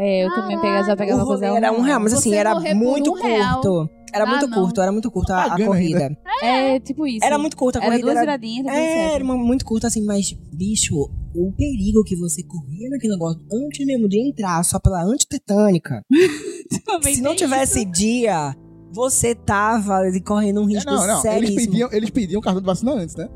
[SPEAKER 2] É, eu também pegava, já
[SPEAKER 3] Ah, O
[SPEAKER 2] pegava
[SPEAKER 3] rolê
[SPEAKER 2] coisa.
[SPEAKER 3] era um real, mas assim,
[SPEAKER 4] Você
[SPEAKER 3] era
[SPEAKER 4] morrer por
[SPEAKER 3] muito
[SPEAKER 4] um real.
[SPEAKER 3] curto. Era
[SPEAKER 4] Ah,
[SPEAKER 3] muito
[SPEAKER 4] não.
[SPEAKER 3] curto, era muito curto a, a
[SPEAKER 1] Propaganda ainda.
[SPEAKER 3] corrida.
[SPEAKER 2] É, tipo isso.
[SPEAKER 3] Era muito curta a
[SPEAKER 2] Era
[SPEAKER 3] corrida.
[SPEAKER 2] duas
[SPEAKER 3] era-
[SPEAKER 2] viradinhas, tá tudo
[SPEAKER 3] É,
[SPEAKER 2] certo.
[SPEAKER 3] era uma- muito curta assim, mas, bicho, o perigo que você corria naquele negócio antes mesmo de entrar, só pela antitetânica.
[SPEAKER 2] Também
[SPEAKER 3] Se não
[SPEAKER 2] tem
[SPEAKER 3] tivesse dia, você tava ali correndo um risco
[SPEAKER 1] Não, não. Eles
[SPEAKER 3] seríssimo.
[SPEAKER 1] pediam, eles pediam cartão de vacina antes, né?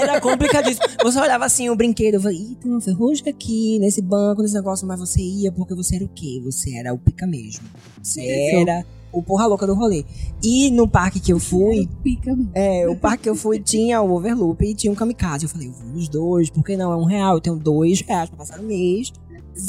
[SPEAKER 3] Era complicadíssimo. Você olhava assim o brinquedo, eu falava, ih, tem uma ferrugem aqui, nesse banco, nesse negócio, mas você ia porque você era o quê? Você era o pica mesmo. Você era o porra louca do rolê. E no parque que eu fui,
[SPEAKER 4] Pica, meu.
[SPEAKER 3] É, o parque que eu fui tinha o Overloop e tinha um Kamikaze. Eu falei, eu vou nos dois, porque não? É um real, eu tenho dois reais pra passar o mês.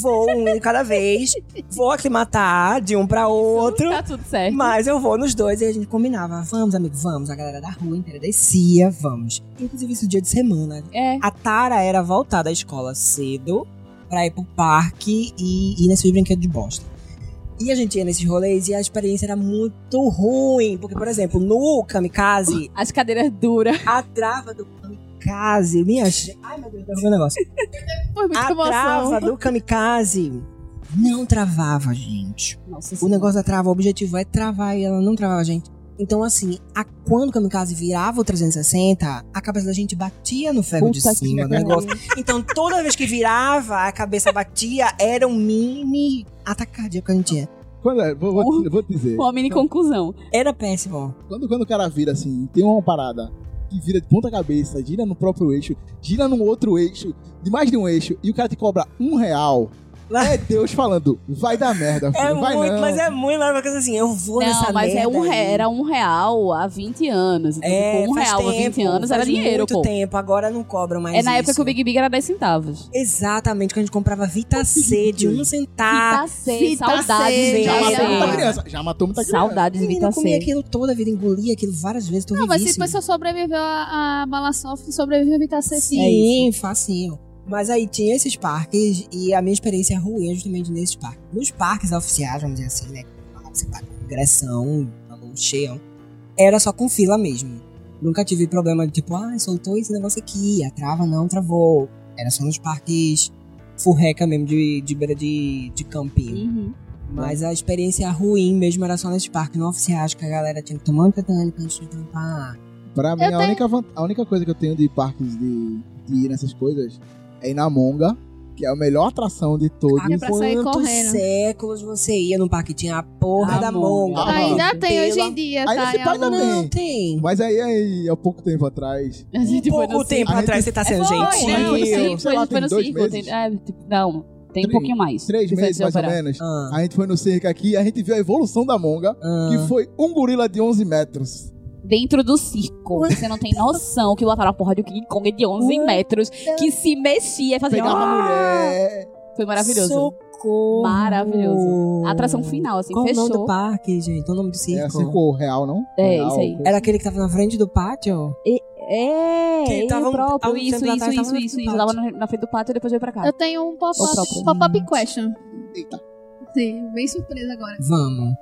[SPEAKER 3] Vou um de cada vez, vou aclimatar de um pra outro.
[SPEAKER 2] Tá tudo certo.
[SPEAKER 3] Mas eu vou nos dois e a gente combinava. Vamos, amigo, vamos. A galera da rua inteira descia, vamos. Inclusive, isso dia de semana. né?
[SPEAKER 2] É.
[SPEAKER 3] A Tara era voltar da escola cedo pra ir pro parque e ir nesses brinquedos de bosta. E a gente ia nesses rolês e a experiência era muito ruim. Porque, por exemplo, no Kamikaze,
[SPEAKER 2] As cadeiras duras.
[SPEAKER 3] a trava do kamikaze, minha gente. Ai, meu Deus, derrubei o negócio.
[SPEAKER 4] Foi muito
[SPEAKER 3] A trava
[SPEAKER 4] emoção.
[SPEAKER 3] do kamikaze não travava, gente.
[SPEAKER 2] Nossa
[SPEAKER 3] O negócio da trava, o objetivo é travar e ela não travava, gente. Então, assim, a, quando Kamikaze virava o 360, a cabeça da gente batia no ferro de
[SPEAKER 2] Puta que
[SPEAKER 3] cima do negócio. Então, toda vez que virava, a cabeça batia, era um mini ataque cardíaco que a gente tinha.
[SPEAKER 1] Quando é, vou, vou, eu vou te dizer.
[SPEAKER 2] Uma
[SPEAKER 3] Então,
[SPEAKER 2] mini conclusão.
[SPEAKER 3] Era péssimo.
[SPEAKER 1] Quando, quando o cara vira assim, tem uma parada que vira de ponta cabeça, gira no próprio eixo, gira num outro eixo, de mais de um eixo, e o cara te cobra um real. É Deus falando, vai dar merda, filho,
[SPEAKER 3] É
[SPEAKER 1] vai
[SPEAKER 3] muito,
[SPEAKER 1] não.
[SPEAKER 3] mas é muito lá, porque assim, eu vou nessa
[SPEAKER 2] Não, mas é
[SPEAKER 3] merda
[SPEAKER 2] um, re-
[SPEAKER 3] aí.
[SPEAKER 2] era um real há 20 anos. Então,
[SPEAKER 3] É,
[SPEAKER 2] tipo, um
[SPEAKER 3] faz
[SPEAKER 2] real há
[SPEAKER 3] tempo,
[SPEAKER 2] 20 anos era
[SPEAKER 3] faz
[SPEAKER 2] dinheiro,
[SPEAKER 3] muito
[SPEAKER 2] pô.
[SPEAKER 3] tempo, agora não cobram mais
[SPEAKER 2] É na época
[SPEAKER 3] isso.
[SPEAKER 2] que o Big Big era 10 centavos.
[SPEAKER 3] Exatamente, quando a gente comprava Vita C de um
[SPEAKER 2] Vita
[SPEAKER 3] centavo.
[SPEAKER 2] C,
[SPEAKER 4] Vita
[SPEAKER 2] saudades
[SPEAKER 4] C,
[SPEAKER 2] de
[SPEAKER 1] Já
[SPEAKER 4] Ai,
[SPEAKER 1] matou muita
[SPEAKER 4] ai.
[SPEAKER 2] Vita
[SPEAKER 1] criança. Já matou muita
[SPEAKER 2] C.
[SPEAKER 1] criança.
[SPEAKER 2] Saudades de
[SPEAKER 3] Menina, eu
[SPEAKER 2] Vita
[SPEAKER 3] comia
[SPEAKER 2] C.
[SPEAKER 3] aquilo toda a vida, engolia aquilo várias vezes, tô
[SPEAKER 4] Não, mas se
[SPEAKER 3] vivíssima.
[SPEAKER 4] a pessoa sobreviveu a, a Malassoft, sobreviveu a Vitacê,
[SPEAKER 3] Sim, facinho. Mas aí tinha esses parques e a minha experiência ruim é justamente nesses parques. Nos parques oficiais, vamos dizer assim, né? Ah, Você paga ingressão, valor cheio. Era só com fila mesmo. Nunca tive problema de tipo, ah, soltou esse negócio aqui, a trava não travou. Era só nos parques furreca mesmo, de, de beira de, de campinho.
[SPEAKER 2] Uhum.
[SPEAKER 3] Mas a experiência ruim mesmo era só nesses parques não oficiais, que a galera tinha que tomar um tetânico antes de trampar.
[SPEAKER 1] Pra mim,
[SPEAKER 4] Eu
[SPEAKER 1] a,
[SPEAKER 4] tenho-
[SPEAKER 1] única, van- a única coisa que eu tenho de parques de, de ir nessas coisas é ir na Monga, que é a melhor atração de todos.
[SPEAKER 4] É pra sair
[SPEAKER 3] Quantos
[SPEAKER 4] correndo.
[SPEAKER 3] séculos você ia num parque? Tinha a porra
[SPEAKER 2] Ah,
[SPEAKER 3] da
[SPEAKER 2] monga.
[SPEAKER 3] monga.
[SPEAKER 1] Ah,
[SPEAKER 4] ainda
[SPEAKER 3] Pela-
[SPEAKER 4] tem hoje em dia,
[SPEAKER 1] Aí
[SPEAKER 4] tá?
[SPEAKER 1] você
[SPEAKER 4] Em
[SPEAKER 1] paga
[SPEAKER 4] algum-
[SPEAKER 1] bem.
[SPEAKER 3] Não tem.
[SPEAKER 1] Mas aí, aí, há pouco tempo atrás.
[SPEAKER 2] A gente foi no
[SPEAKER 3] Um
[SPEAKER 2] É,
[SPEAKER 3] Pouco tempo
[SPEAKER 1] A gente-
[SPEAKER 3] atrás você tá sendo
[SPEAKER 2] Foi,
[SPEAKER 3] gentil.
[SPEAKER 1] né?
[SPEAKER 2] não, foi no
[SPEAKER 1] Rio,
[SPEAKER 2] circo,
[SPEAKER 1] sei lá,
[SPEAKER 2] foi
[SPEAKER 1] tem
[SPEAKER 2] no
[SPEAKER 1] dois
[SPEAKER 2] circo,
[SPEAKER 1] meses.
[SPEAKER 2] tem- é, tipo, não, tem
[SPEAKER 1] Três-
[SPEAKER 2] um pouquinho mais.
[SPEAKER 1] Três
[SPEAKER 2] Diferente
[SPEAKER 1] meses,
[SPEAKER 2] de
[SPEAKER 1] mais ou
[SPEAKER 2] operar.
[SPEAKER 1] menos.
[SPEAKER 3] Ah,
[SPEAKER 1] A gente foi no circo aqui e a gente viu a evolução da Monga,
[SPEAKER 3] ah.
[SPEAKER 1] que foi um gorila de 11 metros.
[SPEAKER 2] Dentro do circo. Você não tem noção que botaram a porra do King Kong de 11 metros, que se mexia e fazia...
[SPEAKER 1] Pegava a
[SPEAKER 2] "Ah!"
[SPEAKER 1] mulher. é
[SPEAKER 2] Foi maravilhoso.
[SPEAKER 3] Socorro.
[SPEAKER 2] Maravilhoso. A atração final, assim,
[SPEAKER 3] Hum, Qual o nome do
[SPEAKER 2] fechou.
[SPEAKER 3] parque, gente? O nome do circo?
[SPEAKER 1] É circo real, não?
[SPEAKER 2] É,
[SPEAKER 1] Real,
[SPEAKER 2] isso aí.
[SPEAKER 1] coisa.
[SPEAKER 3] Era aquele que tava na frente do pátio?
[SPEAKER 2] É,
[SPEAKER 3] Que
[SPEAKER 2] ele
[SPEAKER 3] tava um- há
[SPEAKER 2] próprio.
[SPEAKER 3] um
[SPEAKER 2] isso,
[SPEAKER 3] tempo
[SPEAKER 2] isso,
[SPEAKER 3] atrás tava
[SPEAKER 2] isso,
[SPEAKER 3] no
[SPEAKER 2] isso,
[SPEAKER 3] pátio.
[SPEAKER 2] isso. Eu Tava na na frente do pátio e depois veio pra cá.
[SPEAKER 4] Eu tenho um
[SPEAKER 2] Ou
[SPEAKER 4] pop-up
[SPEAKER 2] próprio.
[SPEAKER 4] pop question.
[SPEAKER 1] Eita.
[SPEAKER 4] Sim, bem surpresa agora.
[SPEAKER 3] Vamos.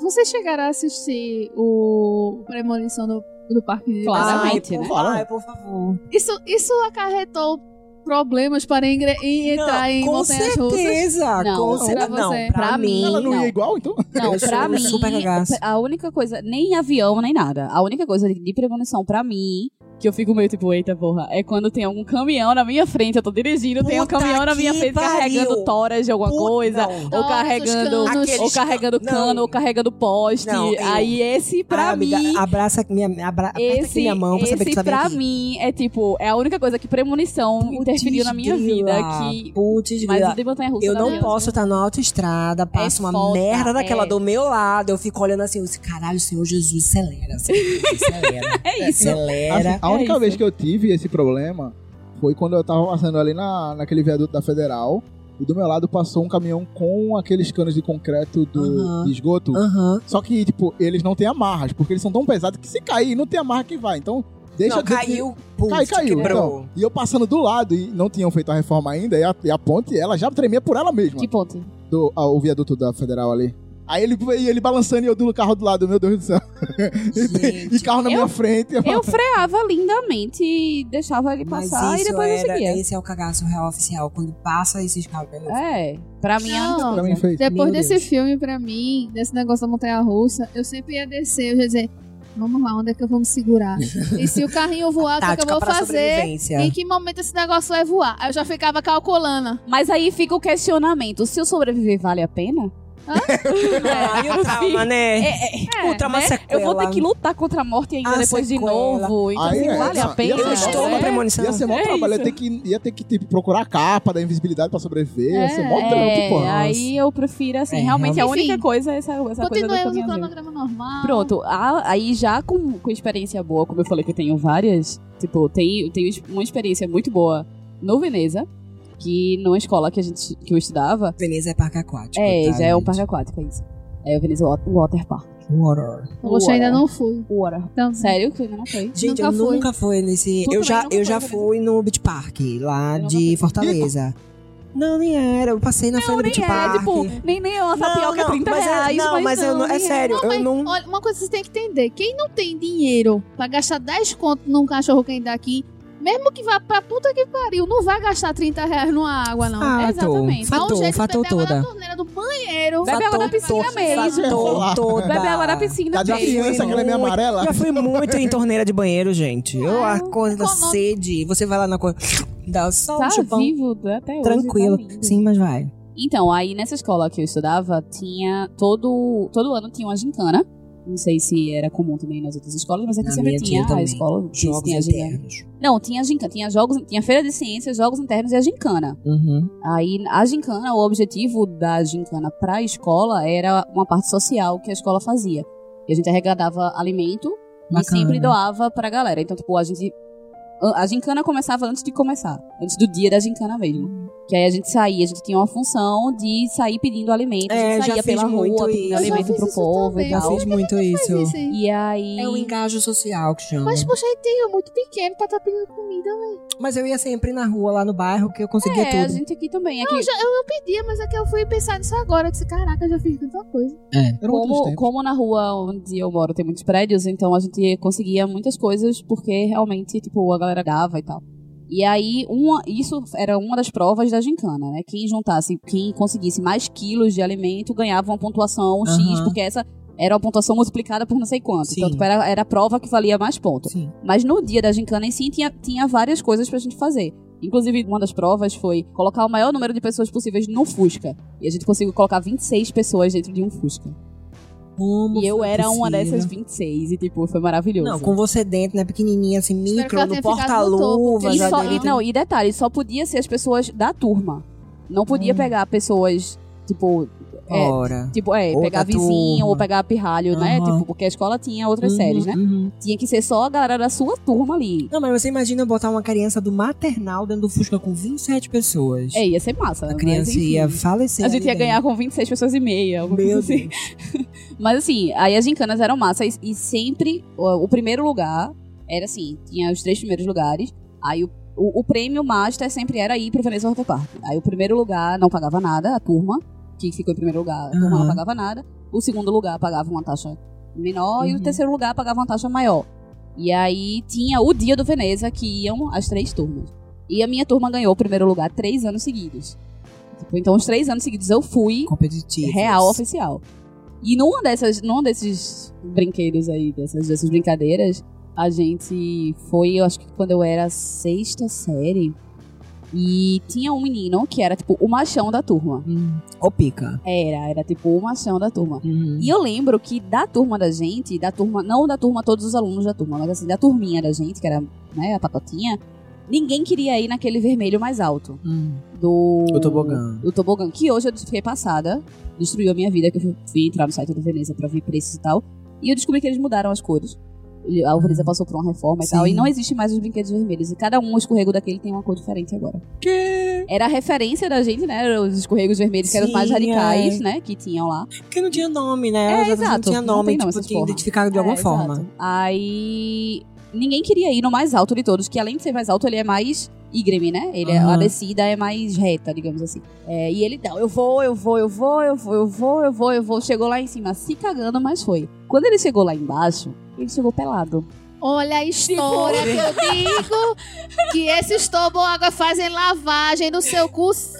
[SPEAKER 4] Vocês chegaram a assistir o Premonição do, do Parque de
[SPEAKER 2] Claro.
[SPEAKER 4] Jurassic?
[SPEAKER 2] Claramente,
[SPEAKER 3] Ai,
[SPEAKER 2] né?
[SPEAKER 3] por, ai, por favor.
[SPEAKER 4] Isso, isso acarretou problemas para ingre- em entrar
[SPEAKER 3] Não,
[SPEAKER 4] em
[SPEAKER 3] com
[SPEAKER 4] montanhas russas?
[SPEAKER 3] certeza.
[SPEAKER 2] Não,
[SPEAKER 3] com
[SPEAKER 2] pra
[SPEAKER 3] certeza. Não,
[SPEAKER 4] você.
[SPEAKER 3] pra,
[SPEAKER 2] Pra
[SPEAKER 3] mim.
[SPEAKER 2] mim,
[SPEAKER 1] Ela não,
[SPEAKER 2] Não.
[SPEAKER 1] ia igual, então?
[SPEAKER 2] Não,
[SPEAKER 3] Eu sou
[SPEAKER 2] pra mim,
[SPEAKER 3] super cagaço.
[SPEAKER 2] a única coisa, nem avião, nem nada. A única coisa de premonição pra mim, que eu fico meio tipo, eita porra, é quando tem algum caminhão na minha frente, eu tô dirigindo, tem um
[SPEAKER 3] Puta
[SPEAKER 2] caminhão na minha
[SPEAKER 3] que
[SPEAKER 2] frente
[SPEAKER 3] pariu.
[SPEAKER 2] carregando toras de alguma
[SPEAKER 3] Puta,
[SPEAKER 2] coisa,
[SPEAKER 3] não.
[SPEAKER 4] Toras,
[SPEAKER 2] ou
[SPEAKER 4] os
[SPEAKER 2] carregando,
[SPEAKER 4] canos.
[SPEAKER 3] Aqueles
[SPEAKER 2] ou carregando
[SPEAKER 3] can-
[SPEAKER 2] cano,
[SPEAKER 3] não.
[SPEAKER 2] ou carregando poste.
[SPEAKER 3] Não, eu-
[SPEAKER 2] Aí esse pra
[SPEAKER 3] Ah,
[SPEAKER 2] mim,
[SPEAKER 3] amiga, abraça minha, abra, aperta aqui
[SPEAKER 2] esse,
[SPEAKER 3] minha mão pra saber que
[SPEAKER 2] esse
[SPEAKER 3] tu tá bem
[SPEAKER 2] pra
[SPEAKER 3] aqui.
[SPEAKER 2] mim é tipo, é a única coisa que premonição interferiu na minha vida que um
[SPEAKER 3] Putz,
[SPEAKER 2] mas
[SPEAKER 3] grila.
[SPEAKER 2] o de montanha russa
[SPEAKER 3] Eu
[SPEAKER 2] da
[SPEAKER 3] não
[SPEAKER 2] minha- É
[SPEAKER 3] posso estar na autoestrada, passa uma
[SPEAKER 2] foda,
[SPEAKER 3] merda daquela
[SPEAKER 2] é.
[SPEAKER 3] do meu lado. Eu fico olhando assim, eu disse, caralho, Senhor Jesus, acelera, acelera, acelera.
[SPEAKER 2] É isso.
[SPEAKER 3] acelera.
[SPEAKER 1] Assim, a única
[SPEAKER 2] isso.
[SPEAKER 1] vez que eu tive esse problema foi quando eu tava passando ali na, naquele viaduto da Federal. E do meu lado passou um caminhão com aqueles canos de concreto do,
[SPEAKER 3] Aham.
[SPEAKER 1] de esgoto.
[SPEAKER 3] Aham.
[SPEAKER 1] Só que, tipo, eles não têm amarras, porque eles são tão pesados que se cair, não tem amarra que vai. Então, deixa
[SPEAKER 3] Não,
[SPEAKER 1] de-
[SPEAKER 3] caiu, putz,
[SPEAKER 1] Cai, caiu.
[SPEAKER 3] quebrou.
[SPEAKER 1] então. e eu passando do lado, e não tinham feito a reforma ainda, e a, e a ponte, ela já tremia por ela mesma.
[SPEAKER 2] Que ponto?
[SPEAKER 1] Do, ah, o viaduto da Federal ali. Aí ele, e ele balançando e eu do carro do lado, meu Deus do céu. então.
[SPEAKER 3] Gente,
[SPEAKER 1] E carro na
[SPEAKER 2] Eu-
[SPEAKER 1] minha frente. Eu,
[SPEAKER 2] Eu freava lindamente e deixava ele
[SPEAKER 3] mas
[SPEAKER 2] passar e
[SPEAKER 3] isso
[SPEAKER 2] depois eu
[SPEAKER 3] era,
[SPEAKER 2] seguia.
[SPEAKER 3] esse é o cagaço real oficial, quando passa esses carros. eu-
[SPEAKER 2] É, pra mim é a única
[SPEAKER 4] Não.
[SPEAKER 1] pra
[SPEAKER 2] coisa.
[SPEAKER 1] mim fez.
[SPEAKER 4] Depois
[SPEAKER 3] Meu
[SPEAKER 4] desse
[SPEAKER 3] Deus.
[SPEAKER 4] filme, pra mim, desse negócio da montanha-russa, eu sempre ia descer, eu ia dizer, vamos lá, onde é que eu vou me segurar? E se o carrinho voar, o que, é que eu
[SPEAKER 3] Tática
[SPEAKER 4] vou
[SPEAKER 3] para
[SPEAKER 4] fazer?
[SPEAKER 2] É.
[SPEAKER 3] sobrevivência.
[SPEAKER 4] Em que momento esse negócio vai voar? Aí eu já ficava calculando.
[SPEAKER 2] Mas aí fica o questionamento: se eu sobreviver, vale a pena?
[SPEAKER 3] Ai, o trauma, né?
[SPEAKER 2] É,
[SPEAKER 3] o trauma
[SPEAKER 2] né? Eu
[SPEAKER 3] sequela.
[SPEAKER 2] vou ter que lutar contra a morte ainda
[SPEAKER 3] A
[SPEAKER 2] depois
[SPEAKER 3] Ah, sequela.
[SPEAKER 2] de novo. Então,
[SPEAKER 1] Aí
[SPEAKER 2] assim,
[SPEAKER 1] é,
[SPEAKER 2] vale
[SPEAKER 1] não,
[SPEAKER 2] a
[SPEAKER 1] ia
[SPEAKER 2] pena.
[SPEAKER 1] ser
[SPEAKER 3] Eu estou
[SPEAKER 1] É.
[SPEAKER 3] na premonição.
[SPEAKER 1] Ia ser mó
[SPEAKER 2] É
[SPEAKER 1] trabalho, ia
[SPEAKER 2] isso.
[SPEAKER 1] ter que, ia ter que tipo, procurar a capa da invisibilidade pra sobreviver. Ia ser mó
[SPEAKER 4] É,
[SPEAKER 1] trampo,
[SPEAKER 2] É,
[SPEAKER 1] porra.
[SPEAKER 2] aí eu prefiro, assim,
[SPEAKER 3] É,
[SPEAKER 2] realmente a
[SPEAKER 4] realmente.
[SPEAKER 2] única coisa é essa, essa coisa do
[SPEAKER 4] Continuemos o
[SPEAKER 2] caminhãozinho.
[SPEAKER 4] cronograma normal.
[SPEAKER 2] Pronto, a- aí já com, com experiência boa, como eu falei que eu tenho várias, tipo, eu tenho, eu tenho uma experiência muito boa no Veneza, que numa escola que, a gente, que eu estudava,
[SPEAKER 3] Veneza é parque aquático.
[SPEAKER 2] é,
[SPEAKER 3] tá,
[SPEAKER 2] já é um
[SPEAKER 3] gente?
[SPEAKER 2] parque aquático, é isso. É o Veneza Wa- Water Park.
[SPEAKER 3] Horror.
[SPEAKER 4] Poxa, ainda não fui.
[SPEAKER 2] Water.
[SPEAKER 4] Então,
[SPEAKER 2] é. Sério que eu ainda não foi?
[SPEAKER 3] Gente,
[SPEAKER 4] Nunca
[SPEAKER 3] eu
[SPEAKER 4] fui.
[SPEAKER 3] nunca fui nesse.
[SPEAKER 2] Tu
[SPEAKER 3] eu
[SPEAKER 2] também
[SPEAKER 3] já,
[SPEAKER 2] nunca
[SPEAKER 3] eu
[SPEAKER 2] foi,
[SPEAKER 3] já
[SPEAKER 2] né?
[SPEAKER 3] fui no Beach Park, lá
[SPEAKER 2] Eu nunca
[SPEAKER 3] de Fortaleza. Não, nem era. Eu passei na frente do Beach Park.
[SPEAKER 2] é, tipo, nem, nem uma tapioca
[SPEAKER 3] não,
[SPEAKER 2] 30
[SPEAKER 3] mas é-
[SPEAKER 2] reais,
[SPEAKER 3] não,
[SPEAKER 2] mas,
[SPEAKER 3] mas eu não- é
[SPEAKER 2] nem
[SPEAKER 3] sério,
[SPEAKER 4] Não,
[SPEAKER 3] eu
[SPEAKER 4] mas,
[SPEAKER 3] não.
[SPEAKER 4] Olha, uma coisa que vocês têm que entender: quem não tem dinheiro pra gastar 10 conto num cachorro quem dá aqui, Mesmo que vá pra puta que pariu, não vai gastar 30 reais numa água, não.
[SPEAKER 2] é,
[SPEAKER 6] Fato.
[SPEAKER 4] Exatamente. Dá um
[SPEAKER 6] Fatou,
[SPEAKER 4] jeito de
[SPEAKER 6] fatou
[SPEAKER 4] beber água
[SPEAKER 6] toda.
[SPEAKER 4] da torneira do banheiro.
[SPEAKER 2] Bebe água da
[SPEAKER 4] Fatou,
[SPEAKER 2] piscina
[SPEAKER 4] fatou,
[SPEAKER 2] mesmo.
[SPEAKER 6] Fatou toda.
[SPEAKER 2] Bebe água da piscina
[SPEAKER 1] Tá de
[SPEAKER 2] mesmo.
[SPEAKER 1] criança, aquela é minha amarela.
[SPEAKER 6] Já fui muito em torneira de banheiro, gente.
[SPEAKER 3] Eu, a coisa da
[SPEAKER 4] Econômico.
[SPEAKER 3] sede, você vai lá na coisa, dá só um
[SPEAKER 2] Tá
[SPEAKER 3] chupão,
[SPEAKER 2] vivo até hoje.
[SPEAKER 3] tranquilo.
[SPEAKER 2] tá lindo.
[SPEAKER 3] Sim, mas vai.
[SPEAKER 2] Então, aí nessa escola que eu estudava, tinha todo todo ano tinha uma gincana. Não sei se era comum também nas outras escolas, mas aqui
[SPEAKER 3] Na
[SPEAKER 2] sempre
[SPEAKER 3] minha
[SPEAKER 2] tinha
[SPEAKER 3] tinha
[SPEAKER 2] a
[SPEAKER 3] também.
[SPEAKER 2] escola. que
[SPEAKER 3] Jogos
[SPEAKER 2] tinha a gincana.
[SPEAKER 3] internos.
[SPEAKER 2] Não, tinha gincana, tinha jogos, tinha feira de ciências, jogos internos e a gincana.
[SPEAKER 3] Uhum.
[SPEAKER 2] Aí a gincana, o objetivo da gincana para a escola era uma parte social que a escola fazia. E a gente arrecadava alimento e
[SPEAKER 3] Bacana.
[SPEAKER 2] sempre doava pra galera. Então, tipo, a gente. A gincana começava antes de começar, antes do dia da gincana
[SPEAKER 4] Uhum.
[SPEAKER 2] mesmo. Que aí a gente saía, a gente tinha uma função de sair pedindo alimento,
[SPEAKER 6] É,
[SPEAKER 2] a gente
[SPEAKER 6] já
[SPEAKER 2] saía
[SPEAKER 6] fiz
[SPEAKER 2] pela rua
[SPEAKER 6] muito
[SPEAKER 2] pedindo
[SPEAKER 6] isso. Eu já
[SPEAKER 2] alimento
[SPEAKER 4] fiz
[SPEAKER 2] pro
[SPEAKER 4] isso
[SPEAKER 2] povo
[SPEAKER 4] também.
[SPEAKER 2] e
[SPEAKER 6] Já
[SPEAKER 4] Eu
[SPEAKER 2] tal.
[SPEAKER 6] fiz muito
[SPEAKER 4] Faz
[SPEAKER 6] isso.
[SPEAKER 4] isso aí.
[SPEAKER 2] E aí.
[SPEAKER 3] É o engajo social que chama.
[SPEAKER 4] Mas,
[SPEAKER 3] Mas,
[SPEAKER 4] poxa, aí tem eu muito pequeno pra estar pedindo comida.
[SPEAKER 3] eu ia sempre na rua, lá no bairro, que eu conseguia
[SPEAKER 2] é, a
[SPEAKER 3] tudo.
[SPEAKER 2] gente aqui também. Aqui,
[SPEAKER 4] Eu, já, eu não pedia, mas é que eu fui pensar nisso agora. Eu disse, caraca, eu já fiz tanta coisa.
[SPEAKER 3] um
[SPEAKER 1] Era um outros
[SPEAKER 2] Como,
[SPEAKER 1] tempos.
[SPEAKER 2] como na rua onde eu moro tem muitos prédios, então a gente conseguia muitas coisas porque realmente, tipo, a galera dava e tal. E aí, uma, isso era uma das provas da gincana, né? Quem juntasse, quem conseguisse mais quilos de alimento ganhava uma pontuação X,
[SPEAKER 3] Aham.
[SPEAKER 2] porque essa era uma pontuação multiplicada por não sei quanto.
[SPEAKER 3] Sim.
[SPEAKER 2] Então, tipo, era, era a prova que valia mais pontos.
[SPEAKER 3] Sim.
[SPEAKER 2] Mas no dia da gincana em si tinha, tinha várias coisas pra gente fazer. Inclusive, uma das provas foi colocar o maior número de pessoas possíveis no Fusca. E a gente conseguiu colocar 26 pessoas dentro de um Fusca.
[SPEAKER 3] Como
[SPEAKER 2] E eu
[SPEAKER 3] foi
[SPEAKER 2] era uma
[SPEAKER 3] possível?
[SPEAKER 2] dessas 26 e, tipo, foi maravilhoso.
[SPEAKER 3] Não, com você dentro, né? Pequenininha, assim,
[SPEAKER 4] que
[SPEAKER 3] micro,
[SPEAKER 4] ela
[SPEAKER 3] no
[SPEAKER 4] tenha ficado no topo,
[SPEAKER 3] porta-luva.
[SPEAKER 4] porque
[SPEAKER 2] e,
[SPEAKER 3] já
[SPEAKER 2] só,
[SPEAKER 3] dentro.
[SPEAKER 2] e, não, e detalhe, só podia ser as pessoas da turma. Não
[SPEAKER 3] Hum.
[SPEAKER 2] podia pegar pessoas, tipo... É,
[SPEAKER 3] Ora.
[SPEAKER 2] tipo, é,
[SPEAKER 3] Outra
[SPEAKER 2] pegar vizinho
[SPEAKER 3] turma.
[SPEAKER 2] ou pegar pirralho, né?
[SPEAKER 3] Aham.
[SPEAKER 2] Tipo, porque a escola tinha outras séries, né?
[SPEAKER 3] Uhum.
[SPEAKER 2] Tinha que ser só a galera da sua turma ali.
[SPEAKER 3] Não, mas você imagina botar uma criança do maternal dentro do Fusca com 27 pessoas.
[SPEAKER 2] É, ia ser massa.
[SPEAKER 3] A
[SPEAKER 2] mas,
[SPEAKER 3] criança
[SPEAKER 2] enfim.
[SPEAKER 3] ia falecer.
[SPEAKER 2] A gente
[SPEAKER 3] ali
[SPEAKER 2] ia
[SPEAKER 3] dentro.
[SPEAKER 2] ganhar com 26 pessoas e meia. alguma coisa
[SPEAKER 3] Meu
[SPEAKER 2] assim.
[SPEAKER 3] Deus.
[SPEAKER 2] Mas assim, aí as gincanas eram massa e, e sempre ó, o primeiro lugar era assim, tinha os três primeiros lugares, aí o, o, o prêmio master sempre era ir pro Veneza Water Park. Aí o primeiro lugar não pagava nada, a turma, que ficou em primeiro lugar, a turma
[SPEAKER 3] Aham.
[SPEAKER 2] não pagava nada. O segundo lugar pagava uma taxa menor e o
[SPEAKER 3] Uhum.
[SPEAKER 2] terceiro lugar pagava uma taxa maior. E aí tinha o dia do Veneza que iam as três turmas. E a minha turma ganhou o primeiro lugar três anos seguidos. Tipo, então, os três anos seguidos eu fui
[SPEAKER 3] Competitivos.
[SPEAKER 2] É real oficial. E numa dessas, num desses brinquedos aí, dessas, dessas brincadeiras, a gente foi, eu acho que quando eu era sexta série, e tinha um menino que era tipo o machão da turma.
[SPEAKER 3] Hum. Ô, pica.
[SPEAKER 2] Era, era tipo o machão da turma.
[SPEAKER 3] Uhum.
[SPEAKER 2] E eu lembro que da turma da gente, da turma, não da turma todos os alunos da turma, mas assim, da turminha da gente, que era, né, a patotinha, ninguém queria ir naquele vermelho mais alto
[SPEAKER 3] Hum.
[SPEAKER 2] do.
[SPEAKER 3] O tobogã.
[SPEAKER 2] Do tobogã, que hoje eu fiquei passada. Destruiu a minha vida, que eu fui- fui entrar no site do Veneza pra ver preços e tal. E eu descobri que eles mudaram as cores. Ele- A Veneza passou por uma reforma
[SPEAKER 3] Hum. Sim.
[SPEAKER 2] e tal. E não existe mais os brinquedos vermelhos. E cada um, o escorrego daquele tem uma cor diferente agora. Que? Era a referência da gente, né? Era Os escorregos vermelhos, que eram os mais
[SPEAKER 3] Sim, é.
[SPEAKER 2] radicais, né? Que tinham lá.
[SPEAKER 3] Porque não tinha nome, né? Às vezes Não
[SPEAKER 2] É, exato.
[SPEAKER 3] tinha
[SPEAKER 2] Não
[SPEAKER 3] nome,
[SPEAKER 2] tem não,
[SPEAKER 3] tipo,
[SPEAKER 2] essas
[SPEAKER 3] tinha
[SPEAKER 2] porra.
[SPEAKER 3] identificado de alguma
[SPEAKER 2] É,
[SPEAKER 3] forma.
[SPEAKER 2] exato. Aí. Ninguém queria ir no mais alto de todos, que além de ser mais alto, ele é mais íngreme, né? Ele é-
[SPEAKER 3] Aham.
[SPEAKER 2] A descida é mais reta, digamos assim. É, e ele, não, eu vou, eu vou, eu vou, eu vou, eu vou, eu vou, eu vou. Chegou lá em cima, se cagando, mas foi. Quando ele chegou lá embaixo, ele chegou pelado.
[SPEAKER 4] Olha a história que eu digo que esses toboágua fazem lavagem no seu cursinho.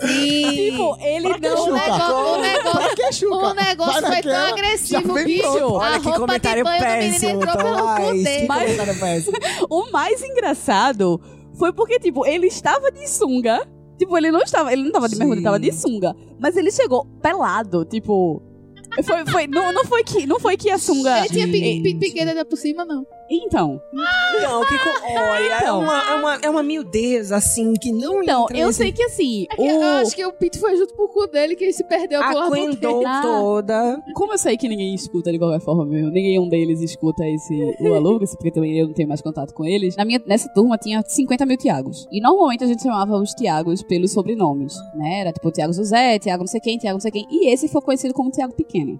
[SPEAKER 2] Tipo, ele
[SPEAKER 1] Pra que
[SPEAKER 4] O
[SPEAKER 1] chuca?
[SPEAKER 4] negócio, o negócio,
[SPEAKER 1] Pra que
[SPEAKER 4] o
[SPEAKER 1] chuca?
[SPEAKER 4] negócio
[SPEAKER 1] Vai
[SPEAKER 4] foi tão
[SPEAKER 1] naquela, já
[SPEAKER 4] agressivo,
[SPEAKER 1] vem
[SPEAKER 4] bicho.
[SPEAKER 1] pronto.
[SPEAKER 4] A
[SPEAKER 3] Olha que
[SPEAKER 4] roupa de
[SPEAKER 3] comentário
[SPEAKER 4] banho do menino
[SPEAKER 3] péssimo,
[SPEAKER 4] entrou pelo cu
[SPEAKER 3] Tomás. Que
[SPEAKER 4] dele.
[SPEAKER 2] Mas-
[SPEAKER 3] comentário péssimo.
[SPEAKER 2] O mais engraçado foi porque, tipo, ele estava de sunga. Tipo, ele não estava, ele não estava de
[SPEAKER 3] Sim.
[SPEAKER 2] mergulho, ele estava de sunga. Mas ele chegou pelado, tipo. Foi, foi, não, não foi que, não foi que a sunga.
[SPEAKER 4] Ele tinha pi-
[SPEAKER 2] Ei,
[SPEAKER 4] pi- piqueta por cima, não.
[SPEAKER 2] Então,
[SPEAKER 3] Não, que co- olha,
[SPEAKER 2] Então.
[SPEAKER 3] é, uma, é, uma, é uma miudez, assim, que não
[SPEAKER 2] então
[SPEAKER 3] entra
[SPEAKER 2] eu
[SPEAKER 3] nesse-
[SPEAKER 2] sei que assim,
[SPEAKER 4] É que
[SPEAKER 3] Uh.
[SPEAKER 4] Eu acho
[SPEAKER 2] o,
[SPEAKER 4] que o Pito foi junto pro cu dele que ele se perdeu pelo lado
[SPEAKER 3] Aguentou
[SPEAKER 2] Ah.
[SPEAKER 3] toda.
[SPEAKER 2] como eu sei que ninguém escuta de qualquer forma, mesmo, ninguém um deles escuta esse o Alugas, porque também eu não tenho mais contato com eles. Na minha, nessa turma tinha 50 mil Tiagos. E normalmente a gente chamava os Tiagos pelos sobrenomes, né? Era tipo Tiago José, Tiago não sei quem, Tiago não sei quem. E esse foi conhecido como Tiago Pequeno.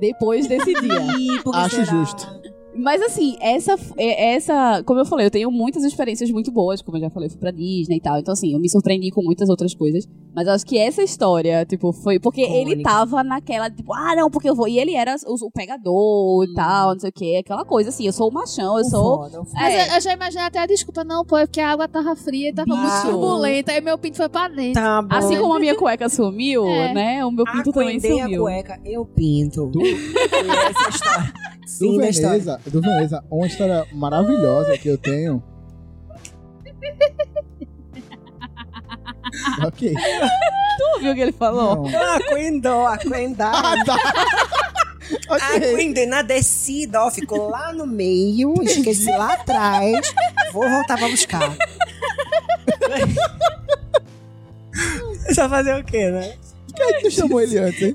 [SPEAKER 2] Depois desse dia.
[SPEAKER 3] E por que
[SPEAKER 1] Acho
[SPEAKER 3] será?
[SPEAKER 1] justo.
[SPEAKER 2] Mas assim, essa, é- essa. Como eu falei, eu tenho muitas experiências muito boas, como eu já falei, eu fui pra Disney e tal. Então, assim, eu me surpreendi com muitas outras coisas. Mas eu acho que essa história, tipo, foi. Porque ele
[SPEAKER 3] Icônica.
[SPEAKER 2] tava naquela, tipo, ah, não, porque eu vou. E ele era o, o pegador e tal, não sei o quê. Aquela coisa assim, eu sou o machão, eu
[SPEAKER 3] Hum. O
[SPEAKER 2] sou.
[SPEAKER 3] foda, o foda.
[SPEAKER 4] Mas
[SPEAKER 2] É.
[SPEAKER 4] eu, eu já imaginei até a desculpa, não, pô, é porque a água tava fria e tava muito
[SPEAKER 2] Bicho.
[SPEAKER 4] turbulenta, aí meu pinto foi pra dentro.
[SPEAKER 3] Tá bom.
[SPEAKER 2] Assim como a minha cueca sumiu,
[SPEAKER 4] É.
[SPEAKER 2] né? O meu pinto também
[SPEAKER 3] Aquendei a
[SPEAKER 2] sumiu.
[SPEAKER 3] cueca, eu pinto. Essa é a história.
[SPEAKER 1] Do
[SPEAKER 3] Sim, da história.
[SPEAKER 1] Veneza, do Veneza, uma história maravilhosa que eu tenho. ok.
[SPEAKER 2] Viu o que ele falou?
[SPEAKER 1] Não.
[SPEAKER 3] Ah, Aquendou, aquendar.
[SPEAKER 1] Ah, tá. ok.
[SPEAKER 3] Aquendei Ah, na descida, ó, ficou lá no meio, esqueci lá atrás. Vou voltar pra buscar. Só fazer o quê, né?
[SPEAKER 1] Por é que tu chamou ele antes, hein?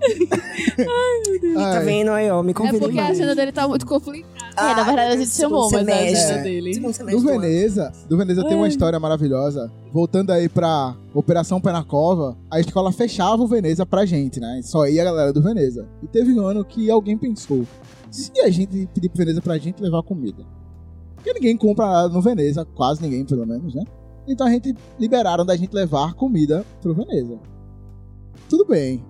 [SPEAKER 3] Tá
[SPEAKER 1] Ai,
[SPEAKER 3] vendo aí, ó, me
[SPEAKER 4] É
[SPEAKER 3] convida
[SPEAKER 4] porque a
[SPEAKER 3] mais.
[SPEAKER 4] agenda dele tá muito conflitada.
[SPEAKER 2] É, na verdade a gente
[SPEAKER 3] segundo
[SPEAKER 2] chamou, mas a
[SPEAKER 3] semestre.
[SPEAKER 2] agenda dele.
[SPEAKER 3] Segundo
[SPEAKER 1] do
[SPEAKER 3] semestre do ano.
[SPEAKER 1] Veneza, do Veneza tem uma história maravilhosa. Voltando aí pra Operação Pé na Cova, a escola fechava o Veneza pra gente, né? Só ia a galera do Veneza. E teve um ano que alguém pensou: se a gente pedir pro Veneza pra gente levar comida? Porque ninguém compra nada no Veneza, quase ninguém, pelo menos, né? Então a gente liberaram da gente levar comida pro Veneza. Tudo bem.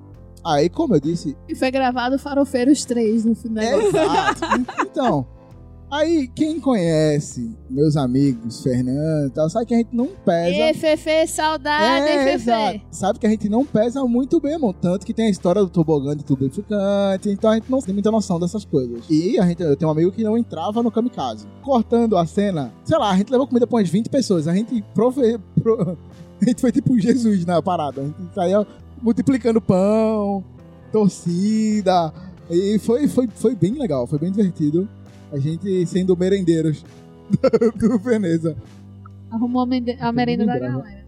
[SPEAKER 1] Aí, como eu disse,
[SPEAKER 4] E foi gravado Farofeiros 3 no final.
[SPEAKER 1] é, exato. Então, aí quem conhece meus amigos, Fernando e tal, sabe que a gente não
[SPEAKER 3] é,
[SPEAKER 1] pesa.
[SPEAKER 4] Ê, Fefe, saudade, hein, Fefe?
[SPEAKER 1] É, exato. Sabe que a gente não pesa muito bem, mano. Tanto que tem a história do tobogã de tudo ficante. Então a gente não tem muita noção dessas coisas. E a gente, eu tenho um amigo que não entrava no kamikaze. Cortando a cena, sei lá, a gente levou comida pra umas 20 pessoas. A gente prove. pro- A gente foi tipo Jesus na parada. A gente saiu multiplicando pão, torcida. E foi, foi, foi bem legal, foi bem divertido. A gente sendo merendeiros do, do Veneza.
[SPEAKER 4] Arrumou a, mende- a merenda da
[SPEAKER 1] lembrava.
[SPEAKER 4] galera.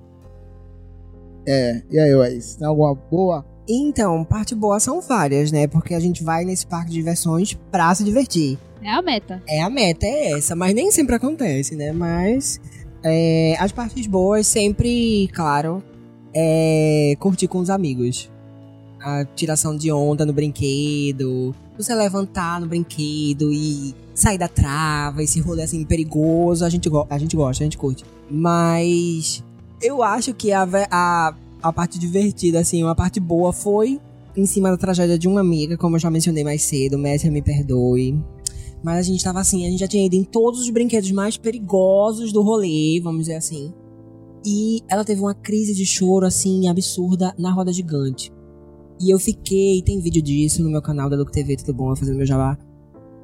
[SPEAKER 1] É, e aí, Wes? Tem alguma boa?
[SPEAKER 3] Então, parte boa são várias, né? Porque a gente vai nesse parque de diversões pra se divertir.
[SPEAKER 4] É a meta.
[SPEAKER 3] É a meta, é essa, mas nem sempre acontece, né? Mas é, as partes boas sempre, claro, é curtir com os amigos. A tiração de onda no brinquedo, você levantar no brinquedo e sair da trava, esse rolê assim perigoso, a gente, go- a gente gosta, a gente curte. Mas eu acho que a, ve- a, a parte divertida, assim, uma parte boa foi em cima da tragédia de uma amiga, como eu já mencionei mais cedo, Messi me perdoe. Mas a gente tava assim, a gente já tinha ido em todos os brinquedos mais perigosos do rolê, vamos dizer assim. E ela teve uma crise de choro, assim, absurda na roda gigante. E eu fiquei, tem vídeo disso no meu canal da Look TV, tudo bom, eu fazendo meu jabá.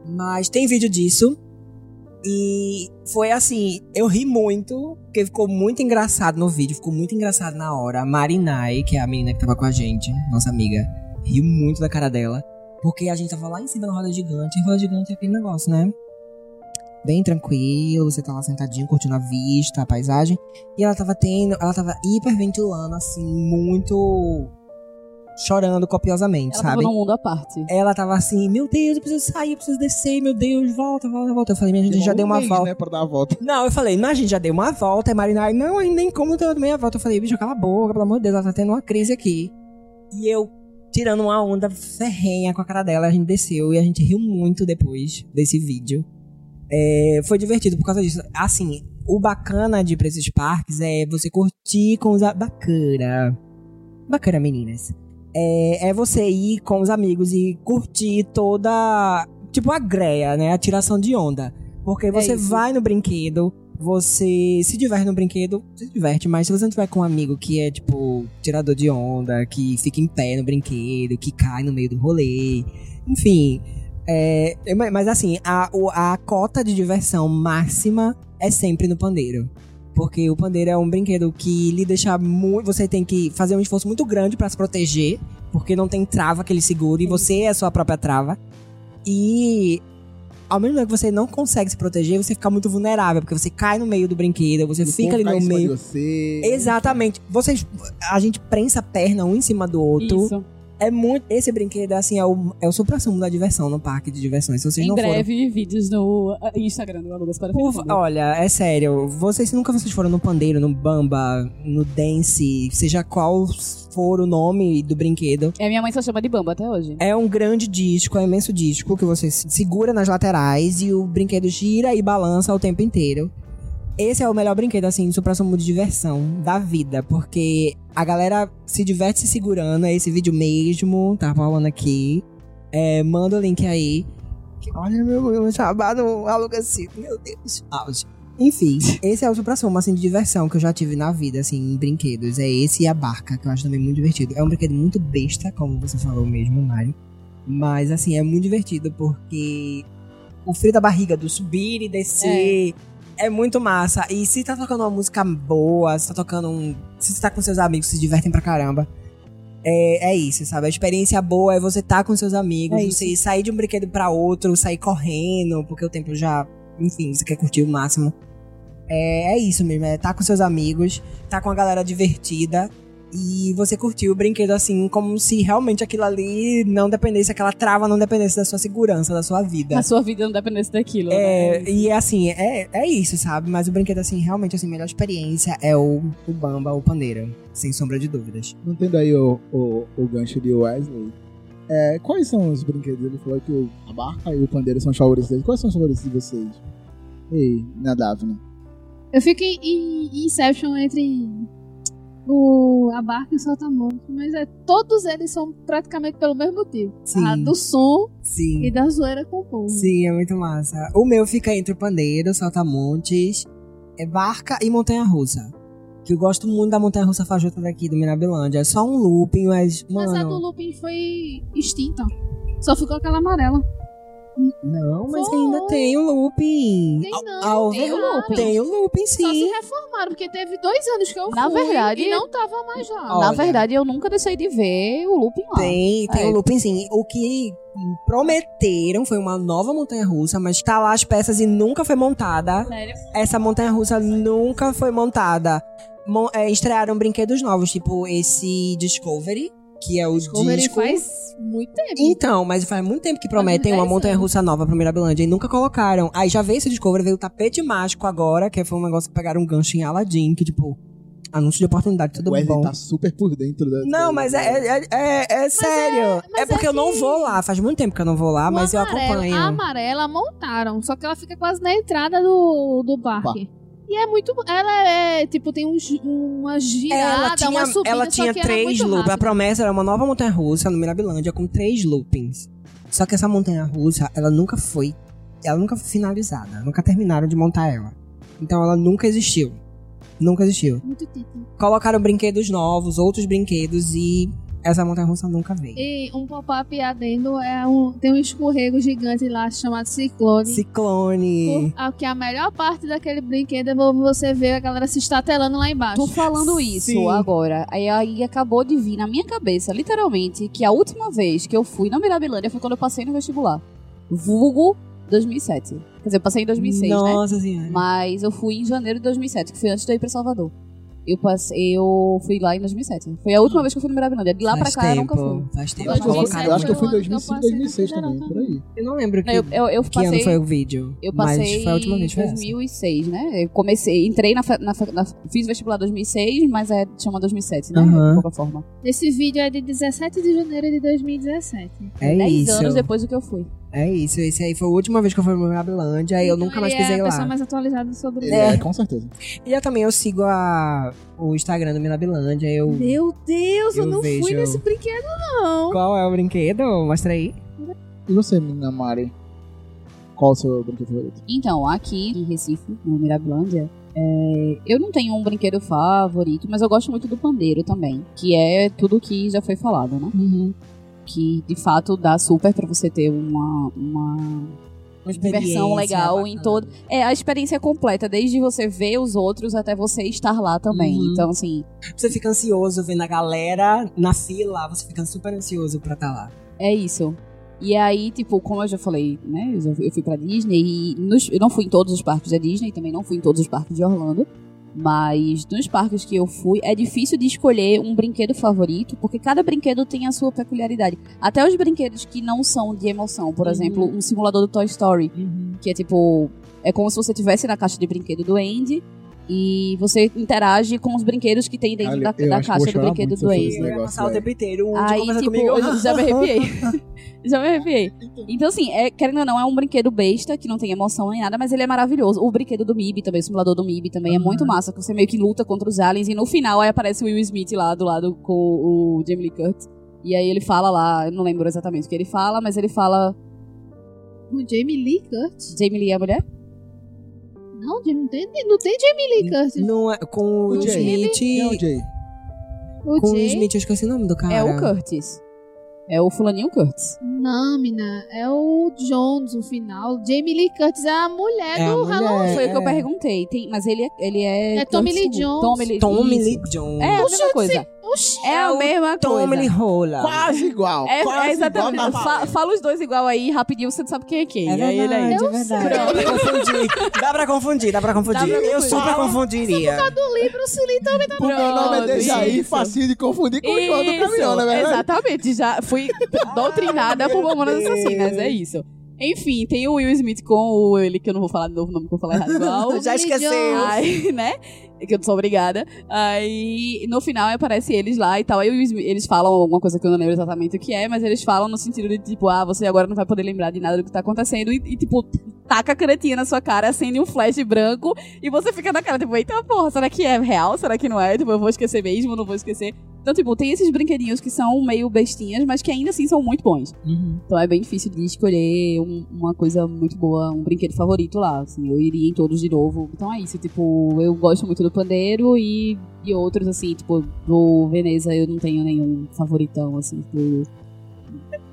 [SPEAKER 3] Mas tem vídeo disso. E foi assim, eu ri muito, porque ficou muito engraçado no vídeo, ficou muito engraçado na hora. A Marinai, que é a menina que tava com a gente, nossa amiga, riu muito da cara dela. Porque a gente tava lá em cima da roda gigante, e roda gigante é aquele negócio, né? Bem tranquilo, você tá lá sentadinho, curtindo a vista, a paisagem. E ela tava tendo. Ela tava hiperventilando, assim, muito. chorando copiosamente,
[SPEAKER 2] Ela
[SPEAKER 3] sabe?
[SPEAKER 2] tava num mundo à parte.
[SPEAKER 3] Ela tava assim, meu Deus, eu preciso sair, eu preciso descer, meu Deus, volta, volta, volta. Eu falei, minha gente, a gente já deu
[SPEAKER 1] Um
[SPEAKER 3] uma
[SPEAKER 1] mês,
[SPEAKER 3] volta.
[SPEAKER 1] Né, pra dar a volta.
[SPEAKER 3] Não, eu falei, não, a gente já deu uma volta. E Marinai, não, ainda nem como deu meia volta. Eu falei, bicho, cala a boca, pelo amor de Deus, ela tá tendo uma crise aqui. E eu, tirando uma onda ferrenha com a cara dela, a gente desceu e a gente riu muito depois desse vídeo. É, foi divertido por causa disso. Assim, o bacana de ir pra esses parques é você curtir com os. a- Bacana. Bacana, meninas. É, é você ir com os amigos e curtir toda. Tipo a greia, né? A tiração de onda. Porque você
[SPEAKER 2] isso.
[SPEAKER 3] vai no brinquedo, você se diverte no brinquedo, se diverte, mas se você não tiver com um amigo que é, tipo, tirador de onda, que fica em pé no brinquedo, que cai no meio do rolê, enfim. É, eu- mas assim, a, o- a cota de diversão máxima é sempre no pandeiro. Porque o pandeiro é um brinquedo que lhe deixa muito. Você tem que fazer um esforço muito grande pra se proteger, porque não tem trava que ele segure, e você é a sua própria trava. E ao mesmo tempo que você não consegue se proteger, você fica muito vulnerável, porque você cai no meio do brinquedo, você
[SPEAKER 1] O povo
[SPEAKER 3] fica ali
[SPEAKER 1] cai em
[SPEAKER 3] no
[SPEAKER 1] cima de
[SPEAKER 3] meio.
[SPEAKER 1] Você.
[SPEAKER 2] né?
[SPEAKER 3] Exatamente. Vocês, a gente prensa a perna um em cima do outro.
[SPEAKER 2] Isso.
[SPEAKER 3] É muito. Esse brinquedo, assim, é o, é o supra-sumo da diversão no parque de diversões. Se vocês
[SPEAKER 2] Em
[SPEAKER 3] não foram.
[SPEAKER 2] breve, vídeos no ah, Instagram do Alugas para
[SPEAKER 3] Por-
[SPEAKER 2] Filhos.
[SPEAKER 3] olha, é sério, vocês se nunca vocês foram no pandeiro, no bamba, no dance, seja qual for o nome do brinquedo.
[SPEAKER 2] É, minha mãe só chama de Bamba até hoje.
[SPEAKER 3] É um grande disco, é um imenso disco que você se- segura nas laterais e o brinquedo gira e balança o tempo inteiro. Esse é o melhor brinquedo, assim, de supra-sumo de diversão da vida, porque a galera se diverte se segurando, é esse vídeo mesmo, tá falando aqui. É, manda o link aí. Olha meu, meu chamado, aluga-se, meu Deus, auge. Enfim, esse é o supra-sumo, assim, de diversão que eu já tive na vida, assim, em brinquedos. É esse e a barca, que eu acho também muito divertido. É um brinquedo muito besta, como você falou mesmo, Mário. Mas, assim, é muito divertido porque o frio da barriga do subir e descer é, muito massa. E se tá tocando uma música boa, se tá tocando um. Se você tá com seus amigos, se divertem pra caramba. É, é isso, sabe? A experiência boa é você tá com seus amigos,
[SPEAKER 2] É
[SPEAKER 3] você sair de um brinquedo pra outro, sair correndo, porque o tempo já. Enfim, você quer curtir o máximo. É, é isso mesmo, é tá com seus amigos, tá com a galera divertida, e você curtiu o brinquedo assim, como se realmente aquilo ali não dependesse, aquela trava não dependesse da sua segurança, da sua vida.
[SPEAKER 2] A sua vida não dependesse daquilo.
[SPEAKER 3] É,
[SPEAKER 2] né?
[SPEAKER 3] e assim, é, é isso, sabe? Mas o brinquedo, assim, realmente, assim, a melhor experiência é o, o Bamba, o Pandeiro, sem sombra de dúvidas.
[SPEAKER 1] Não tendo aí o, o, o gancho de Wesley, é, quais são os brinquedos? Ele falou que o- a barca e o pandeiro são os favoritos dele. Quais são os favoritos de vocês? Ei, né? na Daphne.
[SPEAKER 4] Eu fico em, em Inception entre o, a barca e o saltamontes, mas é, todos eles são praticamente pelo mesmo motivo.
[SPEAKER 3] Sim,
[SPEAKER 4] A Ah, do som
[SPEAKER 3] sim.
[SPEAKER 4] e da zoeira com o povo.
[SPEAKER 3] Sim, é muito massa. O meu fica entre o Pandeiro, Saltamontes, é Barca e Montanha Russa. Que eu gosto muito da Montanha Russa Fajota daqui do Mirabilândia. É só um looping, mas.
[SPEAKER 4] Mas
[SPEAKER 3] mano,
[SPEAKER 4] a do Lupin foi extinta. Só ficou aquela amarela.
[SPEAKER 3] Não, mas
[SPEAKER 4] Foi.
[SPEAKER 3] ainda tem o looping.
[SPEAKER 4] Tem
[SPEAKER 3] A-
[SPEAKER 4] não,
[SPEAKER 3] a
[SPEAKER 4] tem o
[SPEAKER 3] overloop.
[SPEAKER 4] looping.
[SPEAKER 3] Tem o looping,
[SPEAKER 4] Só se
[SPEAKER 3] sim.
[SPEAKER 4] reformaram, porque teve dois anos que eu
[SPEAKER 2] Na
[SPEAKER 4] fui
[SPEAKER 2] verdade-
[SPEAKER 4] e não tava mais lá.
[SPEAKER 3] Ó,
[SPEAKER 2] Na
[SPEAKER 3] olha.
[SPEAKER 2] verdade, eu nunca deixei de ver o Lupin lá.
[SPEAKER 3] Tem, tem
[SPEAKER 2] É.
[SPEAKER 3] o looping, sim. O que prometeram foi uma nova montanha russa, mas tá lá as peças e nunca foi montada.
[SPEAKER 2] Sério?
[SPEAKER 3] Essa montanha russa nunca foi montada. Mon- é, estrearam brinquedos novos, tipo esse Discovery, que é o
[SPEAKER 4] Discovery
[SPEAKER 3] disco.
[SPEAKER 4] faz muito tempo.
[SPEAKER 3] Então, mas faz muito tempo que prometem
[SPEAKER 4] Faz
[SPEAKER 3] uma
[SPEAKER 4] uns dez
[SPEAKER 3] montanha russa nova pra Mirabilândia e nunca colocaram. Aí já veio esse Discovery, veio o tapete mágico agora, que foi um negócio que pegaram um gancho em Aladdin, que tipo, anúncio de oportunidade, tudo
[SPEAKER 1] Wesley
[SPEAKER 3] bom.
[SPEAKER 1] tá super por dentro da.
[SPEAKER 3] Não,
[SPEAKER 1] da-
[SPEAKER 3] mas é, é, é- é sério.
[SPEAKER 4] mas
[SPEAKER 3] é porque
[SPEAKER 4] é
[SPEAKER 3] eu não
[SPEAKER 4] que-
[SPEAKER 3] vou lá. Faz muito tempo que eu não vou lá,
[SPEAKER 4] O
[SPEAKER 3] mas eu
[SPEAKER 4] amarelo-
[SPEAKER 3] acompanho.
[SPEAKER 4] A amarela montaram, só que ela fica quase na entrada do, do parque. E é muito. Ela é, tipo, tem um, gi- uma girada,
[SPEAKER 3] É, Ela tinha,
[SPEAKER 4] uma subida,
[SPEAKER 3] ela
[SPEAKER 4] só
[SPEAKER 3] tinha
[SPEAKER 4] que
[SPEAKER 3] três
[SPEAKER 4] era muito
[SPEAKER 3] loopings. A
[SPEAKER 4] rápido.
[SPEAKER 3] promessa era uma nova montanha russa no Mirabilândia com três loopings. Só que essa montanha russa, ela nunca foi. Ela nunca foi finalizada. Nunca terminaram de montar ela. Então ela nunca existiu. Nunca existiu.
[SPEAKER 4] Muito título.
[SPEAKER 3] Colocaram brinquedos novos, outros brinquedos e essa montanha russa nunca veio.
[SPEAKER 4] E um pop-up adendo é um, tem um escorrego gigante lá chamado Ciclone.
[SPEAKER 3] Ciclone.
[SPEAKER 4] Por- a- Que a melhor parte daquele brinquedo é você ver a galera se estatelando lá embaixo.
[SPEAKER 2] Tô falando isso
[SPEAKER 3] Sim.
[SPEAKER 2] agora. Aí, aí acabou de vir na minha cabeça, literalmente, que a última vez que eu fui na Mirabilândia foi quando eu passei no vestibular. Vulgo 2007. Quer dizer, eu passei em 2006, né?
[SPEAKER 3] Nossa senhora.
[SPEAKER 2] Mas eu fui em janeiro de 2007, que foi antes de eu ir pra Salvador. Eu, passei, eu fui lá em 2007. Foi a última vez que eu fui no Mirabilândia. De lá
[SPEAKER 3] Hum. faz
[SPEAKER 2] pra cá eu
[SPEAKER 3] tempo,
[SPEAKER 2] nunca fui.
[SPEAKER 3] Faz tempo.
[SPEAKER 1] Eu acho que eu fui- eu acho que eu fui em
[SPEAKER 4] Foi o ano que eu
[SPEAKER 1] 2005,
[SPEAKER 4] passei na
[SPEAKER 1] 2006
[SPEAKER 4] federal
[SPEAKER 1] também, por aí.
[SPEAKER 3] Eu não lembro que,
[SPEAKER 2] né? Eu, eu, eu
[SPEAKER 3] que ano
[SPEAKER 2] passei-
[SPEAKER 3] foi o vídeo.
[SPEAKER 2] Eu passei
[SPEAKER 3] Mas foi a última vez,
[SPEAKER 2] em
[SPEAKER 3] foi
[SPEAKER 2] 2006, né? Eu comecei, entrei na, fa- na, fa- na fiz vestibular 2006, mas é chama 2007, né?
[SPEAKER 3] Aham.
[SPEAKER 2] De qualquer forma.
[SPEAKER 4] Esse vídeo é de 17 de janeiro de 2017.
[SPEAKER 3] essa. É
[SPEAKER 2] 10
[SPEAKER 3] isso.
[SPEAKER 2] anos depois do que eu fui.
[SPEAKER 3] É isso. Esse aí foi a última vez que eu fui pra Mirabilândia. Aí eu
[SPEAKER 4] Então
[SPEAKER 3] nunca mais
[SPEAKER 4] ele
[SPEAKER 3] pisei
[SPEAKER 4] é a
[SPEAKER 3] lá.
[SPEAKER 4] pessoa mais atualizada sobre
[SPEAKER 1] Ele
[SPEAKER 4] isso.
[SPEAKER 1] é, com certeza.
[SPEAKER 3] E eu também eu sigo a, o Instagram do Mirabilândia. Eu...
[SPEAKER 4] Meu Deus, eu,
[SPEAKER 3] Eu
[SPEAKER 4] não fui
[SPEAKER 3] vejo-
[SPEAKER 4] nesse brinquedo, não.
[SPEAKER 3] Qual é o brinquedo? Mostra aí.
[SPEAKER 1] E você, menina Mari? Qual o seu brinquedo favorito?
[SPEAKER 2] Então, aqui em Recife, no Mirabilândia, é, eu não tenho um brinquedo favorito, mas eu gosto muito do pandeiro também, que é tudo que já foi falado, né?
[SPEAKER 3] Uhum.
[SPEAKER 2] Que de fato dá super pra você ter uma, uma
[SPEAKER 3] Uma
[SPEAKER 2] diversão legal em
[SPEAKER 3] bacana.
[SPEAKER 2] todo. É a experiência completa, desde você ver os outros até você estar lá também.
[SPEAKER 3] Uhum.
[SPEAKER 2] Então, assim,
[SPEAKER 3] Você fica ansioso vendo a galera na fila. Você fica super ansioso pra estar lá.
[SPEAKER 2] É isso. E aí, tipo, como eu já falei, né? Eu, já fui, eu fui pra Disney e nos- eu não fui em todos os parques da Disney, também não fui em todos os parques de Orlando. Mas nos parques que eu fui, é difícil de escolher um brinquedo favorito, porque cada brinquedo tem a sua peculiaridade. Até os brinquedos que não são de emoção,
[SPEAKER 1] Uhum.
[SPEAKER 2] por exemplo, um simulador do Toy Story, que é tipo. É como se você estivesse na caixa de brinquedo do Andy e você interage com os brinquedos que tem dentro
[SPEAKER 1] Ali-
[SPEAKER 2] da,
[SPEAKER 1] eu
[SPEAKER 2] da
[SPEAKER 1] acho que eu vou
[SPEAKER 2] caixa do
[SPEAKER 1] chorar
[SPEAKER 2] brinquedo
[SPEAKER 1] muito se eu
[SPEAKER 2] do
[SPEAKER 1] fizer
[SPEAKER 2] Andy.
[SPEAKER 1] Esse
[SPEAKER 3] Eu ia
[SPEAKER 1] negócio, é.
[SPEAKER 3] passar o
[SPEAKER 1] velho.
[SPEAKER 3] tempo inteiro. Um de
[SPEAKER 2] Aí,
[SPEAKER 3] conversar
[SPEAKER 2] tipo,
[SPEAKER 3] comigo.
[SPEAKER 2] eu já me assim, arrepiei. já me arrepiei. Então, assim, é, querendo ou não, é um brinquedo besta, que não tem emoção nem nada, mas ele é maravilhoso. O brinquedo do Mib também, o simulador do Mib também é muito massa, que você meio que luta contra os aliens e no final aí aparece o Will Smith lá do lado com o Jamie Lee Curtis. E aí ele fala lá, eu não lembro exatamente o que ele fala, mas ele fala...
[SPEAKER 4] O Jamie Lee Curtis?
[SPEAKER 2] Jamie Lee é a mulher?
[SPEAKER 4] Não, Jamie- não tem, não tem Jamie Lee Curtis.
[SPEAKER 3] Não é- com o
[SPEAKER 1] O Jay. Quem é o
[SPEAKER 3] Smith.
[SPEAKER 1] Jay?
[SPEAKER 4] O
[SPEAKER 3] Com o
[SPEAKER 4] Jamie...
[SPEAKER 3] Smith, eu esqueci o nome do cara.
[SPEAKER 2] É o Curtis. É o fulaninho Curtis.
[SPEAKER 4] Não, mina. É o Jones, o final. Jamie Lee Curtis é a mulher
[SPEAKER 3] É a
[SPEAKER 4] do
[SPEAKER 3] mulher.
[SPEAKER 4] Halloween.
[SPEAKER 2] Foi o que eu
[SPEAKER 3] é.
[SPEAKER 2] perguntei. Tem, mas ele é... Ele é,
[SPEAKER 4] É Tommy
[SPEAKER 2] Curtis
[SPEAKER 4] Lee
[SPEAKER 2] segundo.
[SPEAKER 4] Jones.
[SPEAKER 2] Tommy Lee,
[SPEAKER 3] Tommy
[SPEAKER 2] isso.
[SPEAKER 3] Lee Jones.
[SPEAKER 2] É a
[SPEAKER 4] Oxente,
[SPEAKER 2] mesma coisa.
[SPEAKER 4] Oxi.
[SPEAKER 2] É a mesma
[SPEAKER 3] Tommy Lee
[SPEAKER 2] coisa.
[SPEAKER 3] Rola.
[SPEAKER 1] Quase igual.
[SPEAKER 2] É,
[SPEAKER 1] quase
[SPEAKER 2] é exatamente.
[SPEAKER 1] igual na
[SPEAKER 2] Fa- fala os dois igual aí, rapidinho, você não sabe quem é quem.
[SPEAKER 3] É
[SPEAKER 2] Aí ele aí.
[SPEAKER 3] verdade, é
[SPEAKER 4] Eu
[SPEAKER 3] verdade. Dá pra confundir, dá pra confundir, dá pra confundir.
[SPEAKER 2] Dá pra
[SPEAKER 3] Eu
[SPEAKER 2] confundir.
[SPEAKER 3] super confundiria.
[SPEAKER 4] do livro, se li também tá
[SPEAKER 1] O meu nome é
[SPEAKER 2] Pronto,
[SPEAKER 1] Dejaí,
[SPEAKER 2] isso.
[SPEAKER 1] facinho de confundir com o João do caminhão, não é verdade?
[SPEAKER 2] Exatamente, já fui doutrinada por mamonas
[SPEAKER 3] Deus.
[SPEAKER 2] assassinas, é isso. Enfim, tem o Will Smith com o ele, que eu não vou falar de novo o nome que eu vou falar errado igual.
[SPEAKER 3] Já esqueceu.
[SPEAKER 2] Aí, né? Que eu não sou obrigada. Aí, no final, aí aparece eles lá e tal. Aí o Will Smith- eles falam alguma coisa que eu não lembro exatamente o que é, mas eles falam no sentido de, tipo, ah, você agora não vai poder lembrar de nada do que tá acontecendo. E, e, tipo, taca a canetinha na sua cara, acende um flash branco e você fica na cara, tipo, eita porra, será que é real? Será que não é? Tipo, eu vou esquecer mesmo, não vou esquecer. Então, tipo, tem esses brinquedinhos que são meio bestinhas, mas que ainda assim são muito bons.
[SPEAKER 3] Uhum.
[SPEAKER 2] Então é bem difícil de escolher um- uma coisa muito boa, um brinquedo favorito lá. Assim, eu iria em todos de novo. Então é isso, tipo, eu gosto muito do pandeiro e de outros, assim, tipo, do Veneza eu não tenho nenhum favoritão, assim, tipo.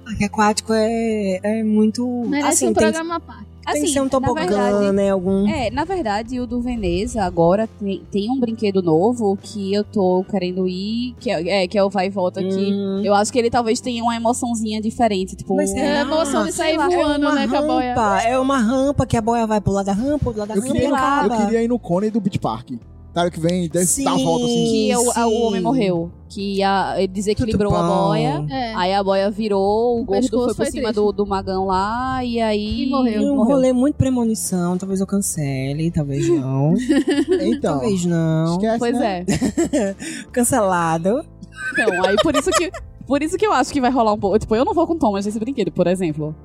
[SPEAKER 3] Parque aquático é, é muito.
[SPEAKER 4] Merece
[SPEAKER 3] assim,
[SPEAKER 4] um
[SPEAKER 3] tem,
[SPEAKER 4] programa à parte.
[SPEAKER 3] tem
[SPEAKER 2] assim,
[SPEAKER 3] que ser um
[SPEAKER 2] na
[SPEAKER 3] tobogã,
[SPEAKER 2] verdade-
[SPEAKER 3] né? Algum.
[SPEAKER 2] É, na verdade, o do Veneza agora tem, tem um brinquedo novo que eu tô querendo ir, que é, é, que é o vai e volta aqui.
[SPEAKER 3] Hum.
[SPEAKER 2] Eu acho que ele talvez tenha uma emoçãozinha diferente, tipo.
[SPEAKER 3] Mas
[SPEAKER 4] É a emoção de
[SPEAKER 3] É
[SPEAKER 4] sair voando,
[SPEAKER 3] uma
[SPEAKER 4] né, com a boia.
[SPEAKER 3] rampa, é uma rampa que a boia vai pro lado da rampa, pro lado da
[SPEAKER 1] Eu
[SPEAKER 3] rampa
[SPEAKER 1] queria,
[SPEAKER 3] e acaba.
[SPEAKER 1] eu queria ir no cone do Beach Park. Tá, que vem, deve
[SPEAKER 3] Sim.
[SPEAKER 1] dar uma volta assim.
[SPEAKER 2] que é o, a- o
[SPEAKER 3] sim.
[SPEAKER 2] homem morreu. Que a, ele desequilibrou a
[SPEAKER 3] Muito bom.
[SPEAKER 2] boia.
[SPEAKER 4] É.
[SPEAKER 2] Aí a boia virou, o,
[SPEAKER 4] O
[SPEAKER 2] gordo
[SPEAKER 4] pescoço
[SPEAKER 2] foi por
[SPEAKER 4] foi
[SPEAKER 2] cima
[SPEAKER 4] triste.
[SPEAKER 2] do, do magão lá e aí.
[SPEAKER 4] E morreu.
[SPEAKER 3] Tem um rolê muito premonição, talvez eu cancele, talvez não.
[SPEAKER 1] Então,
[SPEAKER 3] talvez não.
[SPEAKER 1] esquece,
[SPEAKER 2] Pois
[SPEAKER 1] né?
[SPEAKER 2] é.
[SPEAKER 3] Cancelado.
[SPEAKER 2] Então, aí por isso que. Por isso que eu acho que vai rolar um pouco. Tipo, eu não vou com Thomas nesse brinquedo, por exemplo.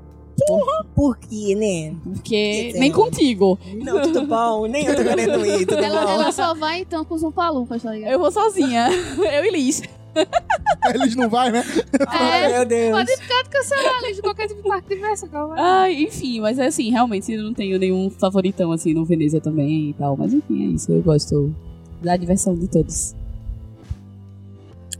[SPEAKER 3] Por quê, né?
[SPEAKER 2] Porque.
[SPEAKER 3] Sim.
[SPEAKER 2] nem contigo.
[SPEAKER 3] Não, tudo bom? Nem eu tô querendo ir, tudo
[SPEAKER 4] Ela,
[SPEAKER 3] bom?
[SPEAKER 4] ela só vai então com os Umpalumpas, tá ligado?
[SPEAKER 2] Eu vou sozinha. eu e Liz. é.
[SPEAKER 1] Eles não vai, né?
[SPEAKER 3] Ai,
[SPEAKER 4] É,
[SPEAKER 3] meu Deus.
[SPEAKER 4] pode ficar cancelado de qualquer tipo de parque de diversão, calma.
[SPEAKER 2] Ai, enfim, mas é assim, realmente eu não tenho nenhum favoritão assim no Veneza também e tal. Mas enfim, é isso. Eu gosto da diversão de todos.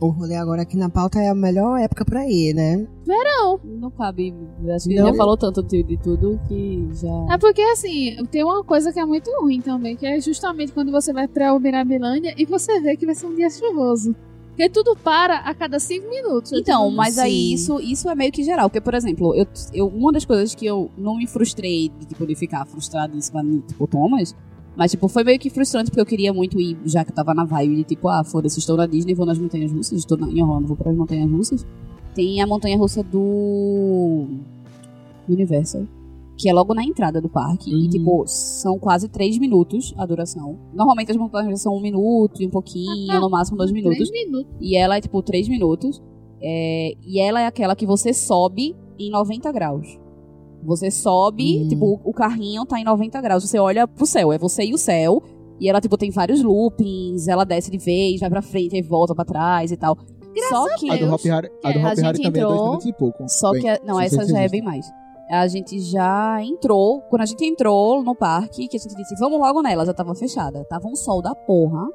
[SPEAKER 3] O rolê agora aqui na pauta é a melhor época pra ir, né?
[SPEAKER 2] Não cabe. Acho que
[SPEAKER 3] Não.
[SPEAKER 2] já falou tanto de, de tudo que já.
[SPEAKER 4] É porque, assim, tem uma coisa que é muito ruim também, que é justamente quando você vai pra Mirabilândia e você vê que vai ser um dia chuvoso. Porque tudo para a cada cinco minutos.
[SPEAKER 2] Então, mas aí
[SPEAKER 3] Sim.
[SPEAKER 2] isso, isso é meio que geral. Porque, por exemplo, eu, eu, uma das coisas que eu não me frustrei de, tipo, de ficar frustradíssima, tipo, Thomas. Mas, tipo, foi meio que frustrante porque eu queria muito ir, já que eu tava na vibe de tipo, ah, foda-se, estou na Disney, vou nas Montanhas Russas, estou na, em Orlando, vou pras Montanhas Russas. Tem a Montanha Russa do Universal, que é logo na entrada do parque.
[SPEAKER 4] Uhum.
[SPEAKER 2] E, tipo, são quase três minutos a duração. Normalmente as montanhas russas são um minuto e um pouquinho,
[SPEAKER 4] Ah, tá.
[SPEAKER 2] no máximo dois minutos.
[SPEAKER 4] Três minutos.
[SPEAKER 2] E ela é tipo 3 minutos. É, e ela é aquela que você sobe em 90 graus. Você sobe,
[SPEAKER 3] Hum.
[SPEAKER 2] tipo, o carrinho tá em 90 graus. Você olha pro céu, é você e o céu. E ela, tipo, tem vários loopings, ela desce de vez, vai pra frente, aí volta pra trás e tal. Só que.
[SPEAKER 1] A do Hop Harry, a do
[SPEAKER 4] É,
[SPEAKER 1] Hop
[SPEAKER 2] a gente
[SPEAKER 1] Harry também é dois
[SPEAKER 2] entrou,
[SPEAKER 1] minutos e pouco.
[SPEAKER 2] Só
[SPEAKER 1] Bem,
[SPEAKER 2] que. a- não,
[SPEAKER 1] se
[SPEAKER 2] essa
[SPEAKER 1] vocês
[SPEAKER 2] já é
[SPEAKER 1] existem.
[SPEAKER 2] bem mais. A gente já entrou. Quando a gente entrou no parque, que a gente disse, vamos logo nela, já tava fechada. Tava um sol da porra.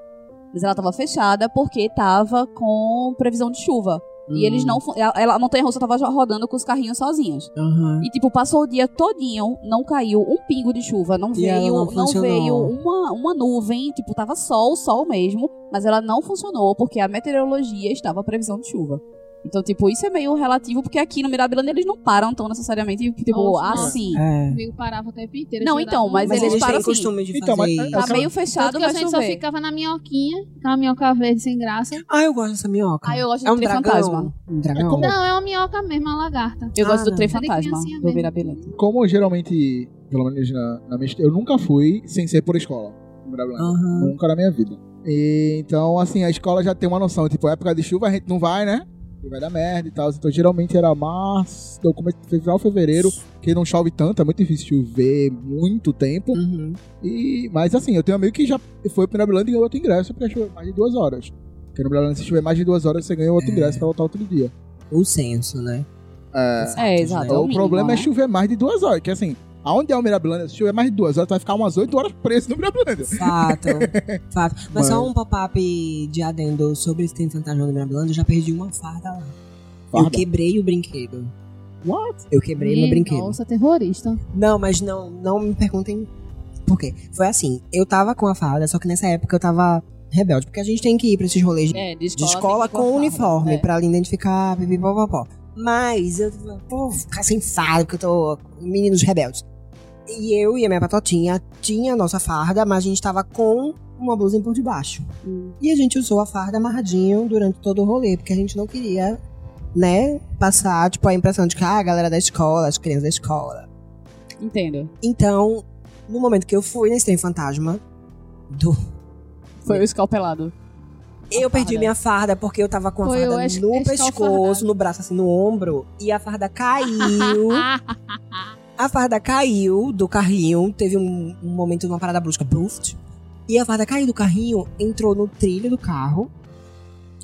[SPEAKER 2] Mas ela tava fechada porque tava com previsão de chuva. E eles
[SPEAKER 3] Hum.
[SPEAKER 2] não. fu- ela- Ela, a Montanha Russa tava já rodando com os carrinhos sozinhos.
[SPEAKER 3] Aham.
[SPEAKER 2] E, tipo, passou o dia todinho, não caiu um pingo de chuva, não
[SPEAKER 3] E ela
[SPEAKER 2] veio,
[SPEAKER 3] não
[SPEAKER 2] não,
[SPEAKER 3] funcionou.
[SPEAKER 2] veio uma, uma nuvem, tipo, tava sol, sol mesmo, mas ela não funcionou porque a meteorologia estava a previsão de chuva. Então, tipo, isso é meio relativo, porque aqui no Mirabilândia eles não param tão necessariamente, tipo,
[SPEAKER 4] Nossa, não.
[SPEAKER 2] assim.
[SPEAKER 6] É.
[SPEAKER 4] Comigo parava o tempo inteiro.
[SPEAKER 2] Não,
[SPEAKER 4] chegava
[SPEAKER 2] então,
[SPEAKER 4] um-
[SPEAKER 2] mas
[SPEAKER 3] Mas
[SPEAKER 2] eles
[SPEAKER 3] eles
[SPEAKER 2] param
[SPEAKER 3] têm
[SPEAKER 2] assim.
[SPEAKER 3] costume de
[SPEAKER 1] Então, mas-
[SPEAKER 3] fazer
[SPEAKER 1] é
[SPEAKER 2] Tá
[SPEAKER 1] aquela-
[SPEAKER 2] meio
[SPEAKER 4] Tanto
[SPEAKER 2] fechado,
[SPEAKER 4] que a
[SPEAKER 2] mas
[SPEAKER 4] gente só
[SPEAKER 2] chover.
[SPEAKER 4] ficava na minhoquinha, aquela minhoca verde sem graça.
[SPEAKER 3] Ah, eu gosto dessa minhoca.
[SPEAKER 2] Ah, eu gosto
[SPEAKER 3] é
[SPEAKER 2] do
[SPEAKER 3] um
[SPEAKER 2] trem
[SPEAKER 3] dragão.
[SPEAKER 2] fantasma.
[SPEAKER 3] Um
[SPEAKER 1] É
[SPEAKER 3] dragão.
[SPEAKER 1] como,
[SPEAKER 4] Não, é uma minhoca mesmo, uma lagarta.
[SPEAKER 2] Eu
[SPEAKER 3] Ah,
[SPEAKER 2] gosto do trem
[SPEAKER 4] não.
[SPEAKER 2] fantasma
[SPEAKER 4] Era criancinha
[SPEAKER 2] do
[SPEAKER 4] mesmo.
[SPEAKER 2] Mirabilândia.
[SPEAKER 1] como geralmente, pelo menos na, na minha, est- eu nunca fui sem ser por escola. no Mirabilândia.
[SPEAKER 3] Aham.
[SPEAKER 1] Nunca na minha vida. E, então, assim, a escola já tem uma noção. Tipo, época de chuva a gente não vai, né? Porque Vai dar merda e tal. Então, geralmente era março, do começo, final, fevereiro, que não chove tanto, é muito difícil chover muito tempo.
[SPEAKER 3] Uhum.
[SPEAKER 1] E, mas assim, eu tenho um amigo que já foi pro Mirabilândia e ganhou outro ingresso porque choveu mais de duas horas. Porque no Mirabilândia, se chover mais de duas horas, você ganha outro
[SPEAKER 3] É.
[SPEAKER 1] ingresso pra voltar outro dia.
[SPEAKER 3] O senso, né?
[SPEAKER 1] É,
[SPEAKER 2] É, exato.
[SPEAKER 3] Então,
[SPEAKER 2] é
[SPEAKER 1] o
[SPEAKER 2] o mínimo,
[SPEAKER 1] problema é
[SPEAKER 2] né?
[SPEAKER 1] chover mais de duas horas, que assim, aonde é o Mirabilândia, se chover mais de duas horas, tu vai ficar umas oito horas preso no Mirabilândia.
[SPEAKER 3] Fato. Fato. Mas só
[SPEAKER 1] Mas-
[SPEAKER 3] um pop-up de adendo sobre esse tempo fantasma do Mirabilândia, eu já perdi uma farda lá. Eu
[SPEAKER 1] Farda?
[SPEAKER 3] quebrei o brinquedo.
[SPEAKER 1] What?
[SPEAKER 3] Eu quebrei meu
[SPEAKER 4] Ih,
[SPEAKER 3] brinquedo.
[SPEAKER 4] Nossa, terrorista.
[SPEAKER 3] Não, mas não, não me perguntem por quê. Foi assim, eu tava com a farda, só que nessa época eu tava rebelde, porque a gente tem que ir pra esses rolês de
[SPEAKER 2] É, de escola, tem
[SPEAKER 3] escola
[SPEAKER 2] que
[SPEAKER 3] com
[SPEAKER 2] cortar,
[SPEAKER 3] uniforme,
[SPEAKER 2] né?
[SPEAKER 3] pra ali identificar, pipipopopó. Mas eu, pô, ficar sem farda, porque eu tô meninos rebeldes. E eu e a minha patotinha tinha a nossa farda, mas a gente tava com uma blusa por debaixo.
[SPEAKER 2] Hum.
[SPEAKER 3] E a gente usou a farda amarradinho durante todo o rolê, porque a gente não queria, né, passar, tipo, a impressão de que ah, a galera da escola, as crianças da escola.
[SPEAKER 2] É, entendo.
[SPEAKER 3] Então, no momento que eu fui nesse trem fantasma, do-
[SPEAKER 2] Foi o escalpelado.
[SPEAKER 3] eu perdi
[SPEAKER 2] farda.
[SPEAKER 3] minha farda porque eu tava com a
[SPEAKER 4] Foi
[SPEAKER 3] farda
[SPEAKER 4] o es-
[SPEAKER 3] no
[SPEAKER 4] escalfardado.
[SPEAKER 3] pescoço, no braço, assim, no ombro, e a farda caiu. a farda caiu do carrinho, teve um, um momento de uma parada brusca, bruft, e a farda caiu do carrinho, entrou no trilho do carro.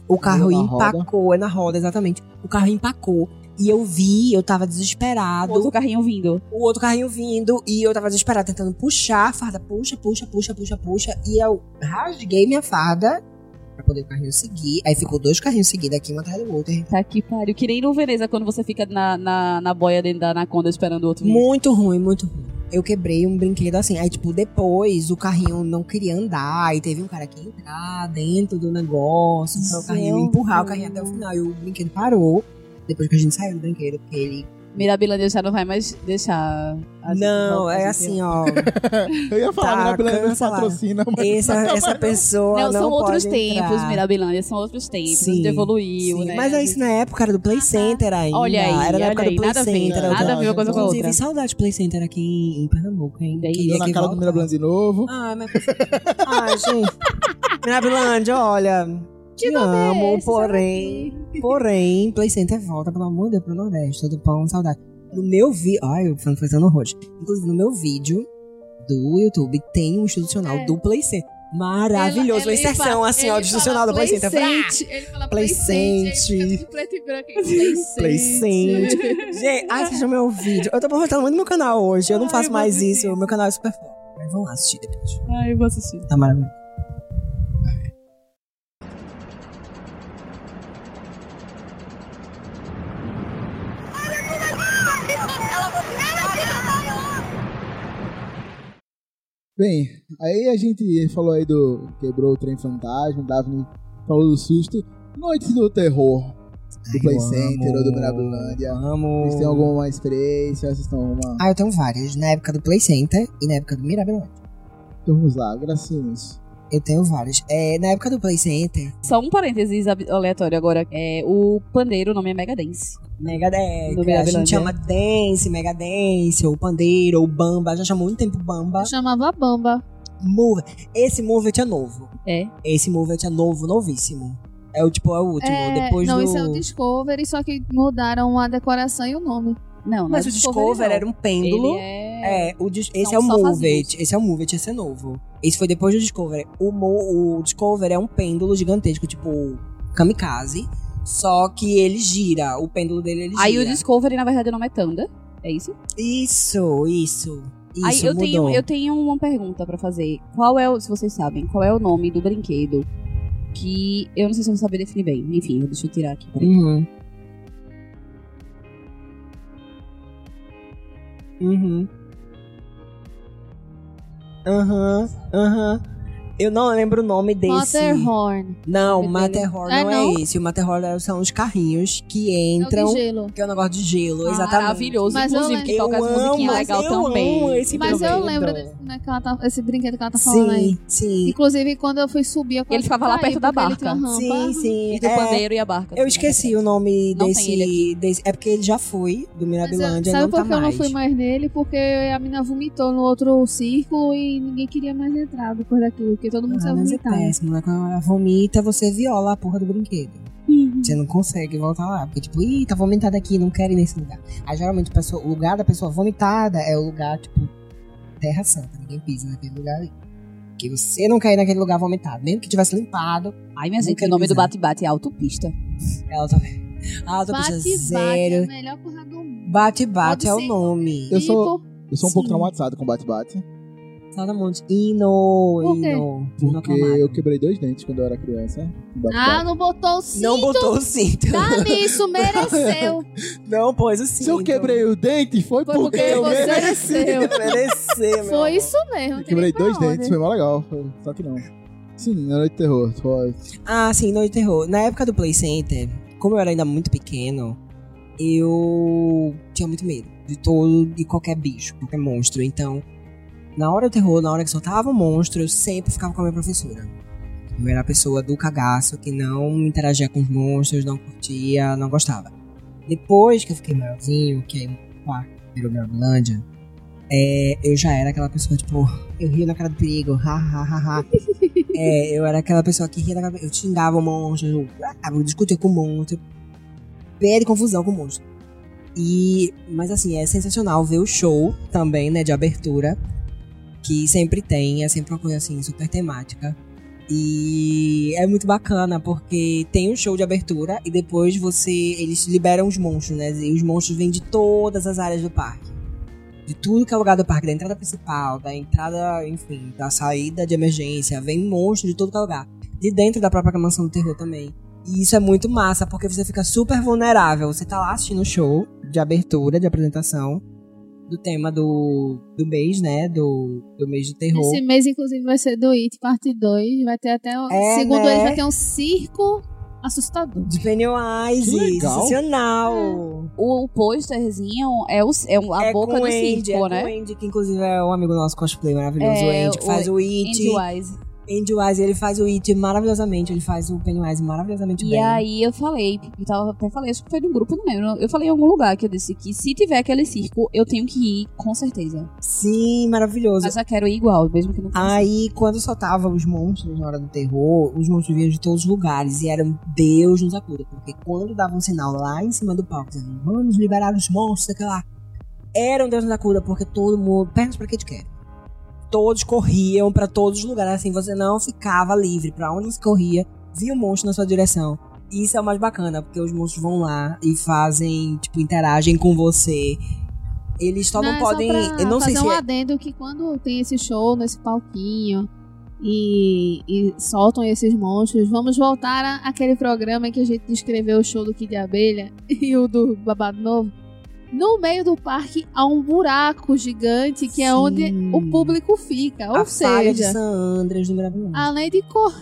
[SPEAKER 3] O carro
[SPEAKER 1] na roda.
[SPEAKER 3] empacou, é na roda, exatamente. O carro empacou. E eu vi, eu tava
[SPEAKER 2] O
[SPEAKER 3] desesperado.
[SPEAKER 2] outro carrinho vindo.
[SPEAKER 3] o outro carrinho vindo e eu tava desesperada tentando puxar a farda, puxa, puxa, puxa, puxa, puxa, e eu rasguei minha farda pra poder o carrinho seguir. Aí ficou dois carrinhos seguidos aqui, um atrás do outro.
[SPEAKER 2] Tá que pariu. Que nem no Veneza, quando você fica na, na, na boia dentro da Anaconda esperando o outro vir.
[SPEAKER 3] Muito ruim, muito ruim. Eu quebrei um brinquedo assim. Aí, tipo, depois o carrinho não queria andar. E teve um cara que ia entrar dentro do negócio. Pra o carrinho
[SPEAKER 2] Meu
[SPEAKER 3] empurrar o
[SPEAKER 2] Deus.
[SPEAKER 3] carrinho até o final. E o brinquedo parou. Depois que a gente saiu do brinquedo, porque ele.
[SPEAKER 2] Mirabilândia já não vai mais deixar. a gente
[SPEAKER 3] não,
[SPEAKER 2] voltar
[SPEAKER 3] é
[SPEAKER 2] a
[SPEAKER 3] assim, ó.
[SPEAKER 1] Eu ia falar,
[SPEAKER 3] Tá,
[SPEAKER 1] Mirabilândia não
[SPEAKER 3] cancelaram.
[SPEAKER 1] patrocina, mas...
[SPEAKER 3] Essa, essa pessoa.
[SPEAKER 2] Não,
[SPEAKER 3] Não,
[SPEAKER 2] são outros
[SPEAKER 3] pode entrar.
[SPEAKER 2] tempos, Mirabilândia, são outros tempos.
[SPEAKER 3] Sim,
[SPEAKER 2] a gente evoluiu,
[SPEAKER 3] Sim,
[SPEAKER 2] né?
[SPEAKER 3] Mas é isso na época era do Play Center ainda.
[SPEAKER 2] Olha aí,
[SPEAKER 3] era na
[SPEAKER 2] olha
[SPEAKER 3] época
[SPEAKER 2] aí,
[SPEAKER 3] do Play
[SPEAKER 2] nada a ver,
[SPEAKER 3] Center.
[SPEAKER 1] outra
[SPEAKER 2] nada a ver uma
[SPEAKER 1] coisa.
[SPEAKER 2] coisa com a outra.
[SPEAKER 3] Inclusive, saudade do Play Center aqui em, em Pernambuco, hein?
[SPEAKER 2] Daí,
[SPEAKER 3] Queria
[SPEAKER 1] Deu na
[SPEAKER 3] que
[SPEAKER 1] cara do
[SPEAKER 3] voltasse.
[SPEAKER 1] Mirabilândia de novo.
[SPEAKER 3] Ai, mas... Ai, gente. Mirabilândia, olha. Te amo,
[SPEAKER 4] esse,
[SPEAKER 3] porém. Porém, Play Center volta, pelo amor de Deus, pro Nordeste. Todo pão, saudade. No meu vídeo. Ai, eu tô fazendo horror. Inclusive, no meu vídeo do YouTube tem um institucional
[SPEAKER 4] É.
[SPEAKER 3] do Play Center. Maravilhoso.
[SPEAKER 4] Ela-
[SPEAKER 3] uma
[SPEAKER 4] ele
[SPEAKER 3] inserção,
[SPEAKER 4] fa-
[SPEAKER 3] assim, ó, do
[SPEAKER 4] ele
[SPEAKER 3] institucional do
[SPEAKER 4] fala
[SPEAKER 3] Play Center.
[SPEAKER 4] Center. Ele
[SPEAKER 3] Play
[SPEAKER 4] fala Play Center. aí
[SPEAKER 3] Center.
[SPEAKER 4] fica tudo preto e branco. aí, Play
[SPEAKER 3] Play
[SPEAKER 4] Center.
[SPEAKER 3] Center. Gente, assistam meu vídeo. Eu tô postando muito no meu canal hoje. Eu não
[SPEAKER 2] Ai,
[SPEAKER 3] faço
[SPEAKER 2] eu vou
[SPEAKER 3] mais
[SPEAKER 2] assistir.
[SPEAKER 3] isso. Meu canal é super foda. Mas vamos lá assistir depois.
[SPEAKER 2] Ai, eu vou assistir.
[SPEAKER 3] Tá maravilhoso.
[SPEAKER 1] Bem, aí a gente falou aí do quebrou o trem fantasma, Daphne falou do susto. Noites do terror do Play Center ou do Mirabilândia.
[SPEAKER 3] Amo.
[SPEAKER 1] Vocês têm alguma experiência? Vocês estão uma.
[SPEAKER 3] Ah, eu tenho várias. Na época do Play Center e na época do Mirabilândia.
[SPEAKER 1] Então vamos lá, gracinhos.
[SPEAKER 3] Eu tenho várias. É, na época do Play Center,
[SPEAKER 2] Só um parênteses ab- aleatório agora. É, o pandeiro, o nome é Megadance.
[SPEAKER 3] Megadeth.
[SPEAKER 2] Do
[SPEAKER 3] A
[SPEAKER 2] Mirabilândia.
[SPEAKER 3] gente chama Dance, Megadance, ou Pandeiro, ou Bamba. Já chamou muito tempo Bamba.
[SPEAKER 4] Eu chamava Bamba.
[SPEAKER 3] Move. Esse Move é novo.
[SPEAKER 2] É.
[SPEAKER 3] Esse Move é novo, novíssimo. É o tipo, é o último.
[SPEAKER 4] É,
[SPEAKER 3] Depois
[SPEAKER 4] não,
[SPEAKER 3] do...
[SPEAKER 4] esse é o Discovery, só que mudaram a decoração e o nome.
[SPEAKER 2] Não, não
[SPEAKER 3] Mas
[SPEAKER 2] é
[SPEAKER 3] o Discover
[SPEAKER 2] não.
[SPEAKER 3] era um pêndulo.
[SPEAKER 2] Ele é...
[SPEAKER 3] É, o dis- esse
[SPEAKER 2] São
[SPEAKER 3] é o
[SPEAKER 2] só
[SPEAKER 3] Move
[SPEAKER 2] vasinhos.
[SPEAKER 3] It. Esse é o Move It, esse é novo. Esse foi depois do Discover. O, Mo- o Discover é um pêndulo gigantesco, tipo kamikaze. Só que ele gira. O pêndulo dele ele gira.
[SPEAKER 2] Aí o Discovery, na verdade, o nome é Tanda. É isso?
[SPEAKER 3] Isso, isso. Isso,
[SPEAKER 2] Aí eu
[SPEAKER 3] mudou.
[SPEAKER 2] tenho, eu tenho uma pergunta pra fazer. Qual é, o, se vocês sabem, qual é o nome do brinquedo que eu não sei se eu vou saber definir bem. Enfim, deixa eu tirar aqui. peraí.
[SPEAKER 3] Uhum. Uhum. Aham, aham. Eu não lembro o nome desse.
[SPEAKER 7] Matterhorn.
[SPEAKER 3] Não, o
[SPEAKER 7] Depende.
[SPEAKER 3] Matterhorn
[SPEAKER 7] É,
[SPEAKER 3] não é
[SPEAKER 7] não?
[SPEAKER 3] esse. O Matterhorn são os carrinhos que
[SPEAKER 4] É o
[SPEAKER 3] entram.
[SPEAKER 4] de gelo. Ah,
[SPEAKER 3] Que é um negócio de gelo, exatamente.
[SPEAKER 2] Maravilhoso.
[SPEAKER 4] Mas eu
[SPEAKER 2] Inclusive, que
[SPEAKER 3] Eu
[SPEAKER 2] toca as
[SPEAKER 3] amo,
[SPEAKER 2] musiquinhas legal
[SPEAKER 3] eu
[SPEAKER 2] também.
[SPEAKER 3] amo esse
[SPEAKER 4] Mas eu
[SPEAKER 3] brinquedo.
[SPEAKER 4] lembro desse, né, que ela tá, esse brinquedo que ela tá falando aí.
[SPEAKER 3] Sim, sim.
[SPEAKER 4] Inclusive, quando eu fui subir, eu quase
[SPEAKER 2] Ele ficava lá
[SPEAKER 4] caí,
[SPEAKER 2] perto da
[SPEAKER 4] porque ele
[SPEAKER 2] barca.
[SPEAKER 4] tinha uma rampa.
[SPEAKER 3] Sim, sim.
[SPEAKER 2] E do
[SPEAKER 3] É,
[SPEAKER 2] pandeiro e a barca.
[SPEAKER 3] eu
[SPEAKER 4] né?
[SPEAKER 3] esqueci o nome
[SPEAKER 2] Não tem ele
[SPEAKER 3] desse,
[SPEAKER 2] aqui.
[SPEAKER 3] desse- É porque ele já foi do
[SPEAKER 4] Mas eu-
[SPEAKER 3] Mirabilândia,
[SPEAKER 4] é, sabe
[SPEAKER 3] não
[SPEAKER 4] por
[SPEAKER 3] tá
[SPEAKER 4] que eu
[SPEAKER 3] mais.
[SPEAKER 4] não fui mais nele? Porque a mina vomitou no outro círculo e ninguém queria mais entrar depois daquilo, porque todo mundo
[SPEAKER 3] Ah,
[SPEAKER 4] saiu
[SPEAKER 3] mas é
[SPEAKER 4] vomitado.
[SPEAKER 3] péssimo, né? Quando ela vomita, você viola a porra do brinquedo.
[SPEAKER 4] Uhum.
[SPEAKER 3] Você não consegue voltar lá. Porque, tipo, ih, tá vomitada aqui, não quero ir nesse lugar. Aí, geralmente, o pessoa- o lugar da pessoa vomitada é o lugar, tipo, terra santa. Ninguém pisa naquele lugar ali. Porque você não quer ir naquele lugar vomitado. Mesmo que tivesse limpado,
[SPEAKER 2] Ai, minha gente,
[SPEAKER 3] Nunca
[SPEAKER 2] o nome do
[SPEAKER 3] pisar.
[SPEAKER 2] bate-bate é autopista.
[SPEAKER 3] ela tá... Ah, eu tô pensando,
[SPEAKER 4] é a
[SPEAKER 3] zero.
[SPEAKER 4] melhor porra do mundo. Tipo,
[SPEAKER 3] Bate-bate é o
[SPEAKER 4] Pode ser.
[SPEAKER 3] nome.
[SPEAKER 1] Eu sou, eu sou um pouco
[SPEAKER 3] Sim.
[SPEAKER 1] traumatizado com bate-bate,
[SPEAKER 3] Nada muito. Hino,
[SPEAKER 4] Por quê?
[SPEAKER 3] hino. Hino
[SPEAKER 1] porque
[SPEAKER 3] aclamado.
[SPEAKER 1] eu quebrei dois dentes quando eu era criança. com
[SPEAKER 4] Ah,
[SPEAKER 1] Bate-bate.
[SPEAKER 4] não botou o cinto.
[SPEAKER 3] Não botou o cinto.
[SPEAKER 4] Dá nisso, mereceu.
[SPEAKER 3] Não pôs o cinto.
[SPEAKER 1] Se eu quebrei o dente, foi,
[SPEAKER 4] então. Foi
[SPEAKER 1] porque,
[SPEAKER 4] porque
[SPEAKER 1] eu
[SPEAKER 4] você
[SPEAKER 1] mereci.
[SPEAKER 4] mereceu.
[SPEAKER 3] Merecer, meu
[SPEAKER 4] Foi
[SPEAKER 3] amor.
[SPEAKER 4] isso mesmo.
[SPEAKER 1] Eu
[SPEAKER 4] não tem
[SPEAKER 1] quebrei
[SPEAKER 4] nem pra
[SPEAKER 1] dois
[SPEAKER 4] onde.
[SPEAKER 1] dentes, foi mó legal. foi- Só que não. Sim, na noite de terror. Foi.
[SPEAKER 3] Ah, sim, Noite de Terror. Na época do Play Center, como eu era ainda muito pequeno, eu tinha muito medo de todo e qualquer bicho, qualquer monstro. Então, na hora do terror, na hora que soltava o monstro, eu sempre ficava com a minha professora. Eu era a pessoa do cagaço que não interagia com os monstros, não curtia, não gostava. Depois que eu fiquei maiorzinho, que aí pá, virou Gravelândia, é, eu já era aquela pessoa, tipo, eu rio na cara do perigo, ha, ha, ha, ha. É, eu era aquela pessoa que ria na cabeça. Eu xingava o monstro, eu, ah, eu discutia com o monstro. Pede confusão com o monstro. E, mas assim, é sensacional ver o show também, né, de abertura. Que sempre tem, é sempre uma coisa assim, super temática. E é muito bacana, porque tem um show de abertura e depois você. Eles liberam os monstros, né? E os monstros vêm de todas as áreas do parque. De tudo que é lugar do parque, da entrada principal, da entrada, enfim, da saída de emergência, vem monstro de todo que é lugar. De dentro da própria mansão do terror também. E isso é muito massa, porque você fica super vulnerável. Você tá lá assistindo o show de abertura, de apresentação, do tema do, do mês, né? Do, do mês do terror.
[SPEAKER 4] Esse mês, inclusive, vai ser do It, parte 2. Vai ter até. o-
[SPEAKER 3] É,
[SPEAKER 4] segundo
[SPEAKER 3] né?
[SPEAKER 4] eles, vai ter um circo assustador.
[SPEAKER 3] De Pennywise,
[SPEAKER 1] Que legal.
[SPEAKER 3] sensacional.
[SPEAKER 2] O pôsterzinho é, o, é um- É. a
[SPEAKER 3] É
[SPEAKER 2] boca
[SPEAKER 3] com
[SPEAKER 2] do
[SPEAKER 3] o Andy,
[SPEAKER 2] circo,
[SPEAKER 3] é
[SPEAKER 2] né?
[SPEAKER 3] com o Andy, que inclusive é um amigo nosso cosplay maravilhoso,
[SPEAKER 2] É,
[SPEAKER 3] o Andy, que
[SPEAKER 2] o
[SPEAKER 3] faz o It.
[SPEAKER 2] Andy Wise.
[SPEAKER 3] Andy Wise, ele faz o It maravilhosamente, ele faz o Pennywise maravilhosamente
[SPEAKER 2] E
[SPEAKER 3] bem.
[SPEAKER 2] aí eu falei, eu tava, até falei, acho que foi no grupo, não lembro. Eu falei em algum lugar que eu disse que se tiver aquele circo, eu tenho que ir, com certeza.
[SPEAKER 3] Sim, maravilhoso.
[SPEAKER 2] Mas já quero ir igual, mesmo que não
[SPEAKER 1] Ah.
[SPEAKER 2] tenha
[SPEAKER 3] Aí, quando soltava os monstros na hora do terror, os monstros vinham de todos os lugares e eram Deus nos acuda. Porque quando dava um sinal lá em cima do palco, dizendo, vamos liberar os monstros, daquela lá. Eram Deus nos acuda, porque todo mundo, pernas pra que te quer. Todos corriam pra todos os lugares, assim, você não ficava livre. Pra onde você corria, via o monstro na sua direção. E Isso é o mais bacana, porque os monstros vão lá e fazem, tipo, interagem com você. Eles só não,
[SPEAKER 4] é
[SPEAKER 3] podem.
[SPEAKER 4] pra
[SPEAKER 3] eu não sei
[SPEAKER 4] fazer
[SPEAKER 3] se
[SPEAKER 4] um
[SPEAKER 3] é-
[SPEAKER 4] adendo que quando tem esse show nesse palquinho e, e soltam esses monstros, vamos voltar à- àquele programa em que a gente descreveu o show do Kid de Abelha e o do Babado Novo. No meio do parque há um buraco gigante que é
[SPEAKER 3] Sim.
[SPEAKER 4] onde o público fica. Ou
[SPEAKER 3] a falha de
[SPEAKER 4] seja,
[SPEAKER 3] San Andreas do Mirabilândia.
[SPEAKER 4] além de cor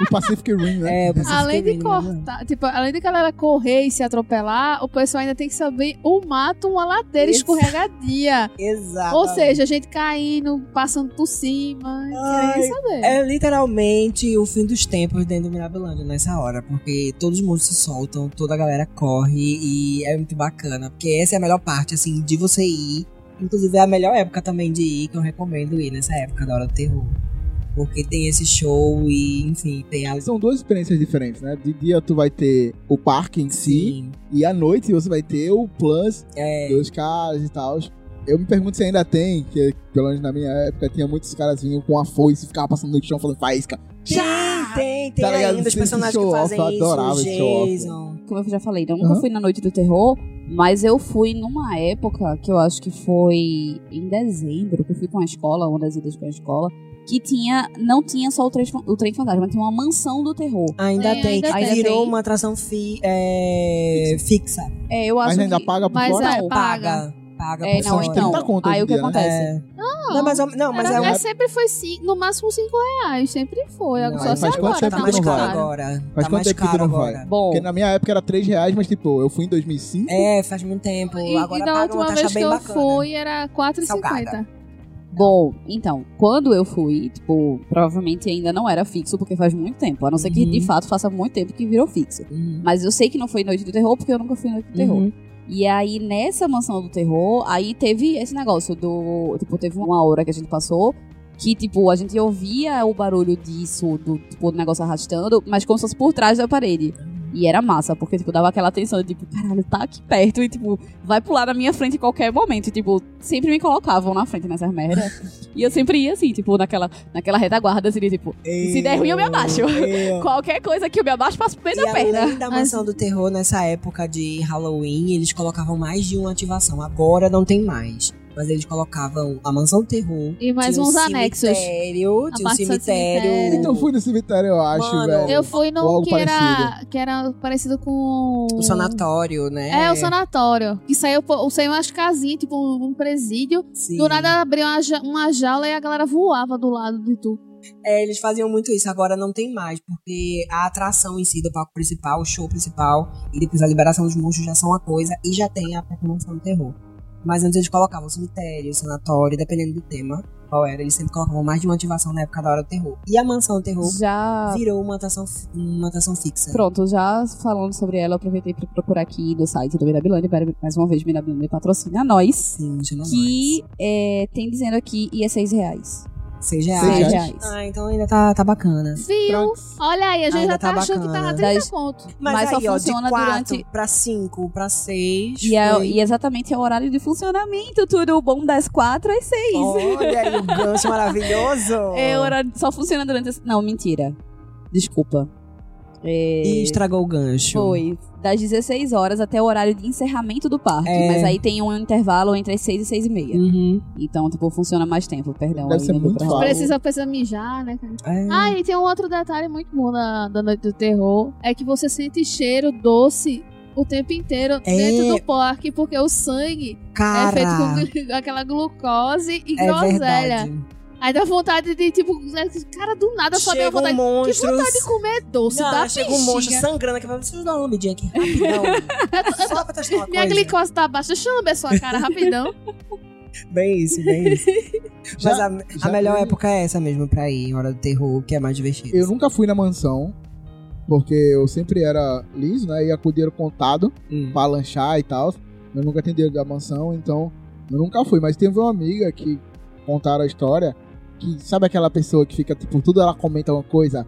[SPEAKER 1] O Pacific Rim, né?
[SPEAKER 3] É, eu pensei
[SPEAKER 4] Além
[SPEAKER 3] que
[SPEAKER 4] de
[SPEAKER 3] ele era-
[SPEAKER 4] cortar, tipo, além de galera correr e se atropelar, o pessoal ainda tem que subir um mato, uma ladeira
[SPEAKER 3] Isso.
[SPEAKER 4] escorregadia.
[SPEAKER 3] Exato.
[SPEAKER 4] Ou seja, a gente caindo, passando por cima.
[SPEAKER 3] Ai,
[SPEAKER 4] Queria saber.
[SPEAKER 3] é literalmente o fim dos tempos dentro do Mirabilândia nessa hora, porque todos os mundos se soltam, toda a galera corre e é muito bacana, porque essa é a melhor parte, assim, de você ir. Inclusive, é a melhor época também de ir, que eu recomendo ir nessa época da hora do terror. Porque tem esse show e, enfim, tem a.
[SPEAKER 1] São duas experiências diferentes, né? De dia tu vai ter o parque em si,
[SPEAKER 3] Sim.
[SPEAKER 1] e à noite você vai ter o plus
[SPEAKER 3] É,
[SPEAKER 1] dos caras e tal. Eu me pergunto se ainda tem, que pelo menos na minha época tinha muitos caras vinham com a foice e ficavam passando no chão falando faísca.
[SPEAKER 3] Tem, tem, tem
[SPEAKER 1] Tá ligado?
[SPEAKER 3] ainda os
[SPEAKER 1] Esse
[SPEAKER 3] personagens que
[SPEAKER 1] show off,
[SPEAKER 3] fazem
[SPEAKER 1] eu
[SPEAKER 3] isso,
[SPEAKER 1] adorava
[SPEAKER 3] o
[SPEAKER 1] esse show off.
[SPEAKER 3] Jason.
[SPEAKER 2] como eu já falei, né? eu nunca
[SPEAKER 1] Aham.
[SPEAKER 2] fui na Noite do Terror, mas eu fui numa época que eu acho que foi em dezembro, que eu fui com a escola, uma das idas com a escola, que tinha, não tinha só o trem, o trem fantasma, tinha uma mansão do terror.
[SPEAKER 3] Ainda
[SPEAKER 4] Tem,
[SPEAKER 3] tem.
[SPEAKER 4] É, ainda
[SPEAKER 2] tem.
[SPEAKER 3] Virou uma atração fi- é, fixa.
[SPEAKER 2] É, eu acho
[SPEAKER 1] Mas ainda
[SPEAKER 2] que...
[SPEAKER 1] paga por
[SPEAKER 4] Mas
[SPEAKER 1] fora?
[SPEAKER 4] é,
[SPEAKER 2] Não,
[SPEAKER 4] paga.
[SPEAKER 3] Paga. Paga
[SPEAKER 2] É,
[SPEAKER 3] por
[SPEAKER 2] não,
[SPEAKER 3] fora.
[SPEAKER 2] então,
[SPEAKER 1] 30 conto
[SPEAKER 2] aí
[SPEAKER 1] hoje
[SPEAKER 2] o que
[SPEAKER 1] em dia, né?
[SPEAKER 2] acontece?
[SPEAKER 3] É,
[SPEAKER 4] Não, Não,
[SPEAKER 3] Não, mas, não, mas
[SPEAKER 4] Era-
[SPEAKER 3] é
[SPEAKER 4] é,
[SPEAKER 3] uma.
[SPEAKER 4] sempre foi cinco, no máximo 5 reais, sempre foi.
[SPEAKER 3] Não,
[SPEAKER 4] Só
[SPEAKER 3] aí
[SPEAKER 4] se
[SPEAKER 1] faz quanto
[SPEAKER 4] agora
[SPEAKER 1] tempo
[SPEAKER 3] Tá
[SPEAKER 1] que
[SPEAKER 3] mais
[SPEAKER 1] não vai?
[SPEAKER 3] caro agora.
[SPEAKER 1] Faz
[SPEAKER 3] tá
[SPEAKER 1] quanto
[SPEAKER 3] mais
[SPEAKER 1] tempo que tu
[SPEAKER 3] caro
[SPEAKER 1] não
[SPEAKER 3] agora.
[SPEAKER 1] vai?
[SPEAKER 2] Bom,
[SPEAKER 1] É, Porque na minha época era 3 reais, mas tipo, eu fui em 2005.
[SPEAKER 3] É, faz muito tempo.
[SPEAKER 4] E,
[SPEAKER 3] agora
[SPEAKER 4] e da
[SPEAKER 3] pagam
[SPEAKER 4] última
[SPEAKER 3] uma
[SPEAKER 4] vez
[SPEAKER 3] taxa
[SPEAKER 4] que
[SPEAKER 3] bem
[SPEAKER 4] eu
[SPEAKER 3] bacana.
[SPEAKER 4] fui era
[SPEAKER 3] Salgada.
[SPEAKER 4] 4,50.
[SPEAKER 2] bom, então, quando eu fui, tipo, provavelmente ainda não era fixo, porque faz muito tempo. A não ser que
[SPEAKER 3] Uhum.
[SPEAKER 2] de fato faça muito tempo que virou fixo.
[SPEAKER 3] Uhum.
[SPEAKER 2] Mas eu sei que não foi Noite do Terror, porque eu nunca fui Noite do Terror.
[SPEAKER 3] Uhum.
[SPEAKER 2] E aí, nessa mansão do terror, aí teve esse negócio do. Tipo, teve uma hora que a gente passou. Que, tipo, a gente ouvia o barulho disso, do, tipo, do negócio arrastando, mas como se fosse por trás da parede. E era massa, porque, tipo, dava aquela atenção, tipo, caralho, tá aqui perto e, tipo, vai pular na minha frente em qualquer momento. E, tipo, sempre me colocavam na frente nessas merdas. e eu sempre ia, assim, tipo, naquela, naquela retaguarda, assim, de, tipo, se der ruim eu me abaixo.
[SPEAKER 3] Eu.
[SPEAKER 2] qualquer coisa que eu me abaixo, passo bem
[SPEAKER 3] E
[SPEAKER 2] na perna.
[SPEAKER 3] além da mansão do terror, nessa época de Halloween, eles colocavam mais de uma ativação. Agora não tem mais. Mas eles colocavam a mansão do terror.
[SPEAKER 4] E mais
[SPEAKER 3] tinha um
[SPEAKER 4] uns anexos.
[SPEAKER 3] Cemitério,
[SPEAKER 4] A
[SPEAKER 3] tinha um
[SPEAKER 4] parte do
[SPEAKER 3] cemitério.
[SPEAKER 4] cemitério.
[SPEAKER 1] Então eu fui no cemitério, eu acho,
[SPEAKER 3] Mano,
[SPEAKER 1] velho.
[SPEAKER 4] Eu fui
[SPEAKER 1] Ou
[SPEAKER 4] num
[SPEAKER 1] algo
[SPEAKER 4] que era, que era parecido com.
[SPEAKER 3] O um sanatório, né?
[SPEAKER 4] É, o sanatório. Que saiu, po- saiu umas casinhas, tipo um presídio.
[SPEAKER 3] Sim.
[SPEAKER 4] Do nada abriu uma, ja- uma jaula e a galera voava do lado de tu.
[SPEAKER 3] É, eles faziam muito isso, agora não tem mais, porque a atração em si do palco principal, o show principal, e depois a liberação dos monstros já são uma coisa, e já tem a performance do terror. Mas antes eles colocavam cemitério, sanatório, dependendo do tema, qual era, eles sempre colocavam mais de uma ativação na época da hora do terror. E a mansão do terror
[SPEAKER 2] Já
[SPEAKER 3] virou uma atração, fi- uma atração fixa.
[SPEAKER 2] Pronto, já falando sobre ela, eu aproveitei para procurar aqui no site do Mirabilândia, para- mais uma vez, Mirabilândia patrocina nós,
[SPEAKER 3] Sim, já não
[SPEAKER 2] que é, tem dizendo aqui, e é seis reais.
[SPEAKER 3] mais. Seis
[SPEAKER 1] Seis
[SPEAKER 3] reais.
[SPEAKER 2] Seis
[SPEAKER 1] reais.
[SPEAKER 2] reais.
[SPEAKER 3] Ah, então ainda tá, tá bacana.
[SPEAKER 4] Viu? Olha aí, a gente
[SPEAKER 3] Ainda
[SPEAKER 4] já tá,
[SPEAKER 3] tá
[SPEAKER 4] achando que tá
[SPEAKER 3] bacana.
[SPEAKER 4] 30
[SPEAKER 2] Das-
[SPEAKER 4] conto.
[SPEAKER 3] Mas,
[SPEAKER 2] Mas só
[SPEAKER 3] aí, ó, de
[SPEAKER 2] funciona
[SPEAKER 3] quatro
[SPEAKER 2] durante-
[SPEAKER 3] pra cinco, pra seis.
[SPEAKER 2] E, é-
[SPEAKER 3] foi-
[SPEAKER 2] e exatamente é o horário de funcionamento, tudo bom das quatro às seis.
[SPEAKER 1] Oh.
[SPEAKER 6] Olha aí o gancho maravilhoso.
[SPEAKER 2] É horário, só funciona durante... as- Não, mentira. Desculpa. É,
[SPEAKER 3] e estragou o gancho.
[SPEAKER 2] Foi. Das 16 horas até o horário de encerramento do parque.
[SPEAKER 3] É.
[SPEAKER 2] Mas aí tem um intervalo entre as seis e seis e meia.
[SPEAKER 3] Uhum.
[SPEAKER 2] Então, tipo, funciona mais tempo, perdão.
[SPEAKER 1] Hum. Deve
[SPEAKER 2] aí né,
[SPEAKER 1] ser
[SPEAKER 2] não deu
[SPEAKER 1] muito
[SPEAKER 2] pra falar.
[SPEAKER 1] fácil.
[SPEAKER 4] Precisa, precisa mijar, né, cara?
[SPEAKER 3] É.
[SPEAKER 4] Ah, e tem um outro detalhe muito bom na, da Noite do Terror: é que você sente cheiro doce o tempo
[SPEAKER 3] É.
[SPEAKER 4] inteiro dentro do parque, porque o sangue
[SPEAKER 3] Cara,
[SPEAKER 4] é feito com glu- aquela glucose e
[SPEAKER 3] é
[SPEAKER 4] groselha.
[SPEAKER 3] verdade.
[SPEAKER 4] Aí dá vontade de, tipo, cara, do nada só deu
[SPEAKER 3] Chega
[SPEAKER 4] vontade.
[SPEAKER 3] um
[SPEAKER 4] Que
[SPEAKER 3] monstro.
[SPEAKER 4] vontade de comer doce,
[SPEAKER 3] Não,
[SPEAKER 4] dá
[SPEAKER 3] chega um monstro
[SPEAKER 4] pichinha.
[SPEAKER 3] sangrando aqui. Vocês não dão uma medinha aqui rapidão. Só pra testar uma
[SPEAKER 4] Minha
[SPEAKER 3] coisa.
[SPEAKER 4] glicose tá baixa, deixa eu lamber sua cara rapidão.
[SPEAKER 3] Bem isso, bem isso. Mas
[SPEAKER 1] Já-
[SPEAKER 3] a, a
[SPEAKER 1] já
[SPEAKER 3] melhor
[SPEAKER 1] vi-
[SPEAKER 3] época é essa mesmo pra ir. Hora do terror, que é mais divertido.
[SPEAKER 1] Eu nunca fui na mansão, porque eu sempre era liso, né? Ia com o dinheiro contado
[SPEAKER 3] Hum.
[SPEAKER 1] pra lanchar e tal. Eu nunca tinha dinheiro da mansão, então eu nunca fui. Mas teve uma amiga que contaram a história, que sabe aquela pessoa que fica, tipo, tudo ela comenta uma coisa?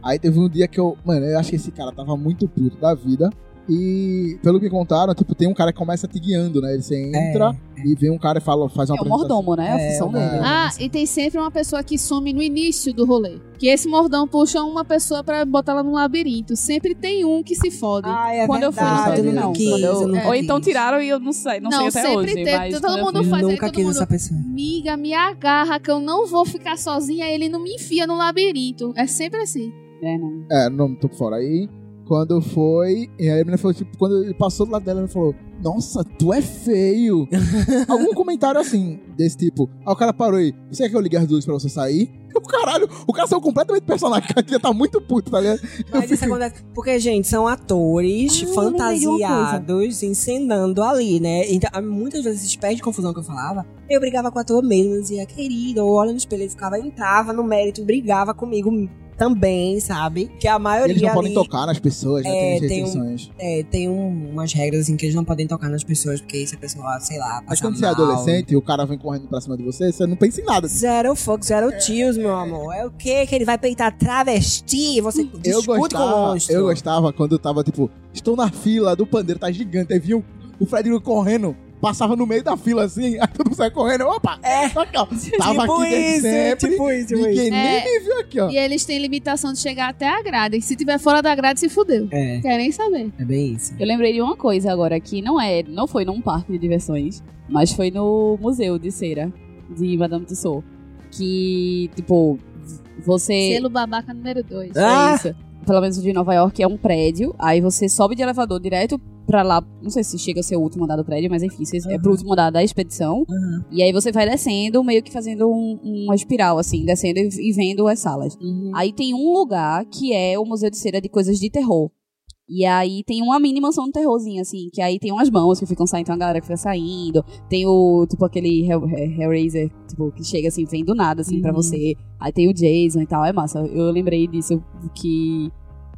[SPEAKER 1] Aí teve um dia que eu, mano, eu acho que esse cara tava muito puto da vida. E pelo que contaram, tipo, tem um cara que começa te guiando, né? Ele você entra e vem um cara e fala, faz uma
[SPEAKER 2] É o
[SPEAKER 1] apresentação.
[SPEAKER 2] mordomo, né? A
[SPEAKER 3] É,
[SPEAKER 2] função
[SPEAKER 3] o
[SPEAKER 2] dele.
[SPEAKER 3] mordomo.
[SPEAKER 4] Ah, e tem sempre uma pessoa que some no início do rolê. Que esse mordão puxa uma pessoa pra botar ela num labirinto. Sempre tem um que se fode.
[SPEAKER 3] Ah, é
[SPEAKER 2] Quando eu fui,
[SPEAKER 3] verdade,
[SPEAKER 1] eu não
[SPEAKER 3] nunca
[SPEAKER 1] sabia.
[SPEAKER 3] quis,
[SPEAKER 2] Quando eu-
[SPEAKER 3] eu nunca
[SPEAKER 2] Ou então
[SPEAKER 3] quis.
[SPEAKER 2] tiraram e eu não sei, não, sei até
[SPEAKER 4] sempre
[SPEAKER 2] hoje.
[SPEAKER 4] tem.
[SPEAKER 2] mas assim.
[SPEAKER 4] todo
[SPEAKER 2] quando eu
[SPEAKER 4] mundo
[SPEAKER 2] fui-
[SPEAKER 4] faz aí,
[SPEAKER 3] Nunca
[SPEAKER 4] todo
[SPEAKER 3] quis
[SPEAKER 4] mundo.
[SPEAKER 3] essa pessoa.
[SPEAKER 4] Miga, me agarra que eu não vou ficar sozinha. Ele não me enfia no labirinto. É sempre assim.
[SPEAKER 2] É, não.
[SPEAKER 1] É, não tô por fora. Aí, quando foi, e aí a menina falou, tipo, quando ele passou do lado dela, ela falou, nossa, tu é feio. Algum comentário assim, desse tipo. Aí o cara parou aí, você quer que eu ligue as duas pra você sair? O caralho, o cara saiu completamente do personagem, o cara já tá muito puto, tá ligado?
[SPEAKER 3] Mas isso acontece. Porque, gente, são atores
[SPEAKER 2] Ah, eu lembrei de uma coisa.
[SPEAKER 3] fantasiados encenando ali, né? Então, muitas vezes esses pés de confusão que eu falava, eu brigava com o ator mesmo, eu dizia, querido, olha no espelho, ele ficava, entrava no mérito, brigava comigo também, sabe? Que a maioria.
[SPEAKER 1] Eles não podem
[SPEAKER 3] ali,
[SPEAKER 1] tocar nas pessoas, né? tem as
[SPEAKER 3] É, tem um-
[SPEAKER 1] restrições.
[SPEAKER 3] é, tem um- umas regras assim que eles não podem tocar nas pessoas, porque se a pessoa, sei lá,
[SPEAKER 1] Mas
[SPEAKER 3] passar
[SPEAKER 1] quando você é
[SPEAKER 3] mal.
[SPEAKER 1] adolescente e o cara vem correndo pra cima de você, você não pensa em nada.
[SPEAKER 3] Zero fuck, zero
[SPEAKER 1] É.
[SPEAKER 3] tios, meu amor. É o que que ele vai peitar travesti? Você discute
[SPEAKER 1] Eu
[SPEAKER 3] com o
[SPEAKER 1] gostava,
[SPEAKER 3] monstro.
[SPEAKER 1] eu gostava quando eu tava, tipo, estou na fila do pandeiro, tá gigante. Aí vinha o, o Frederico correndo, passava no meio da fila assim, aí todo mundo saia correndo. Opa!
[SPEAKER 3] É.
[SPEAKER 1] Só que, ó, tava
[SPEAKER 3] tipo
[SPEAKER 1] aqui desde
[SPEAKER 3] isso,
[SPEAKER 1] sempre.
[SPEAKER 3] tipo isso, tipo isso.
[SPEAKER 1] ninguém nem
[SPEAKER 4] É.
[SPEAKER 1] me viu aqui,
[SPEAKER 3] Ah.
[SPEAKER 1] ó.
[SPEAKER 4] E eles têm limitação de chegar até a grade. Se tiver fora da grade, se fudeu.
[SPEAKER 3] É,
[SPEAKER 4] Quer nem saber.
[SPEAKER 3] é bem isso.
[SPEAKER 2] Eu lembrei de uma coisa agora que não é, não foi num parque de diversões, mas foi no museu de cera de Madame Tussauds, que tipo você
[SPEAKER 4] Selo babaca número 2.
[SPEAKER 3] Ah!
[SPEAKER 2] é isso. Pelo menos o de Nova York é um prédio, aí você sobe de elevador direto pra lá, não sei se chega a ser o último andar do prédio, mas enfim, vocês- é pro último andar da expedição.
[SPEAKER 3] Uhum.
[SPEAKER 2] E aí você vai descendo, meio que fazendo um- uma espiral, assim, descendo e, e vendo as salas.
[SPEAKER 3] Uhum.
[SPEAKER 2] Aí tem um lugar que é o Museu de Cera de Coisas de Terror. E aí tem uma mini mansão do terrorzinho, assim, que aí tem umas mãos que ficam saindo, tem uma galera que fica saindo, tem o, tipo, aquele Hell- Hell- Hellraiser, tipo, que chega, assim, vem do nada, assim, pra você. Aí tem o Jason e tal, é massa. Eu lembrei disso que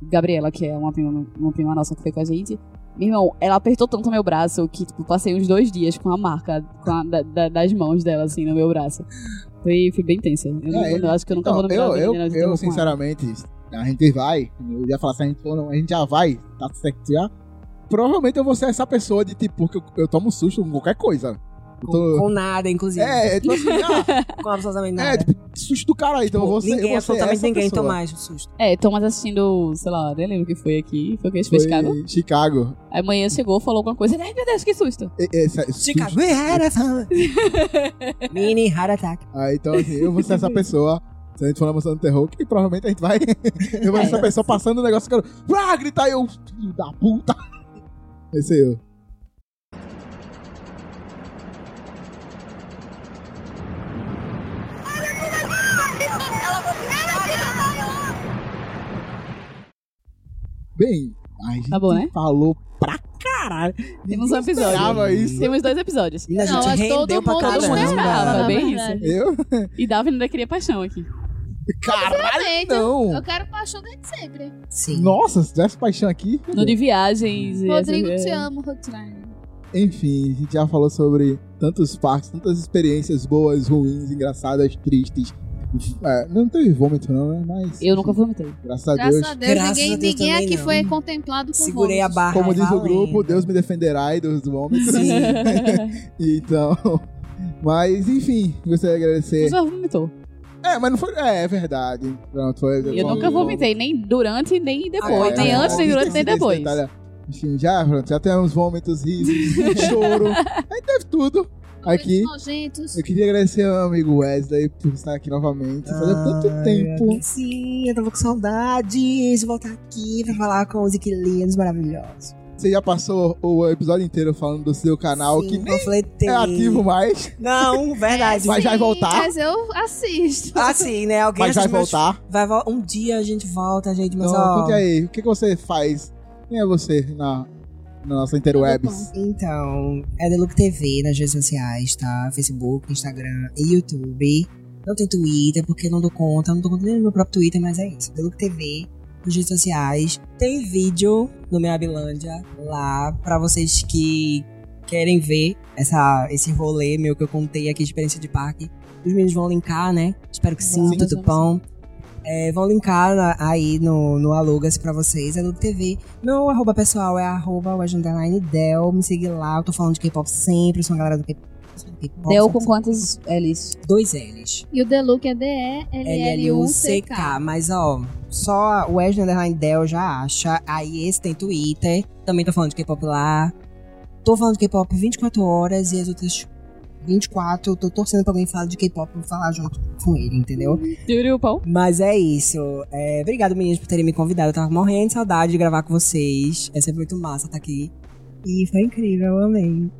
[SPEAKER 2] Gabriela, que é uma prima, uma prima nossa que foi com a gente, meu irmão, ela apertou tanto meu braço que, tipo, passei uns dois dias com a marca com a- da- da- das mãos dela, assim, no meu braço. Foi, foi bem tensa. Eu, não-
[SPEAKER 1] É,
[SPEAKER 2] eu acho que eu nunca
[SPEAKER 1] Então,
[SPEAKER 2] vou no Brasil,
[SPEAKER 1] eu, eu,
[SPEAKER 2] né,
[SPEAKER 1] eu,
[SPEAKER 2] de terror com ela.
[SPEAKER 1] sinceramente, a gente vai. Eu ia falar assim, a gente falou, não, a gente já vai, tá certo já. Provavelmente eu vou ser essa pessoa de tipo, que eu, eu tomo susto com qualquer coisa. Eu
[SPEAKER 3] Com,
[SPEAKER 1] tô-
[SPEAKER 3] com nada, inclusive.
[SPEAKER 1] É, é tipo assim, ah,
[SPEAKER 3] Com absolutamente nada.
[SPEAKER 1] é, tipo, que susto do cara, então eu vou ser. eu
[SPEAKER 3] ninguém,
[SPEAKER 1] vou ser
[SPEAKER 3] absolutamente
[SPEAKER 1] essa
[SPEAKER 3] ninguém
[SPEAKER 1] pessoa.
[SPEAKER 3] toma mais o susto.
[SPEAKER 2] É, Thomas assistindo, sei lá, nem lembro o que foi aqui. Foi o que a gente
[SPEAKER 1] Foi
[SPEAKER 2] fez Chicago.
[SPEAKER 1] Chicago.
[SPEAKER 2] Aí amanhã chegou, falou alguma coisa. Ai, meu Deus, que susto.
[SPEAKER 1] E- esse-
[SPEAKER 3] Chicago. Mini heart attack.
[SPEAKER 1] Ah, então assim, eu vou ser essa pessoa. Se a gente for na mansão do terror, que provavelmente a gente vai. eu vou ser
[SPEAKER 2] É.
[SPEAKER 1] essa pessoa passando o negócio e quero. Ah, gritar eu, filho da puta! Esse é eu. Bem, a gente
[SPEAKER 2] Tá bom, né?
[SPEAKER 1] falou pra caralho.
[SPEAKER 2] Temos um
[SPEAKER 1] Ninguém
[SPEAKER 2] episódio.
[SPEAKER 1] esperava isso.
[SPEAKER 2] Temos dois episódios.
[SPEAKER 3] E a
[SPEAKER 4] Não, acho que
[SPEAKER 3] gente rendeu
[SPEAKER 4] todo
[SPEAKER 3] pra
[SPEAKER 4] mundo
[SPEAKER 3] caramba.
[SPEAKER 2] esperava.
[SPEAKER 4] na
[SPEAKER 2] bem
[SPEAKER 4] verdade.
[SPEAKER 1] Eu?
[SPEAKER 2] E Davi ainda cria paixão aqui.
[SPEAKER 1] Caralho,
[SPEAKER 4] Realmente, eu-
[SPEAKER 1] não!
[SPEAKER 4] Eu quero paixão desde sempre.
[SPEAKER 3] Sim.
[SPEAKER 1] Nossa, se tivesse paixão aqui.
[SPEAKER 2] No de viagens. e
[SPEAKER 4] Rodrigo,
[SPEAKER 2] essas-
[SPEAKER 4] te amo, Rodrigo.
[SPEAKER 1] Enfim, a gente já falou sobre tantos parques, tantas experiências boas, ruins, engraçadas, tristes. É, não teve vômito, não, né? Mas.
[SPEAKER 2] Eu nunca vomitei.
[SPEAKER 1] Graças a Deus.
[SPEAKER 4] Graças a Deus,
[SPEAKER 3] Graças
[SPEAKER 4] ninguém,
[SPEAKER 3] a Deus
[SPEAKER 4] ninguém
[SPEAKER 3] também
[SPEAKER 4] aqui
[SPEAKER 3] não.
[SPEAKER 4] foi contemplado com
[SPEAKER 3] Segurei a
[SPEAKER 4] vômitos.
[SPEAKER 3] barra.
[SPEAKER 1] Como diz o
[SPEAKER 3] valendo.
[SPEAKER 1] grupo, Deus me defenderá e dos vômitos. então. Mas, enfim, gostaria de
[SPEAKER 2] Você
[SPEAKER 1] agradecer.
[SPEAKER 2] já vomitou.
[SPEAKER 1] É, mas não foi. É, é verdade. Pronto, foi.
[SPEAKER 2] E
[SPEAKER 1] foi-
[SPEAKER 2] Eu nunca vomitei, nem durante, nem depois.
[SPEAKER 3] Ah,
[SPEAKER 2] nem
[SPEAKER 3] é,
[SPEAKER 2] antes, nem
[SPEAKER 1] é,
[SPEAKER 2] durante,
[SPEAKER 1] esqueci
[SPEAKER 2] nem
[SPEAKER 1] desse
[SPEAKER 2] depois.
[SPEAKER 1] detalhe. é, Enfim, já, pronto, já temos vômitos, risos, choro. Aí teve tudo aqui.
[SPEAKER 4] Momentos nojentos.
[SPEAKER 1] Eu queria agradecer ao amigo Wesley por estar aqui novamente. Fazia tanto
[SPEAKER 3] Ah, Ai,
[SPEAKER 1] tempo.
[SPEAKER 3] amiga, Sim, eu tava com saudades de voltar aqui pra falar com os inquilinos maravilhosos.
[SPEAKER 1] Você já passou o episódio inteiro falando do seu canal,
[SPEAKER 3] Sim,
[SPEAKER 1] que nem
[SPEAKER 3] panfletei.
[SPEAKER 1] é ativo mais,
[SPEAKER 3] Não, verdade.
[SPEAKER 1] mas vai
[SPEAKER 4] Sim,
[SPEAKER 1] voltar.
[SPEAKER 4] Mas eu assisto.
[SPEAKER 3] Assim, né? Alguém
[SPEAKER 1] Mas vai
[SPEAKER 3] dos meus-
[SPEAKER 1] voltar.
[SPEAKER 3] Vai vol- Um dia a gente volta, gente, mas
[SPEAKER 1] Então,
[SPEAKER 3] ó.
[SPEAKER 1] conte aí, o que que você faz? Quem é você na, na nossa interwebs?
[SPEAKER 3] Então, é The Look TV nas redes sociais, tá? Facebook, Instagram e YouTube. Não tem Twitter, porque eu não dou conta, não dou conta nem do meu próprio Twitter, mas é isso. The Look TV nas redes sociais. Tem vídeo no Mirabilândia lá pra vocês que querem ver essa, esse rolê meu que eu contei aqui, experiência de parque. Os meninos vão linkar, né? Espero que sim,
[SPEAKER 2] Vamos,
[SPEAKER 3] tudo
[SPEAKER 2] vamos.
[SPEAKER 3] pão. É, vão linkar na- aí no, no Alugas pra vocês, é Look TV. Meu arroba pessoal é arroba Wajunderline Del. Me segue lá. Eu tô falando de K-pop sempre. Sou uma galera do K-pop. sou do K-pop,
[SPEAKER 2] Deu
[SPEAKER 3] sou-
[SPEAKER 2] com quantos L's?
[SPEAKER 3] Dois L's.
[SPEAKER 4] E o The Look é D-E-L-L-U-C-K.
[SPEAKER 3] L-L-U-C-K. Mas, ó, só o Wajunderline Del já acha. Aí esse tem Twitter. Também tô falando de K-pop lá. Tô falando de K-pop 24 horas e as outras 24. Eu tô torcendo pra alguém falar de K-pop e falar junto com ele, entendeu?
[SPEAKER 2] Júlio Pão.
[SPEAKER 3] Mas é isso. É, obrigado, meninas, por terem me convidado. Eu tava morrendo de saudade de gravar com vocês. É sempre muito massa estar aqui. E foi incrível, eu amei.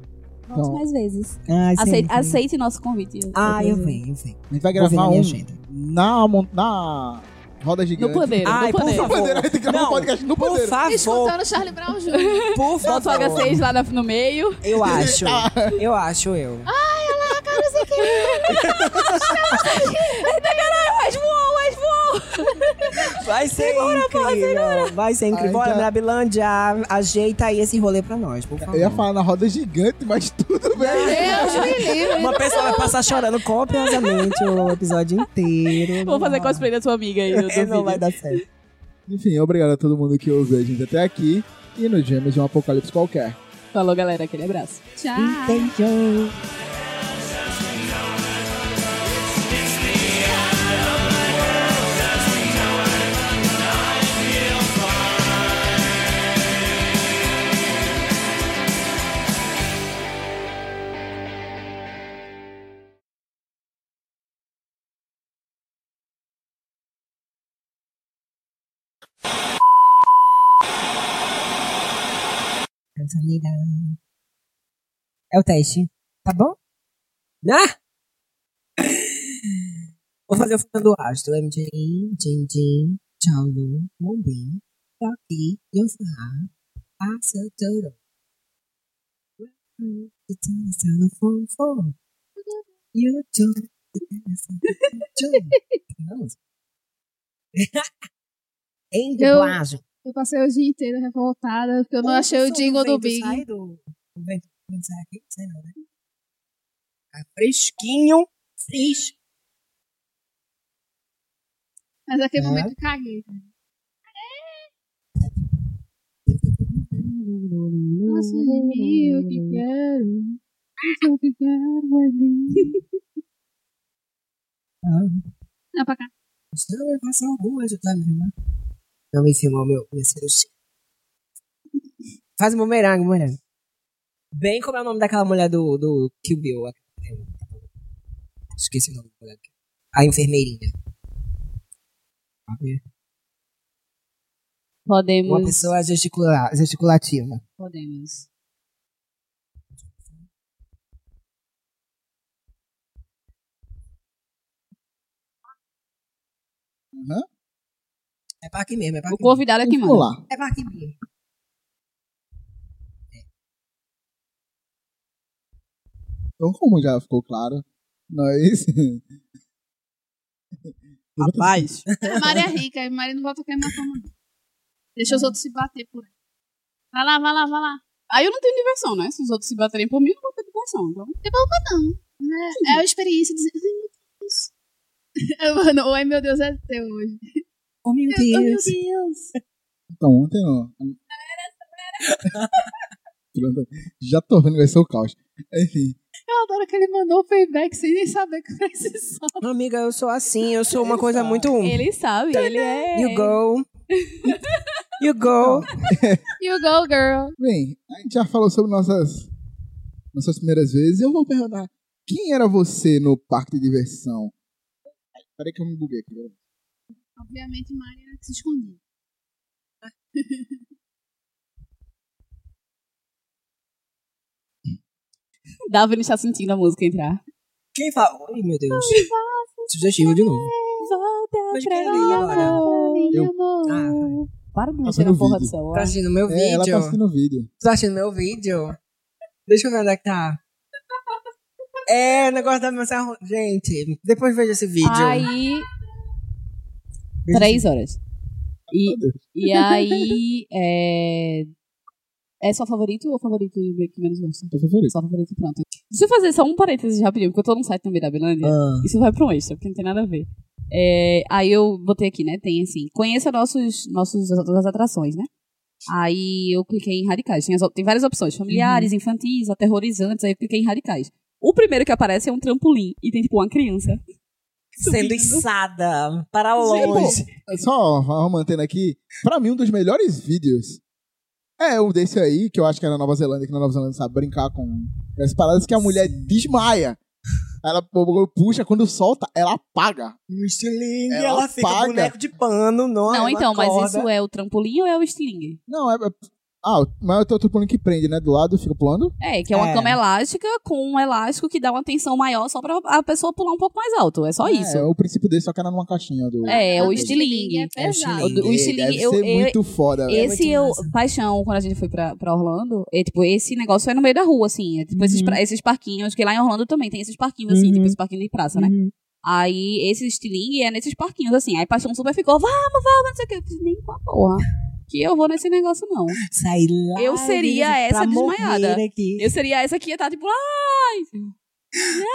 [SPEAKER 2] Volte mais vezes.
[SPEAKER 3] Ai,
[SPEAKER 2] Aceite,
[SPEAKER 3] sempre.
[SPEAKER 2] aceite nosso convite.
[SPEAKER 3] Ai, Ah, eu venho, eu venho.
[SPEAKER 1] A gente vai
[SPEAKER 3] Vou ver na
[SPEAKER 1] gravar
[SPEAKER 3] minha
[SPEAKER 1] um
[SPEAKER 3] agenda.
[SPEAKER 1] na, mon- na roda
[SPEAKER 2] No
[SPEAKER 1] gigante.
[SPEAKER 2] pandeiro.
[SPEAKER 3] Ai,
[SPEAKER 2] no
[SPEAKER 3] por
[SPEAKER 2] pandeiro.
[SPEAKER 1] No pandeiro, a gente grava um
[SPEAKER 3] Não.
[SPEAKER 1] podcast no
[SPEAKER 3] Por
[SPEAKER 1] pandeiro.
[SPEAKER 3] favor,
[SPEAKER 4] Escutando Charlie Brown Jr.
[SPEAKER 3] por
[SPEAKER 2] Bota o
[SPEAKER 3] favor.
[SPEAKER 2] H6 lá na- no meio.
[SPEAKER 3] Eu acho.
[SPEAKER 1] Ah,
[SPEAKER 3] Eu acho, eu.
[SPEAKER 2] Mas voou, mas voou.
[SPEAKER 3] Vai ser incrível. Vai ser incrível.
[SPEAKER 1] Ai,
[SPEAKER 3] Bora,
[SPEAKER 1] tá.
[SPEAKER 3] Mirabilândia, ajeita aí esse rolê pra nós, por favor.
[SPEAKER 1] eu ia falar na roda gigante, mas tudo bem.
[SPEAKER 4] Deus me livre.
[SPEAKER 3] Uma pessoa vai passar chorando copiosamente o episódio inteiro.
[SPEAKER 2] Vou fazer cosplay da sua amiga aí. do- do
[SPEAKER 3] É, Não
[SPEAKER 2] vídeo.
[SPEAKER 3] vai dar certo.
[SPEAKER 1] Enfim, obrigado a todo mundo que ouviu a gente até aqui. E nos vemos de um apocalipse qualquer.
[SPEAKER 2] Falou, galera. Aquele abraço.
[SPEAKER 4] Tchau.
[SPEAKER 3] Beijo. Cancioneira. É o teste. Tá bom? Ah! Vou fazer o Fernando Astro. MJ, Jin, Jin, Tchau, Lu, Mombim, Toki, Yosá, Passa, Toro. Welcome to Tana Fon Fon. You don't Em
[SPEAKER 4] Eu-
[SPEAKER 3] dublagem.
[SPEAKER 4] Eu passei o dia inteiro revoltada porque eu não achei o jingle do Big.
[SPEAKER 3] Sai do... O vento não sai aqui? Sai não, né? Tá fresquinho. Fresquinho.
[SPEAKER 4] Mas naquele
[SPEAKER 3] É.
[SPEAKER 4] momento eu caguei. cara. Nossa, de mim, eu que quero. Nossa, eu que quero, é lindo. Não, pra cá.
[SPEAKER 3] Não, eu faço algumas, eu também, né? Não me filmou meu, minha cirurgia. Faz um bumerangue, bumerangue. Bem como é o nome daquela mulher do, do Kill Bill. a- Esqueci o nome da mulher. A enfermeirinha. Uma
[SPEAKER 2] Podemos.
[SPEAKER 3] pessoa gesticula- gesticulativa.
[SPEAKER 2] Podemos.
[SPEAKER 3] É pra aqui mesmo, é pra
[SPEAKER 2] O
[SPEAKER 3] aqui.
[SPEAKER 2] convidado é que manda.
[SPEAKER 1] Vamos lá.
[SPEAKER 3] É pra aqui mesmo.
[SPEAKER 1] Então, como já ficou claro, nós.
[SPEAKER 7] Rapaz,
[SPEAKER 4] A Mari é rica, a Mari não vai tocar minha cama. não. Deixa os outros se bater por aí. Vai lá, vai lá, vai lá.
[SPEAKER 2] Aí eu não tenho diversão, né? Se os outros se baterem por mim, eu não vou ter diversão. Então,
[SPEAKER 4] É, é a experiência de dizer, ai meu Deus. Eu, Mano, o ai meu Deus é teu hoje.
[SPEAKER 3] Oh, meu
[SPEAKER 4] Oh meu
[SPEAKER 3] Deus.
[SPEAKER 4] Deus.
[SPEAKER 1] Então, ontem, ó. Pronto, Já tô vendo que vai ser o caos. Enfim,
[SPEAKER 4] Eu adoro que ele mandou o payback sem nem saber que vai ser só.
[SPEAKER 6] Amiga, eu sou assim, eu sou uma coisa muito. um.
[SPEAKER 3] Hum.
[SPEAKER 2] ele sabe, ele é.
[SPEAKER 6] You go. You go.
[SPEAKER 4] You go, girl.
[SPEAKER 1] bem, a gente já falou sobre nossas, nossas primeiras vezes. Eu vou perguntar: quem era você no parque de diversão? Peraí que eu me buguei aqui.
[SPEAKER 4] Obviamente, Mari era que se escondia.
[SPEAKER 2] Davi não está sentindo a música entrar.
[SPEAKER 3] Quem fala? Ai, meu Deus. Sugestivo de novo. Mas quem é ele agora?
[SPEAKER 1] Eu-
[SPEAKER 3] Ah,
[SPEAKER 2] Para de
[SPEAKER 1] mexer
[SPEAKER 2] mexer
[SPEAKER 1] no
[SPEAKER 2] na porra do
[SPEAKER 1] vídeo.
[SPEAKER 3] tá
[SPEAKER 2] celular.
[SPEAKER 3] assistindo meu
[SPEAKER 1] É, ela
[SPEAKER 3] vídeo.
[SPEAKER 1] tá assistindo o vídeo.
[SPEAKER 3] Tá assistindo meu vídeo? Deixa eu ver onde é que tá. É, o negócio da mensagem. Gente, depois veja esse vídeo.
[SPEAKER 2] Aí,
[SPEAKER 3] Veja
[SPEAKER 2] três horas. E,
[SPEAKER 1] Meu Deus.
[SPEAKER 2] e aí, é... É só favorito ou favorito e o que menos gosta?
[SPEAKER 1] Teu favorito.
[SPEAKER 2] Só favorito, pronto. Deixa eu fazer só um parênteses rapidinho, porque eu tô num site da Mirabilândia.
[SPEAKER 3] Ah,
[SPEAKER 2] Isso vai pra um extra, porque não tem nada a ver. É, aí eu botei aqui, né? Tem assim, conheça nossos, nossos, as atrações, né? Aí eu cliquei em radicais. Tem, as op- tem várias opções, familiares,
[SPEAKER 3] Uhum.
[SPEAKER 2] infantis, aterrorizantes. Aí eu cliquei em radicais. O primeiro que aparece é um trampolim. E tem, tipo, uma criança.
[SPEAKER 3] sendo
[SPEAKER 2] subindo.
[SPEAKER 3] içada para longe.
[SPEAKER 1] Só ó, mantendo aqui, pra mim um dos melhores vídeos é um desse aí, que eu acho que é na Nova Zelândia, que na Nova Zelândia sabe brincar com as paradas que a mulher desmaia. Ela pu- puxa, quando solta, ela apaga.
[SPEAKER 3] Um estilingue,
[SPEAKER 1] Ela
[SPEAKER 3] ela fica
[SPEAKER 1] apaga.
[SPEAKER 3] boneco de pano, não.
[SPEAKER 2] não,
[SPEAKER 3] Ah, ela
[SPEAKER 2] então,
[SPEAKER 3] acorda.
[SPEAKER 2] mas isso é o trampolim ou é o slinger?
[SPEAKER 1] Não, é. é ah, mas eu tô pulando que prende, né? Do lado, fica pulando.
[SPEAKER 2] É, que é uma
[SPEAKER 3] É.
[SPEAKER 2] cama elástica com um elástico que dá uma tensão maior só pra a pessoa pular um pouco mais alto. É só isso.
[SPEAKER 1] É, o princípio desse, só que era numa caixinha do.
[SPEAKER 2] É, o
[SPEAKER 4] Ah,
[SPEAKER 2] estilingue.
[SPEAKER 4] É pesado.
[SPEAKER 3] É o estilingue.
[SPEAKER 2] O estilingue,
[SPEAKER 1] deve
[SPEAKER 2] eu-
[SPEAKER 1] ser
[SPEAKER 2] eu-
[SPEAKER 1] muito foda, velho.
[SPEAKER 2] Esse
[SPEAKER 3] É muito
[SPEAKER 2] eu,
[SPEAKER 3] massa.
[SPEAKER 2] paixão, quando a gente foi pra, pra Orlando, é tipo, esse negócio é no meio da rua, assim. É, tipo, esses,
[SPEAKER 3] Uhum.
[SPEAKER 2] pra- esses parquinhos, que lá em Orlando também tem esses parquinhos, assim, tipo, esses parquinhos de praça, né?
[SPEAKER 3] Uhum.
[SPEAKER 2] Aí, esse estilingue é nesses parquinhos, assim. Aí, paixão super ficou, vamos, vamos, não sei o que. Eu disse, nem com a porra. Que eu vou nesse negócio, não.
[SPEAKER 3] Sair lá
[SPEAKER 2] Eu seria
[SPEAKER 3] pra
[SPEAKER 2] essa
[SPEAKER 3] morrer
[SPEAKER 2] desmaiada.
[SPEAKER 3] Aqui.
[SPEAKER 2] Eu seria essa que ia estar, tipo, ai.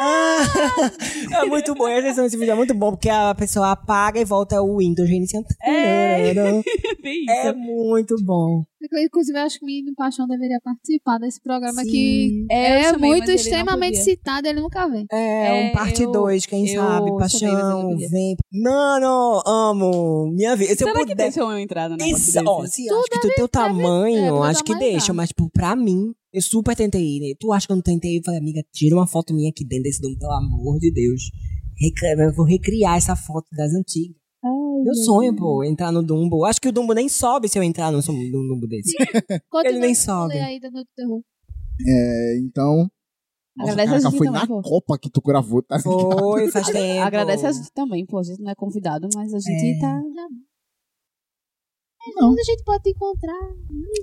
[SPEAKER 3] Ah, é muito bom, esse esse vídeo é muito bom, porque a pessoa apaga e volta o Windows reiniciando.
[SPEAKER 2] É. bem isso.
[SPEAKER 3] tá É muito bom.
[SPEAKER 4] Inclusive, eu acho que o menino Paixão deveria participar desse programa
[SPEAKER 3] Sim.
[SPEAKER 4] que
[SPEAKER 2] É, eu
[SPEAKER 4] é
[SPEAKER 2] chamei, mas
[SPEAKER 4] muito
[SPEAKER 2] ele não
[SPEAKER 4] extremamente
[SPEAKER 2] podia.
[SPEAKER 4] citado, ele nunca vê.
[SPEAKER 3] É,
[SPEAKER 2] É,
[SPEAKER 3] um parte
[SPEAKER 2] eu-
[SPEAKER 3] 2, quem
[SPEAKER 2] eu
[SPEAKER 3] sabe?
[SPEAKER 2] chamei, mas eu não
[SPEAKER 3] Paixão,
[SPEAKER 2] podia.
[SPEAKER 3] vem. Nano, amo. Minha vida. Se eu
[SPEAKER 2] Será que
[SPEAKER 3] puder.
[SPEAKER 2] deixam eu entrar na
[SPEAKER 3] Isso,
[SPEAKER 2] um negócio
[SPEAKER 3] ó,
[SPEAKER 2] né? desse?
[SPEAKER 3] se acho que do teu
[SPEAKER 4] é, do
[SPEAKER 3] tamanho,
[SPEAKER 4] meu
[SPEAKER 3] acho que
[SPEAKER 4] tamanho
[SPEAKER 3] deixa,
[SPEAKER 4] dá.
[SPEAKER 3] mas, tipo, pra mim, eu super tentei, né? Tu acha que eu não tentei? Eu falei, amiga, tira uma foto minha aqui dentro desse dom, pelo amor de Deus. Recri- Eu vou recriar essa foto das antigas.
[SPEAKER 2] Ai,
[SPEAKER 3] Meu sonho, pô, entrar no Dumbo. Acho que o Dumbo nem sobe se eu entrar num, sum- num Dumbo desse.
[SPEAKER 4] Continua
[SPEAKER 3] Ele nem
[SPEAKER 4] que eu
[SPEAKER 3] sobe.
[SPEAKER 4] falei aí da Noite do Terror.
[SPEAKER 1] É, então. Nossa,
[SPEAKER 2] Agradece a
[SPEAKER 1] caraca,
[SPEAKER 2] gente
[SPEAKER 1] foi
[SPEAKER 2] também,
[SPEAKER 1] na
[SPEAKER 2] pô.
[SPEAKER 1] Copa que tu gravou, tá?
[SPEAKER 3] Foi, faz tempo.
[SPEAKER 2] tipo? Agradece a gente também, pô. A gente não é convidado, mas a gente
[SPEAKER 3] É.
[SPEAKER 2] tá.
[SPEAKER 4] Mas a gente pode te encontrar.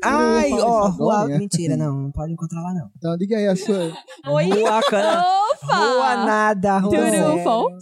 [SPEAKER 3] Ai,
[SPEAKER 1] Eu ia
[SPEAKER 3] ó,
[SPEAKER 1] falar isso
[SPEAKER 3] rua...
[SPEAKER 1] agora, né?
[SPEAKER 3] mentira, não, não pode encontrar lá, não.
[SPEAKER 1] Então diga aí a sua.
[SPEAKER 3] Rua, Cana-
[SPEAKER 2] Opa!
[SPEAKER 3] rua nada, rua
[SPEAKER 2] Tudo
[SPEAKER 3] zero.
[SPEAKER 2] bom?